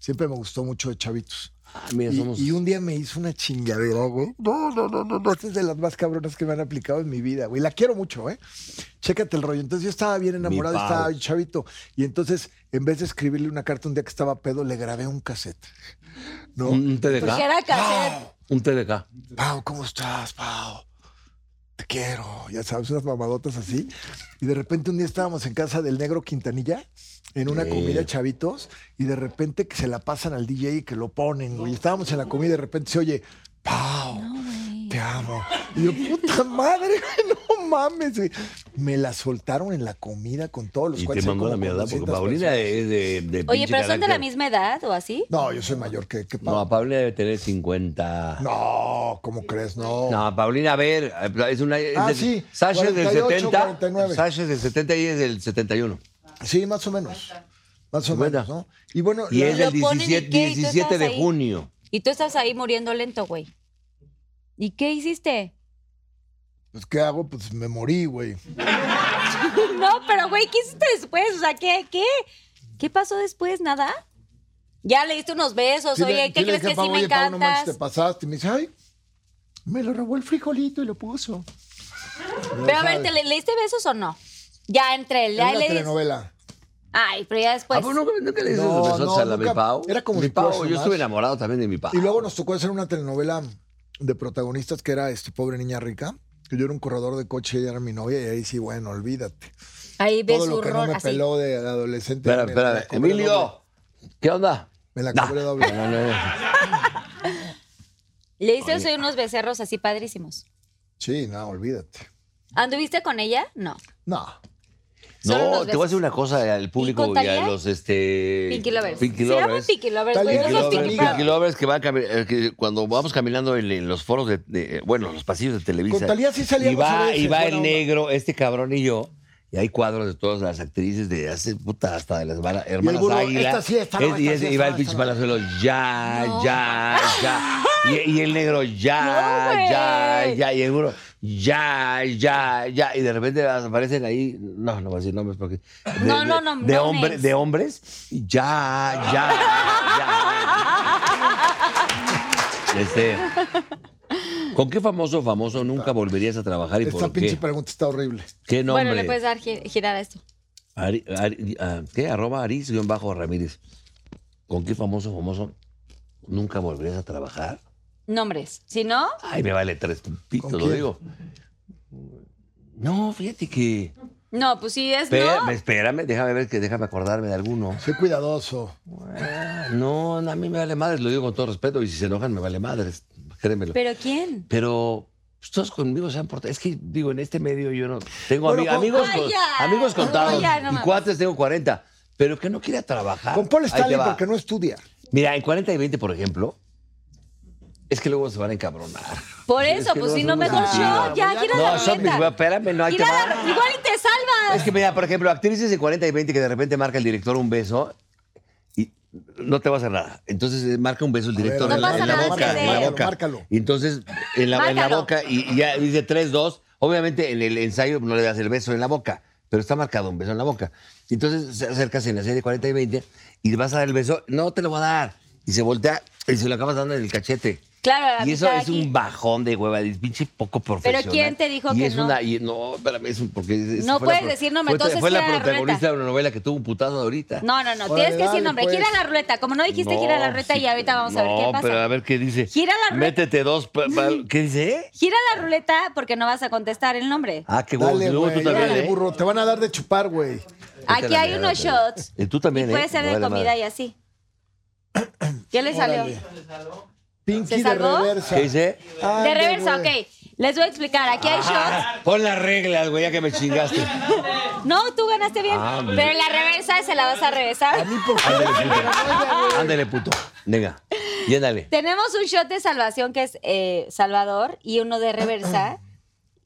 D: Siempre me gustó mucho de chavitos.
C: Ah, mira,
D: Y-
C: somos.
D: Y, un día me hizo una chingadera, güey. No, no, no, no, no. Esta es de las más cabronas que me han aplicado en mi vida, güey. La quiero mucho, ¿eh? Chécate el rollo. Entonces yo estaba bien enamorado,
C: Mi Pau.
D: estaba bien chavito. Y entonces, en vez de escribirle una carta un día que estaba pedo, le grabé un cassette. ¿No?
C: un
B: Porque
C: TDK.
B: era cassette.
C: Un TDK.
D: Pau, ¿cómo estás, Pau? Te quiero. Ya sabes, unas mamadotas así. Y de repente un día estábamos en casa del negro Quintanilla, en una
C: Sí.
D: comida chavitos, y de repente que se la pasan al DJ y que lo ponen, güey. Estábamos en la comida y de repente se oye, Pau, te amo. Y yo, puta madre, güey, no mames. güey. Me la soltaron en la comida con todos los
C: Y te
D: cuales son
C: mandó la
D: como
C: mierda porque
D: 400
C: Paulina
D: personas.
C: es de. de
B: Oye,
C: pinche
B: pero son de la
C: carácter.
B: misma edad o así.
D: No, yo soy mayor que, que
C: No,
D: Pau.
C: a Paulina debe tener 50.
D: No, ¿cómo crees? No.
C: No, Paulina, a ver, es una. es
D: Ah,
C: del-
D: sí,
C: Sasha es
D: 48,
C: del 70.
D: 49.
C: Sasha es del 70 y es del 71.
D: Sí, más o menos. Más o
C: Bueno.
D: menos, ¿no? Y bueno,
C: Y
D: la-
C: es
B: Lo
C: del
B: ponen y
C: 17,
B: ¿qué? ¿Y tú
C: 17 de
B: estabas ahí?
C: junio.
B: Y tú estás ahí muriendo lento, güey. ¿Y qué hiciste?
D: pues, ¿qué hago? Pues me morí, güey.
B: Pues, No, pero güey, ¿qué hiciste después? O sea, ¿qué? ¿Qué? ¿Qué pasó después? ¿Nada? Ya le diste unos besos,
D: Sí le-
B: oye, ¿qué
D: sí le
B: crees
D: dije,
B: que
D: "Pau,
B: sí me
D: oye, Pau, no manches,
B: encantas?
D: te pasaste. Y me dice, ay, me lo robó el frijolito y lo puso.
B: Pero a ver,
D: sabes.
B: ¿te le, le diste besos o no? Ya entre él,
D: Era
B: ya
D: una
B: le dis-
D: telenovela. Ah,
B: Ay, pero ya
C: ¿A
B: después.
C: poco nunca, nunca le dices
D: No,
C: los besos
D: no,
C: a la
D: nunca.
C: mi Pau?
D: Era como
C: mi
D: mi
C: Pau.
D: crush
C: Yo
D: más.
C: estuve enamorado también de mi Pau.
D: Y luego nos tocó hacer una telenovela de protagonistas que era este pobre niña rica. Que yo era un corredor de coche y ella era mi novia. Y ahí sí, bueno, olvídate.
B: Ahí ves
D: Todo lo que no
B: horror
D: me
B: así.
D: peló de adolescente.
C: Espera,
D: me- me
C: espera,
D: la cobré doble.
C: Emilio, ¿qué onda?
D: Me la
C: Nah.
D: cobré doble.
C: No, no, no.
B: Le diste soy unos becerros así padrísimos.
D: Sí, no, olvídate.
B: ¿Anduviste con ella? No.
D: No.
B: Solo
C: No,
B: unos
C: te voy a
B: besos.
C: decir una cosa al público y,
B: contaría?
C: a los este
B: Pinky Lovers. Se
C: Pinky
B: llaman
C: Lovers.
B: Pinky Lovers,
D: Tal
B: güey.
D: vez
B: no
C: Pinky
D: los
B: son
C: Lovers,
B: Pinky
D: amiga.
C: Pinky
B: Lovers.
C: Lovers que, van cami- eh, que cuando vamos caminando en, en los foros de, de- eh, bueno, los pasillos de Televisa.
D: Con Talía sí
C: y
D: salíamos a
C: va,
D: veces,
C: y va
D: buena
C: el
D: onda.
C: negro, este cabrón y yo. Y hay cuadros de todas las actrices de hace puta hasta de las hermana- hermanas
D: burro,
C: Águila.
D: esta sí, esta no,
C: Es- y,
D: esta
C: es-
D: sí,
C: y va
D: esta
C: el
D: no,
C: pinche
D: esta no.
C: palazuelo, ya, ya, ya. Y, y el negro, ya,
B: No, güey.
C: ya, ya. Y el burro, ya, ya, ya. Y de repente aparecen ahí, no, no voy a decir nombres porque. de-
B: No, no,
C: de-
B: no,
C: De,
B: no
C: hombre,
B: names.
C: de hombres, ya, ya, ya. Este, ¿Con qué famoso famoso nunca volverías a trabajar y
D: Esta
C: por
D: pinche
C: qué?
D: pregunta está horrible.
C: ¿Qué nombre?
B: Bueno, le puedes dar gi- girar a esto.
C: Ari- Ari- ah, ¿Qué? Arroba Aris guión bajo Ramírez. ¿Con qué famoso famoso nunca volverías a trabajar?
B: Nombres. Si no,
C: Ay, me vale tres pitos,
D: ¿Con
C: lo
D: quién?
C: digo. No, fíjate que.
B: no, pues sí es
C: Espérame,
B: no.
C: espérame, déjame ver que déjame acordarme de alguno.
D: Sé cuidadoso.
C: No, no, a mí me vale madres, lo digo con todo respeto, y si se enojan me vale madres, créemelo. Pero,
B: ¿Pero quién?
C: pues, todos conmigo se han portado. Es que digo, en este medio yo no tengo
D: Bueno,
C: ami-
D: con-
C: amigos,
B: Ay,
C: con-
B: ya.
C: amigos contados
B: Ay, ya, no
C: y
B: mames.
C: cuates tengo 40, pero que no quiera trabajar.
D: Con Paul
C: Ah, Ahí te
D: Stanley
C: va.
D: porque no estudia.
C: Mira, en 40 y 20, por ejemplo, es que luego se van a encabronar.
B: Por
C: Es
B: eso,
C: que
B: pues
C: no
B: si no,
C: somos
B: mejor
C: así.
B: yo. Ya, gira la
C: No, son mis-
B: ruleta.
C: espérame, no hay que
B: Gira la- Igual y te salvas.
C: Es que mira, por ejemplo, actrices de 40 y 20 que de repente marca el director un beso y no te va a hacer nada. Entonces eh, marca un beso el
D: ver,
C: director
D: no
C: en, la,
B: pasa
C: en la
B: nada,
C: boca.
B: sí,
C: en la
B: sí.
C: boca.
D: Márcalo.
C: Y entonces en la, en la
B: Márcalo.
C: boca y, y ya dice 3, 2. Obviamente en el ensayo no le das el beso en la boca, pero está marcado un beso en la boca. Entonces se acercas en la serie de 40 y 20 y vas a dar el beso, no te lo va a dar. Y se voltea y se lo acabas dando en el cachete.
B: Claro, a la
C: Y eso
B: mitad
C: es
B: aquí.
C: un bajón de hueva, es pinche poco profesional.
B: ¿quién te dijo
C: Y
B: que
C: es
B: no?
C: Una, y no, espérame, es un- porque es- es-
B: No
C: fue la
B: puedes
C: pro-
B: decir nombre,
C: fue-
B: entonces
C: Fue la
B: gira la
C: protagonista
B: ruleta.
C: de una novela que tuvo un putazo ahorita.
B: No, no, no.
D: Órale,
B: tienes que decir
D: dale,
B: nombre.
D: pues.
B: Gira la ruleta. Como no dijiste, gira la ruleta
C: sí,
B: y ahorita vamos a ver
C: no,
B: qué
C: pero a
B: pasa.
C: ver qué dice.
B: Gira la ruleta.
C: Métete dos. pa- pa- ¿Qué dice?
B: Gira la ruleta porque no vas a contestar el nombre.
C: Ah, qué huevo.
D: Dale,
C: luego
D: güey,
C: tú también,
D: dale,
C: ¿eh?
D: burro. Te van a dar de chupar, güey.
C: Vete a
B: Aquí
C: la
B: hay
C: mierda,
B: unos
C: te-
B: shots.
C: Y tú también,
B: Y puede
C: ¿eh?
B: ser
C: Me
B: de
C: vale
B: comida
C: madre.
B: y así. ¿Qué le salió?
D: Órale. Pinky
B: ¿Se
D: de
B: salvó?
D: reversa.
C: ¿Qué dice?
D: Ande,
B: De reversa,
D: güey.
B: ok. Les voy a explicar. Aquí hay shots.
C: Ah, pon las reglas, güey, ya que me chingaste.
B: No, tú ganaste bien.
C: Ah, mira.
B: pero la reversa se la vas a
D: A
B: regresar.
D: mí, por favor.
C: Ándale, puto. Ándale, puto. Venga, llénale.
B: Tenemos un shot de salvación que es eh, Salvador y uno de reversa.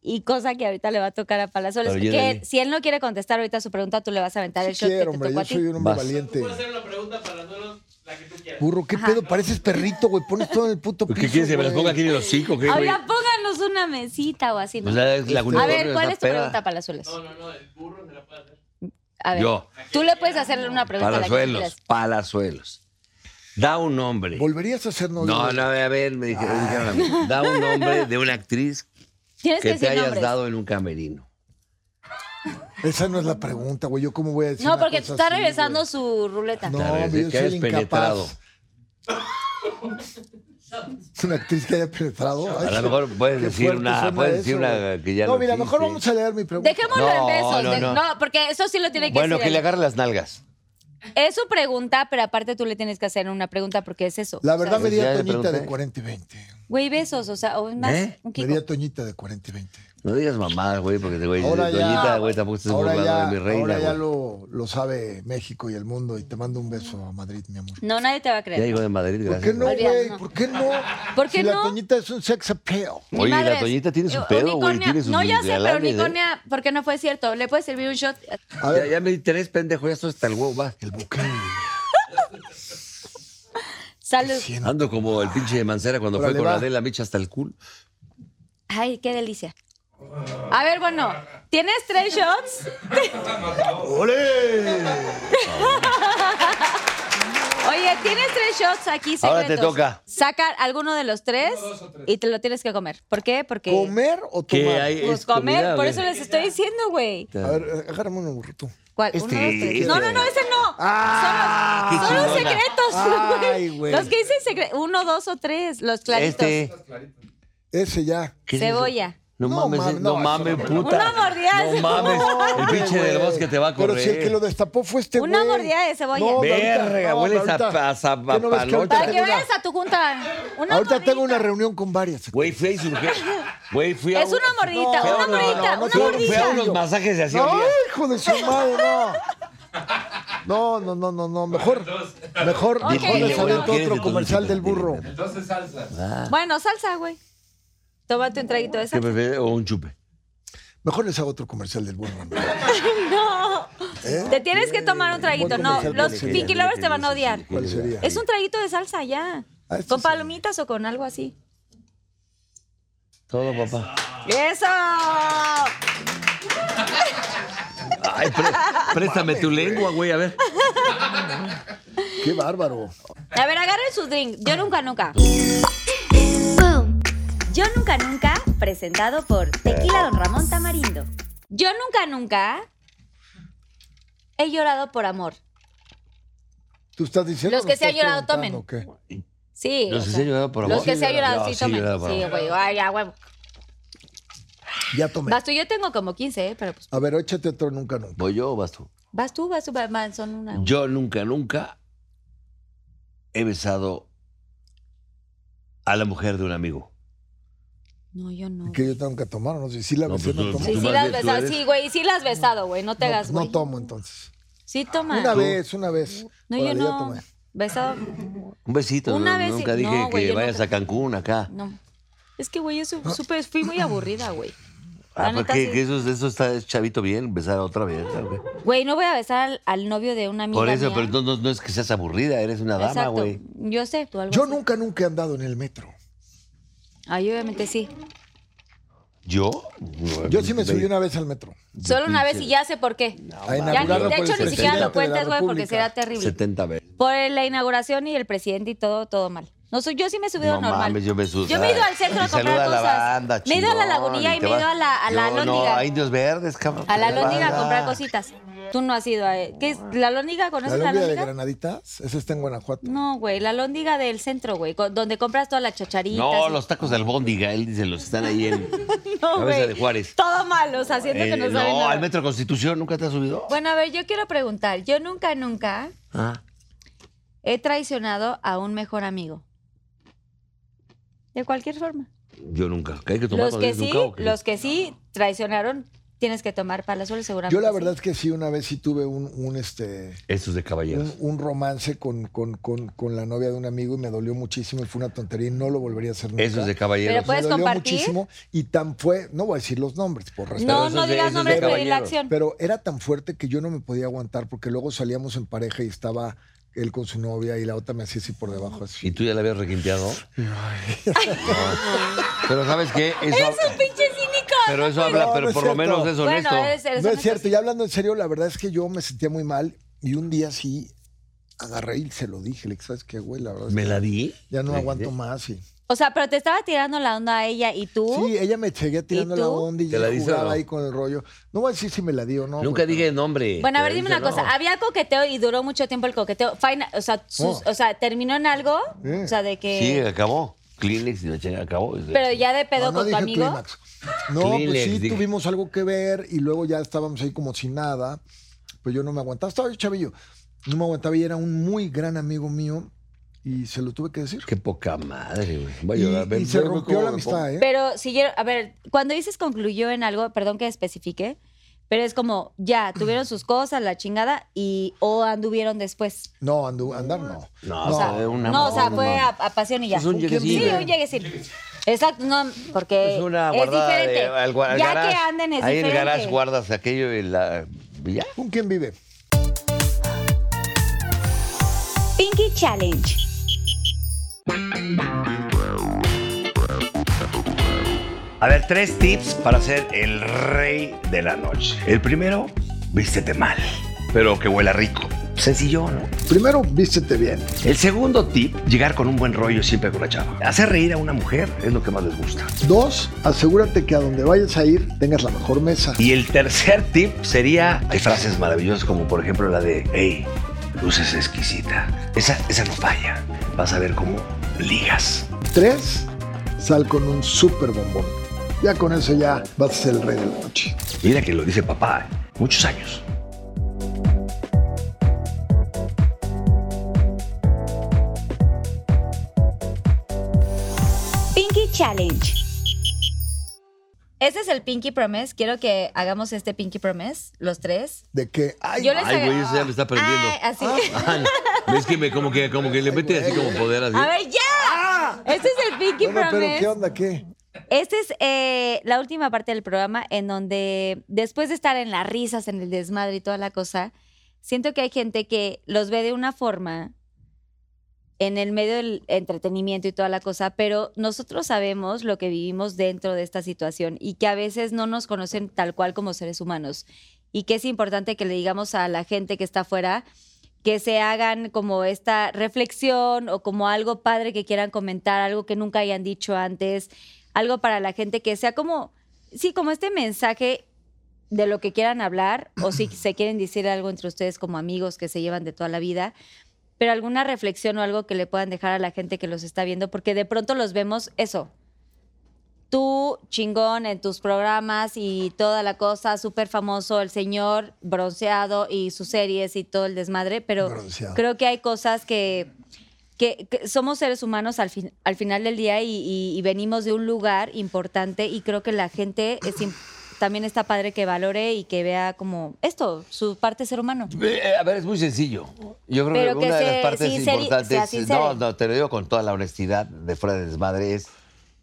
B: y cosa que ahorita le va a tocar a Palazuelos.
C: Pero yo
B: que
C: de ahí.
B: si él no quiere contestar ahorita su pregunta, tú le vas a aventar el
D: Sí
B: shot
D: quiero,
B: que te
D: hombre,
B: tocó a
D: yo
B: ti.
D: soy un hombre
C: Vas.
D: valiente.
G: Puedes hacer una pregunta para Duelos, la que tú quieras.
D: Burro, ¿qué pedo? Pareces perrito, güey. Pones todo en el puto piso,
F: ¿Qué quieres que me los
D: güey.
F: ponga aquí de los cinco? ¿Qué, güey?
B: Ahora pónganos una mesita o así. ¿no?
C: Pues,
F: O
C: eh,
F: sea, es la
B: a
F: unicornio,
B: ver, ¿cuál
F: la
B: es tu
F: peda.
B: pregunta, Palazuelos?
G: No, no, no, el burro se la puede hacer.
B: A ver.
C: Yo.
B: Tú le puedes hacerle una pregunta a la que tú
C: Palazuelos,
B: quieras.
C: Palazuelos. Da un nombre.
D: ¿Volverías a Ah. ser novio?
C: No, no, a ver, me dije- me dijeron a mí. Da un nombre de una actriz
B: Tienes que
C: que te
B: decir
C: hayas
B: nombres.
C: dado en un camerino.
D: Esa no es la pregunta, güey. Yo cómo voy a decir
B: No,
D: una
B: porque
D: cosa
B: te está
D: así,
B: regresando
D: güey?
B: su ruleta.
D: No,
C: Tal vez,
D: hombre, yo
C: que
D: soy
C: hayas
D: incapaz.
C: penetrado.
D: Una actriz que haya penetrado.
C: A
D: Ay,
C: lo mejor puedes
D: qué
C: decir
D: fuerte
C: una,
D: suena
C: puedes
D: eso,
C: decir una
D: güey.
C: que ya
D: No, mira,
C: existe.
D: mejor vamos a leer mi pregunta.
B: Dejémoslo
C: No,
B: en besos.
C: no,
B: de- No,
C: no.
B: porque eso sí lo tiene que
C: Bueno,
B: decir.
C: que le
B: él.
C: agarre las nalgas.
B: Es su pregunta, pero aparte tú le tienes que hacer una pregunta porque es eso.
D: La verdad me di
C: Ya
D: a
C: le
D: Toñita de
C: pregunté.
D: 40 y 20.
B: Güey, besos, o sea, o más.
C: ¿Eh?
B: Un
D: Me
B: Kiko.
D: di a Toñita de 40 y 20.
C: No digas mamadas, güey, porque te güey,
D: Ahora ya,
C: doñita, güey, tampoco estás
D: ahora
C: burlando
D: ya,
C: de mi reina.
D: ahora ya
C: güey.
D: lo, lo sabe México y el mundo. Y te mando un beso a Madrid, mi amor.
B: No, nadie te va a
C: Ya,
B: creer.
C: llegó de Madrid,
D: ¿Por
C: gracias.
D: qué no,
C: güey.
B: Olvídalo,
D: güey?
B: no.
D: ¿Por qué no?
B: ¿Por qué
D: si
B: no?
D: la Toñita es un sex appeal.
B: Ni
C: Oye,
B: madres.
C: la Toñita tiene su
B: Eh,
C: pedo, güey.
B: unicornia-
C: Tiene sus
B: No, ya sé, pero
C: galanes, ¿eh?
B: unicornia, ¿por qué no fue cierto? ¿Le puedes servir un shot?
D: A ver,
C: Ya, ya me di tres pendejo, ya estoy hasta el huevo, va.
D: el buque.
B: Salud.
C: Ando como el pinche de Mancera cuando
D: Órale,
C: fue con
D: va.
C: Adela Micha hasta el culo.
B: Ay, qué delicia. A ver, bueno, ¿tienes tres shots?
D: ¡Ole!
B: Oye, tienes tres shots aquí secretos.
C: Ahora te toca.
B: Saca alguno de los tres y te lo tienes que comer. ¿Por qué? Porque...
D: ¿Comer o tomar?
B: Pues comer, por eso les estoy diciendo, güey.
D: A ver, eh, agárrame uno, burro tú.
B: ¿Cuál?
C: Este,
B: Uno, dos, tres.
C: este.
B: No, no, no, ese no.
D: Ah,
B: son los, son los
C: qué chingona.
B: secretos, güey.
D: Ay, güey.
B: Los que dicen secretos. Uno, dos o tres. Los claritos.
C: Este.
D: Ese ya.
C: ¿Qué es eso?
B: Cebolla.
C: No,
D: No,
C: mames, no,
D: mames, no,
C: mames,
D: eso no.
C: puta.
B: Una mordida de
C: No mames, el
D: Hombre,
C: pinche del
D: güey.
C: bosque te va a correr.
D: Pero si el que lo destapó fue este güey.
B: Una mordida de cebolla.
D: ahorita-
C: Verga, hueles a-
D: ahorita-
C: a zapa-
D: ¿Qué no ves que ahorita
B: Para que
D: tengo una-
B: vayas a tu junta. Una
D: Ahorita
B: mordidita.
D: tengo una reunión con varias.
C: Güey, fui a surgir. Güey, fui a.
B: Es una mordidita,
C: Fui a
B: una
C: unos-
B: mordidita,
D: no, no,
B: una
C: fui a-
D: no,
C: Fui a
B: mordidita.
C: unos masajes de así
D: No,
C: olía.
D: hijo de su madre, no. No, no, no, no, no. Mejor, mejor,
B: Ok,
D: mejor les
B: bueno,
D: aviento
C: ¿quieres de
D: otro
C: tu
D: comercial
C: dulce
D: del burro.
C: preferida?
G: Entonces salsa.
B: Bueno, salsa, güey. Tómate un traguito de
C: ¿Qué
B: esa.
C: prefieres? O un chupe.
D: Mejor les hago otro comercial del burro. ¿no?
B: No.
D: ¿Eh?
B: Te tienes que tomar un traguito.
D: Voy a
B: No,
D: comercial
B: los
D: con el
B: Pinky Lovers te van a odiar.
D: ¿Cuál sería?
B: Es un traguito de salsa ya.
D: Ah, este
B: Con
D: sí.
B: palomitas o con algo así.
C: Todo, papá.
B: ¡Eso!
C: Ay, pre- préstame tu lengua, güey, a ver.
D: Qué bárbaro.
B: A ver, agarren su drink. Yo nunca, nunca. Yo nunca, nunca, presentado por Tequila Don Ramón Tamarindo. Yo nunca, nunca he llorado por amor.
D: ¿Tú estás diciendo?
B: Los
D: o
B: que
D: nos
B: se han
D: estás
B: llorado, tomen.
D: preguntando o qué?
B: Sí.
C: Los
B: o
C: que se
B: sea,
C: han llorado por amor.
B: Los que se han llorado,
C: Yo
B: sí,
C: sí he
B: tomen.
C: llorado por
B: Sí,
C: amor.
B: güey. Ay, ya, huevo.
D: Ya tomé.
B: Vas tú, yo tengo como 15, ¿eh? pero pues.
D: A ver, échate otro nunca, nunca.
C: ¿Voy yo o vas tú?
B: Vas tú, vas tú, vas- vas, son una.
C: Yo nunca, nunca he besado a la mujer de un amigo.
B: No, yo no.
D: Que yo tengo que tomar, no sé. Si la
C: No,
D: besé,
C: pues,
D: no
C: no,
D: tomo.
B: Sí,
C: Tú
B: sí
C: más
B: las
C: bien, tú
B: besado.
C: eres-
B: Sí, güey, sí las besado, güey. No te
D: No,
B: hagas,
D: no
B: güey.
D: tomo entonces.
B: Sí, toma.
D: Una vez, una vez.
B: No, yo
D: Órale, ya
B: no.
D: tomé.
B: Besado.
C: Un besito.
B: Una
C: no-
B: vez-
C: nunca dije
B: no, güey,
C: que
B: yo
C: vayas
B: nunca-
C: a Cancún acá.
B: No. Es que, güey, yo su- supe- fui muy aburrida, güey. La
C: Ah,
B: neta,
C: porque
B: sí.
C: que eso, eso está es chavito bien, besar a otra bien.
B: Güey, no voy a besar al, al novio de una amiga.
C: Por eso,
B: mía.
C: pero no, no- no es que seas aburrida, eres una dama,
B: Exacto.
C: güey.
B: Yo sé, tú algo
D: Yo
B: así.
D: nunca, nunca he andado en el metro.
B: Ay, obviamente sí.
C: ¿Yo?
D: Yo sí me subí una vez al metro.
B: Solo una vez y ya sé por qué.
D: a
B: Ya ni-
D: inaugurarlo
B: de
D: por el
B: hecho, ni siquiera
D: presidente
B: lo
D: de la
B: cuentas, güey, porque
D: República.
B: será terrible.
C: 70 veces.
B: Por la inauguración y el presidente y todo, todo mal. No, soy- yo sí me he subido
C: No
B: normal.
C: mames, yo me subo.
B: Yo me he ido al centro
C: Y
B: a comprar
C: saluda
B: cosas.
C: la banda,
B: me he ido a la
C: chingón,
B: lagunilla y
C: te
B: me he ido
C: vas-
B: a la, a la
C: No,
B: alhóndiga.
C: No, a Indios Verdes, cabrón.
B: a la
C: Te vas.
B: lóndiga a comprar cositas. Tú no has ido a... ¿Qué es? ¿La lóndiga?
D: La
B: ¿Conoces la
D: Colombia de
B: lóndiga?
D: Granaditas, esa está en Guanajuato.
B: No, güey, la lóndiga del centro, güey, co- donde compras todas las chacharitas.
C: No,
B: y-
C: los tacos de albóndiga, él dice, los están ahí en...
B: No,
C: Cabeza
B: güey.
C: de Juárez.
B: Todo malo, o sea, siento
C: Eh,
B: que no saben
C: no,
B: nada.
C: al Metro Constitución, ¿nunca te has subido?
B: Bueno, a ver, yo quiero preguntar. Yo nunca, nunca
C: Ah,
B: he traicionado a un mejor amigo. De cualquier forma.
C: yo nunca. ¿Que hay que tomar
B: Los
C: con
B: que
C: ellos
B: sí,
C: nunca, o qué?
B: los que sí traicionaron tienes que tomar palazuelo seguramente.
D: Yo la
B: sí.
D: verdad es que sí, una vez sí tuve un, un, este,
C: Eso es de caballeros.
D: un, un romance con, con, con, con la novia de un amigo y me dolió muchísimo y fue una tontería y no lo volvería a hacer nunca.
C: Eso es de
B: Pero
C: caballeros.
B: puedes
D: me dolió
B: compartir.
D: muchísimo y tan fue, no voy a decir los nombres por respeto.
B: No,
C: eso
B: no
C: es de-
B: digas
C: eso es de
B: nombres, pero di la
C: caballeros.
B: acción.
D: Pero era tan fuerte que yo no me podía aguantar porque luego salíamos en pareja y estaba él con su novia y la otra me hacía así por debajo así.
C: ¿Y tú ya la habías requinteado? No. Pero ¿sabes qué? Eso,
B: ¡Eres un pinche cínico!
C: pero eso
D: No,
C: habla,
D: no
C: pero
D: es
C: por lo
D: cierto.
C: menos es honesto.
B: Bueno, eres, eres
D: No es
B: honesto,
D: cierto,
B: sí.
D: y hablando en serio, la verdad es que yo me sentía muy mal y un día sí agarré y se lo dije, le dije, ¿sabes qué, güey? La verdad
C: Pues,
D: es
C: ¿Me
D: que
C: la di?
D: ya no
C: ¿Me
D: aguanto
C: di?
D: más. y-
B: O sea, pero te estaba tirando la onda a ella y tú.
D: Sí, ella me seguía tirando
B: tú?
D: la onda y
C: ¿Te
D: yo
C: la dice o
D: jugaba
C: no?
D: ahí con el rollo. No voy a decir si me la di o no.
C: Nunca
D: porque-
C: dije el nombre.
B: pues Bueno, a ver,
C: Pero
B: dime
C: dice
B: una
C: no.
B: cosa. ah, Había coqueteo y duró mucho tiempo el coqueteo. Fina- o, sea, sus-
D: Oh.
B: o sea, terminó en algo. O sea, de que.
C: Sí, acabó. Kleenex y la chingada acabó.
B: eh. pero ya de pedo
D: No, no
B: con tu
D: dije
B: amigo.
D: clímax. No, pues
C: Kleenex,
D: sí,
C: dije.
D: tuvimos algo que ver y luego ya estábamos ahí como sin nada. Pues yo no me aguantaba. Estaba yo chavillo. No me aguantaba y era un muy gran amigo mío y se lo tuve que decir.
C: Qué poca madre, güey. Voy a
D: Y,
C: llorar. Ven,
D: y se
C: ven,
D: rompió
C: cómo
D: la
C: me
D: amistad, ¿eh?
B: Pero siguieron. A ver, cuando dices concluyó en algo, perdón que especifique, pero es como ya tuvieron sus cosas, la chingada, y o anduvieron después.
D: No, andu- andar no.
C: No,
B: O sea,
C: fue un
B: no,
C: amor,
B: o sea,
C: no
B: fue
C: mames.
B: a, a pasión y ya.
C: Es un lleguecín.
B: Sí, un lleguecín. Exacto, no, porque
C: Es una
B: es
C: guardada de-
B: diferente.
C: al gua- al
B: ya
C: garage.
B: que anden es
C: Ahí en el
B: diferente.
C: garage guardas aquello y la... y ya.
D: ¿Con quién vive?
B: Pinky Challenge.
H: A ver, tres tips para ser el rey de la noche. El primero, vístete mal, pero que huela rico. Sencillo, ¿no?
D: Primero, vístete bien.
H: El segundo tip, llegar con un buen rollo siempre con la chava. Hacer reír a una mujer es lo que más les gusta.
D: Dos, asegúrate que a donde vayas a ir tengas la mejor mesa.
H: Y el tercer tip sería, hay frases maravillosas como por ejemplo la de, hey, luces exquisita. Esa, esa no falla. Vas a ver cómo ligas.
D: Tres, sal con un súper bombón. Ya con eso ya vas a ser el rey de la noche.
H: Mira que lo dice papá, ¿eh? muchos años.
B: Pinky Challenge. Este es el Pinky Promise. Quiero que hagamos este Pinky Promise, los tres.
D: De que, ay,
B: Yo les
C: Ay,
B: haga-
C: güey, eso ya me está perdiendo.
B: Ay, así.
C: Ah, no. Es que me como que, como que le mete así como poder así.
B: A ver, ya. Este es el Pinky
D: bueno, pero
B: Promise.
D: ¿qué onda? ¿Qué?
B: Esta es eh, la última parte del programa en donde después de estar en las risas, en el desmadre y toda la cosa, siento que hay gente que los ve de una forma en el medio del entretenimiento y toda la cosa, pero nosotros sabemos lo que vivimos dentro de esta situación y que a veces no nos conocen tal cual como seres humanos y que es importante que le digamos a la gente que está afuera que se hagan como esta reflexión o como algo padre que quieran comentar, algo que nunca hayan dicho antes, algo para la gente que sea como, sí, como este mensaje de lo que quieran hablar o si se quieren decir algo entre ustedes como amigos que se llevan de toda la vida, pero alguna reflexión o algo que le puedan dejar a la gente que los está viendo, porque de pronto los vemos eso. Tú, chingón, en tus programas y toda la cosa, súper famoso, el señor bronceado y sus series y todo el desmadre, pero
D: Bronceado.
B: creo que hay cosas que, que, que somos seres humanos al, fin- al final del día y, y- y venimos de un lugar importante y creo que la gente es im- también está padre que valore y que vea como esto, su parte ser humano.
C: Eh, A ver, es muy sencillo. Yo creo
B: Pero
C: que,
B: que
C: una de
B: se
C: las partes
B: sinceri- sea
C: importantes. eh,
B: sincero.
C: No, no, te lo digo con toda la honestidad de fuera de desmadre. Es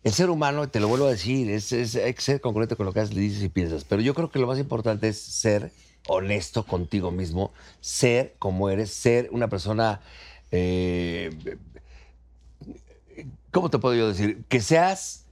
C: el ser humano, te lo vuelvo a decir, es, es- hay que ser congruente con lo que haces, dices y piensas. Pero yo creo que lo más importante es ser honesto contigo mismo, ser como eres, ser una persona. eh, ¿Cómo te puedo yo decir? Que seas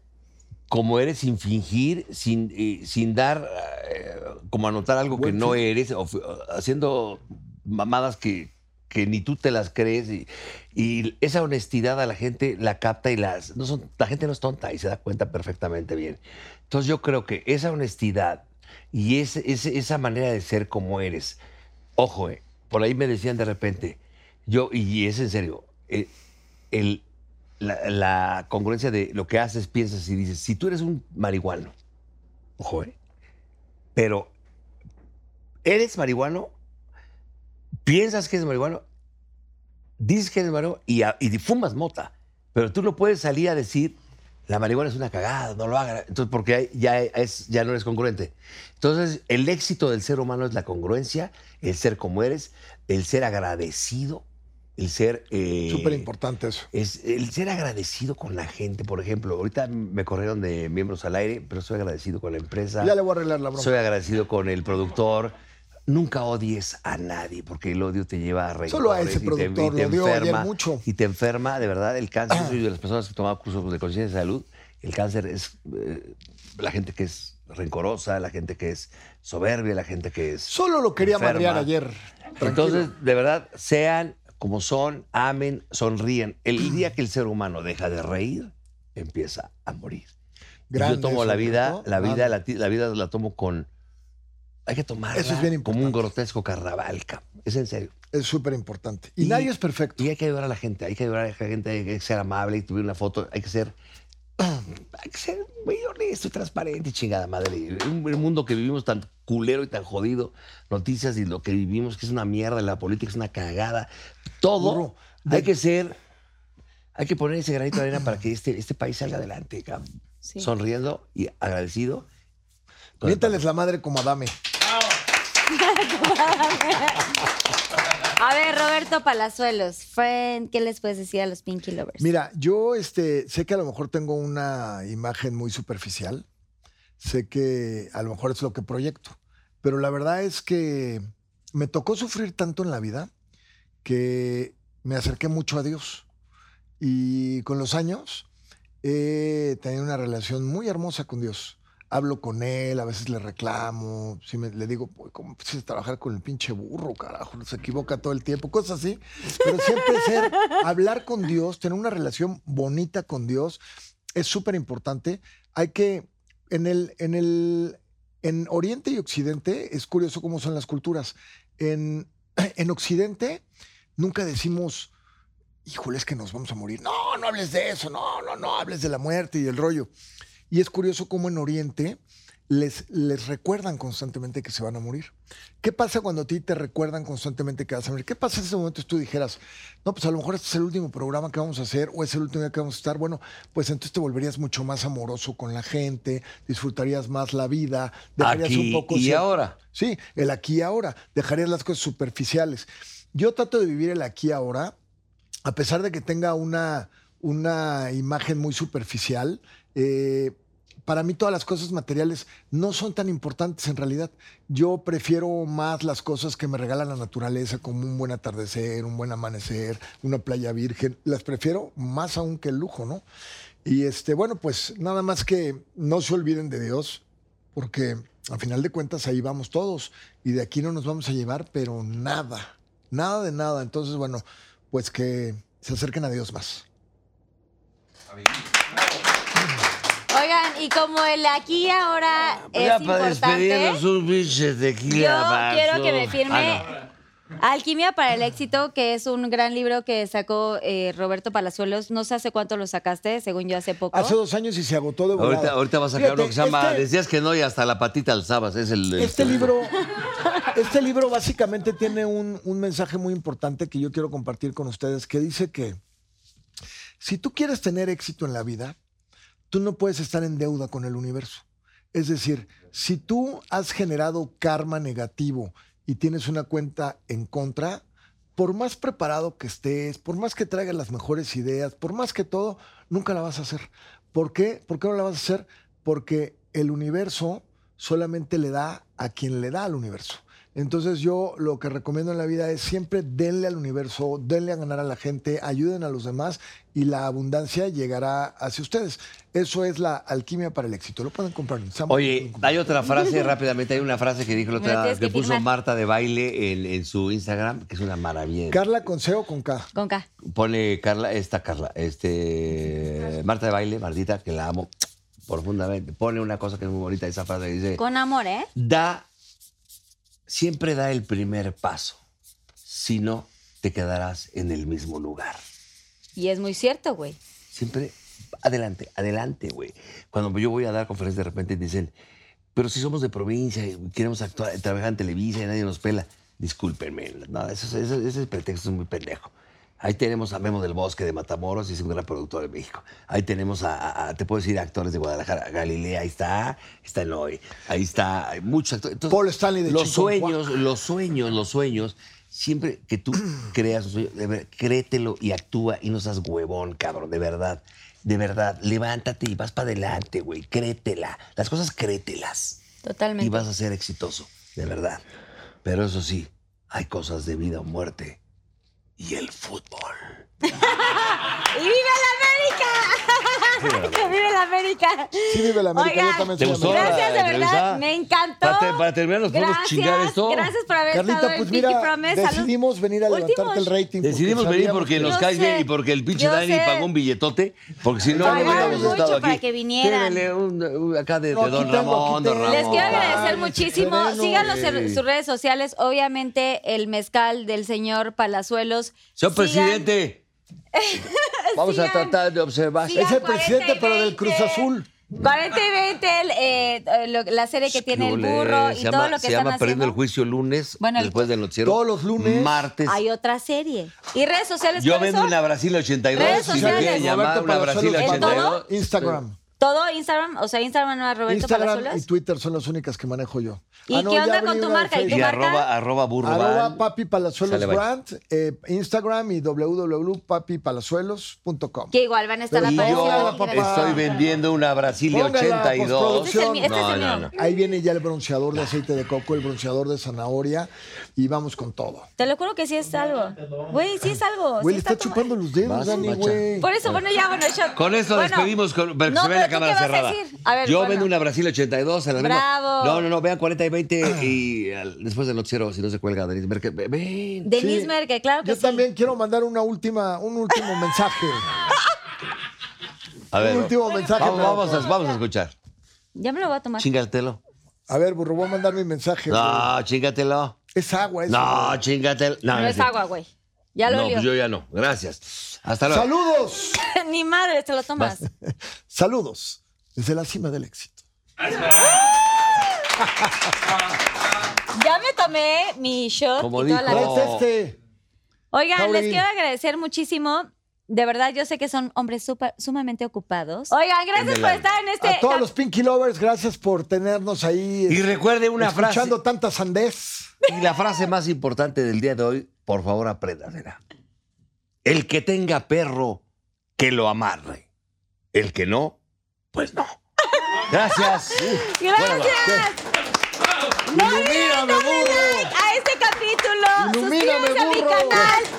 C: como eres sin fingir, sin, eh, sin dar, eh, como anotar algo que no eres, o fi- o haciendo mamadas que, que ni tú te las crees. Y, y esa honestidad a la gente la capta y las, no son, la gente no es tonta y se da cuenta perfectamente bien. Entonces yo creo que esa honestidad y ese- ese- esa manera de ser como eres, ojo, eh, por ahí me decían de repente, yo, y es en serio, eh, el, la, la congruencia de lo que haces, piensas y dices, si tú eres un marihuano, ojo, ¿eh? pero eres marihuano, piensas que eres marihuano, dices que eres marihuano y, a- y fumas mota, pero tú no puedes salir a decir la marihuana es una cagada, no lo hagan. Entonces, porque hay- ya, es, ya no eres congruente. Entonces, el éxito del ser humano es la congruencia, el ser como eres, el ser agradecido, el ser... eh,
D: Súper importante eso.
C: es el ser agradecido con la gente, por ejemplo. Ahorita me corrieron de miembros al aire, pero soy agradecido con la empresa.
D: Ya le voy a arreglar la broma.
C: Soy agradecido con el productor. Nunca odies a nadie, porque el odio te lleva a reír.
D: Solo a ese productor, lo odió ayer mucho. Ah.
C: Y te enferma, de verdad, el cáncer. Yo soy de las personas que toman cursos de conciencia de salud. El cáncer es eh, la gente que es rencorosa, la gente que es soberbia, la gente que es...
D: Solo lo quería
C: enferma.
D: madrear ayer. Tranquilo.
C: Entonces, de verdad, sean como son, amen, sonríen.
D: Mm.
C: El día que el ser humano deja de reír, empieza a morir. Y
D: Grande
C: yo tomo
D: eso,
C: la vida,
D: ¿no? Ah,
C: la vida,
D: Grande.
C: la, ti- la vida la tomo con. Hay que tomarla
D: Eso es bien
C: como un
D: importante.
C: grotesco carnaval, cabrón. es en serio.
D: Es súper importante. Y,
C: Y-
D: nadie es perfecto.
C: Y hay que ayudar a la gente, hay que ayudar a la gente, hay que ser amable y subir una foto, hay que ser. Hay que ser muy honesto y transparente, y chingada madre. Un, el mundo que vivimos tan culero y tan jodido, noticias y lo que vivimos, que es una mierda, la política es una cagada. Todo.
D: Burro,
C: Hay que ser. Hay que poner ese granito de arena para que este, este país salga adelante, cabrón.
B: Sí.
C: Sonriendo y agradecido. con el
D: Miéntales la madre como Adame.
B: A ver, Roberto Palazuelos, friend, ¿qué les puedes decir a los Pinky Lovers?
D: Mira, yo este, sé que a lo mejor tengo una imagen muy superficial. Sé que a lo mejor es lo que proyecto. Pero la verdad es que me tocó sufrir tanto en la vida que me acerqué mucho a Dios. Y con los años he tenido una relación muy hermosa con Dios. Hablo con él, a veces le reclamo, si me- le digo, "Uy, ¿cómo puedes trabajar con el pinche burro, carajo? Se equivoca todo el tiempo, cosas así. Pero siempre ser, hablar con Dios, tener una relación bonita con Dios, es súper importante. Hay que, en el, en el, en Oriente y Occidente, es curioso cómo son las culturas. En, en Occidente nunca decimos, híjole, es que nos vamos a morir. No, no hables de eso, no, no, no, hables de la muerte y el rollo. Y es curioso cómo en Oriente les, les recuerdan constantemente que se van a morir. ¿Qué pasa cuando a ti te recuerdan constantemente que vas a morir? ¿Qué pasa en ese momento si tú dijeras, no, pues a lo mejor este es el último programa que vamos a hacer o es el último día que vamos a estar? Bueno, pues entonces te volverías mucho más amoroso con la gente, disfrutarías más la vida, dejarías
C: Aquí
D: un poco...
C: y
D: cier-
C: ahora.
D: Sí, el aquí y ahora. Dejarías las cosas superficiales. Yo trato de vivir el aquí y ahora, a pesar de que tenga una, una imagen muy superficial. eh, para mí todas las cosas materiales no son tan importantes en realidad. Yo prefiero más las cosas que me regala la naturaleza, como un buen atardecer, un buen amanecer, una playa virgen. Las prefiero más aún que el lujo, ¿no? Y este, bueno, pues nada más que no se olviden de Dios, porque al final de cuentas ahí vamos todos y de aquí no nos vamos a llevar, pero nada, nada de nada. Entonces, bueno, pues que se acerquen a Dios más.
B: Oigan, y como el aquí y ahora es
C: Ah, pues Ya para
B: importante,
C: despedirnos un pinche
B: yo
C: tequila. vaso.
B: quiero que me
C: Ah,
B: firme
C: no.
B: Alquimia para el éxito, que es un gran libro que sacó eh, Roberto Palazuelos. No sé hace cuánto lo sacaste, según yo hace poco.
D: Hace dos años y se agotó de volada.
C: Ahorita, ahorita va a sacar
D: Fíjate,
C: uno que se llama
D: este-
C: Decías que no y hasta la patita alzabas. Es el.
D: Este libro, este libro básicamente tiene un, un mensaje muy importante que yo quiero compartir con ustedes, que dice que si tú quieres tener éxito en la vida, tú no puedes estar en deuda con el universo. Es decir, si tú has generado karma negativo y tienes una cuenta en contra, por más preparado que estés, por más que traigas las mejores ideas, por más que todo, nunca la vas a hacer. ¿Por qué? ¿Por qué no la vas a hacer? Porque el universo solamente le da a quien le da al universo. Entonces yo lo que recomiendo en la vida es siempre denle al universo, denle a ganar a la gente, ayuden a los demás y la abundancia llegará hacia ustedes. Eso es la alquimia para el éxito. Lo pueden comprar en Sambo, lo
C: Oye,
D: pueden comprar.
C: hay otra frase rápidamente. Hay una frase que dijo la
B: Me la
C: otra
B: tienes
C: que
B: que
C: puso
B: firmar.
C: Marta de baile en, en su Instagram, que es una maravilla.
D: Carla con C o con K.
B: Con K.
C: Pone Carla, esta Carla, este Marta de baile, Martita, que la amo profundamente. Pone una cosa que es muy bonita, esa frase que dice.
B: Con amor, ¿eh?
C: da, siempre da el primer paso. Si no, te quedarás en el mismo lugar.
B: Y es muy cierto, güey.
C: Siempre adelante, adelante, güey. Cuando yo voy a dar conferencias, de repente dicen, pero si somos de provincia y queremos actuar, trabajar en Televisa y nadie nos pela. Discúlpenme, no, ese, ese- ese pretexto es muy pendejo. Ahí tenemos a Memo del Bosque de Matamoros, y es un gran productor de México. Ahí tenemos a, a- a- te puedo decir, actores de Guadalajara. Galilea, ahí está, está Eloy, ahí está, hay muchos actores. Entonces,
D: Paul Stanley de
C: Los
D: Chiconcua.
C: sueños, los sueños, los sueños. Siempre que tú creas un sueño, de ver- créetelo y actúa y no seas huevón, cabrón, de verdad. De verdad, levántate y vas para adelante, güey. Créetela. Las cosas créetelas y
I: Totalmente.
C: vas a ser exitoso, de verdad. Pero eso sí, hay cosas de vida o muerte y el fútbol.
B: ¡Y vive la América! ¡Que vive la América!
D: Sí, vive la América,
B: Oigan,
D: yo también
C: ¿te
D: soy
C: gustó
D: americano.
B: Gracias, de
C: la
B: verdad.
C: entrevista?
B: Me encantó.
C: Para, te- para terminar, nos podemos
B: Gracias,
C: chingar esto.
B: gracias por haber estado
D: Carlita, pues
B: en Pinky
D: mira,
B: Promise. Salud.
D: decidimos venir a levantarte el
B: Últimos.
D: rating. porque
C: Decidimos venir
D: sabíamos
C: porque
D: que-
C: nos
B: Yo
C: caes
B: sé,
C: bien y porque el pinche
B: yo
C: Dani
B: sé.
C: pagó un billetote, porque si no, no
B: Pagaron
C: hubiéramos
B: mucho
C: estado aquí.
B: para que vinieran.
C: Tírenle un, un acá de,
D: No,
C: de
D: aquí
C: Don
D: tengo, aquí
C: Ramón, Don
D: tengo.
C: Ramón.
B: Les quiero agradecer
D: Ay,
B: muchísimo.
D: sereno,
B: Síganos en
C: güey.
B: sus redes sociales. Obviamente, el mezcal del señor Palazuelos.
C: Señor
B: Sigan-
C: presidente, vamos a
B: sigan-
C: tratar de observar.
B: sigan
D: Es el
B: 40 y
D: presidente, pero del
B: 20.
D: Cruz Azul.
B: 40 y 20, el, eh, eh, lo- la serie que tiene el
C: Ole,
B: burro y
C: se
B: todo
C: llama-
B: lo que
C: Se
B: están
C: llama Perdiendo el
B: haciendo.
C: Juicio lunes,
B: Bueno, el-
C: después del noticiero.
D: Todos los lunes.
C: Martes.
B: Hay otra serie. ¿Y redes sociales?
C: Yo
B: cuáles
C: vendo
B: son?
C: una Brasil
B: Redes
C: 82. Si me
B: sociales.
C: quieren llamar
D: Roberto
C: una Brasil
D: Palazuelos
B: ¿En
C: 82.
B: todo?
D: Instagram.
B: Todo Instagram, o sea, Instagram no es Roberto
D: Instagram y
B: Palazuelos.
D: Twitter son las únicas que manejo yo. Ah,
B: ¿Y
D: no,
B: qué
D: ya
B: onda
D: abrí
B: con tu
D: una de
B: marca? ¿Y tu
C: Y
D: Facebook.
B: marca?
C: arroba, arroba burro.
D: Arroba
C: van.
D: Papi Palazuelos
C: Sale, bye.
D: Brand, eh, Instagram y www.papipalazuelos.com.
B: Que igual van a estar
C: Y
B: apareciendo.
D: Póngala,
C: yo
B: aquí,
D: papá.
B: gracias.
C: estoy vendiendo una Brasil
D: Póngala,
C: 82.
B: Este es el mío, este es el
C: No, no,
B: mío.
C: no.
D: Ahí viene ya el bronceador de aceite de coco, el bronceador de zanahoria y vamos con todo.
B: Te lo juro que sí es algo. Güey, sí es algo. sí
D: Güey, le
B: está
D: está
B: como-
D: chupando los dedos,
C: Vas,
D: Dani,
C: macha.
D: güey.
B: Por eso, bueno, ya, bueno, yo.
C: Con eso
B: Bueno,
C: despedimos con, para que
B: no,
C: se vea la
B: pero ¿tú
C: cámara
B: qué vas a
C: cerrada.
B: decir? A ver,
C: Yo
B: bueno.
C: vendo una Brasil 82 en la misma-
B: Bravo.
C: No, no, no, vean 40 y 20 y al- después del noticiero, si no se cuelga, Denis Merkel. ve- Ven.
B: Denise
D: Sí.
B: Merkel, claro que
D: Yo
B: sí.
D: también quiero mandar una última, un último mensaje.
C: A ver,
D: un último mensaje.
C: vamos,
D: pero-
C: vamos a, vamos a escuchar.
B: Ya me lo voy a tomar.
C: Chingatelo.
D: A ver, burro, voy a mandar mi mensaje. güey.
C: No, chingatelo.
D: Es agua, es
C: No, chingatelo. No,
B: No es
C: sí.
B: agua, güey. Ya lo
C: No,
B: olió.
C: pues yo ya no. Gracias. Hasta luego.
D: Saludos,
B: Ni madre, te lo tomas.
D: saludos desde la cima del éxito.
B: Ya me tomé mi shot
C: Como
B: y toda
C: dijo-
B: la cosa.
D: Traete este.
B: Oigan,
D: Jauregui.
B: les quiero agradecer muchísimo. De verdad, yo sé que son hombres supa- sumamente ocupados. Oigan, gracias por
C: Ándale.
B: estar en este...
D: A todos
B: cap-
D: los Pinky Lovers, gracias por tenernos ahí.
C: Y
D: eh,
C: recuerde una frase.
D: escuchando tanta sandez.
C: Y la frase más importante del día de hoy, por favor, apréndasela. El que tenga perro, que lo amarre. El que no, pues no. Gracias.
B: Gracias. No olviden
D: Ilumíname,
B: darle
D: burro.
B: like a este capítulo.
D: Ilumíname,
B: Suscríbanse a mi
D: burro. Ah.
B: canal. Oh,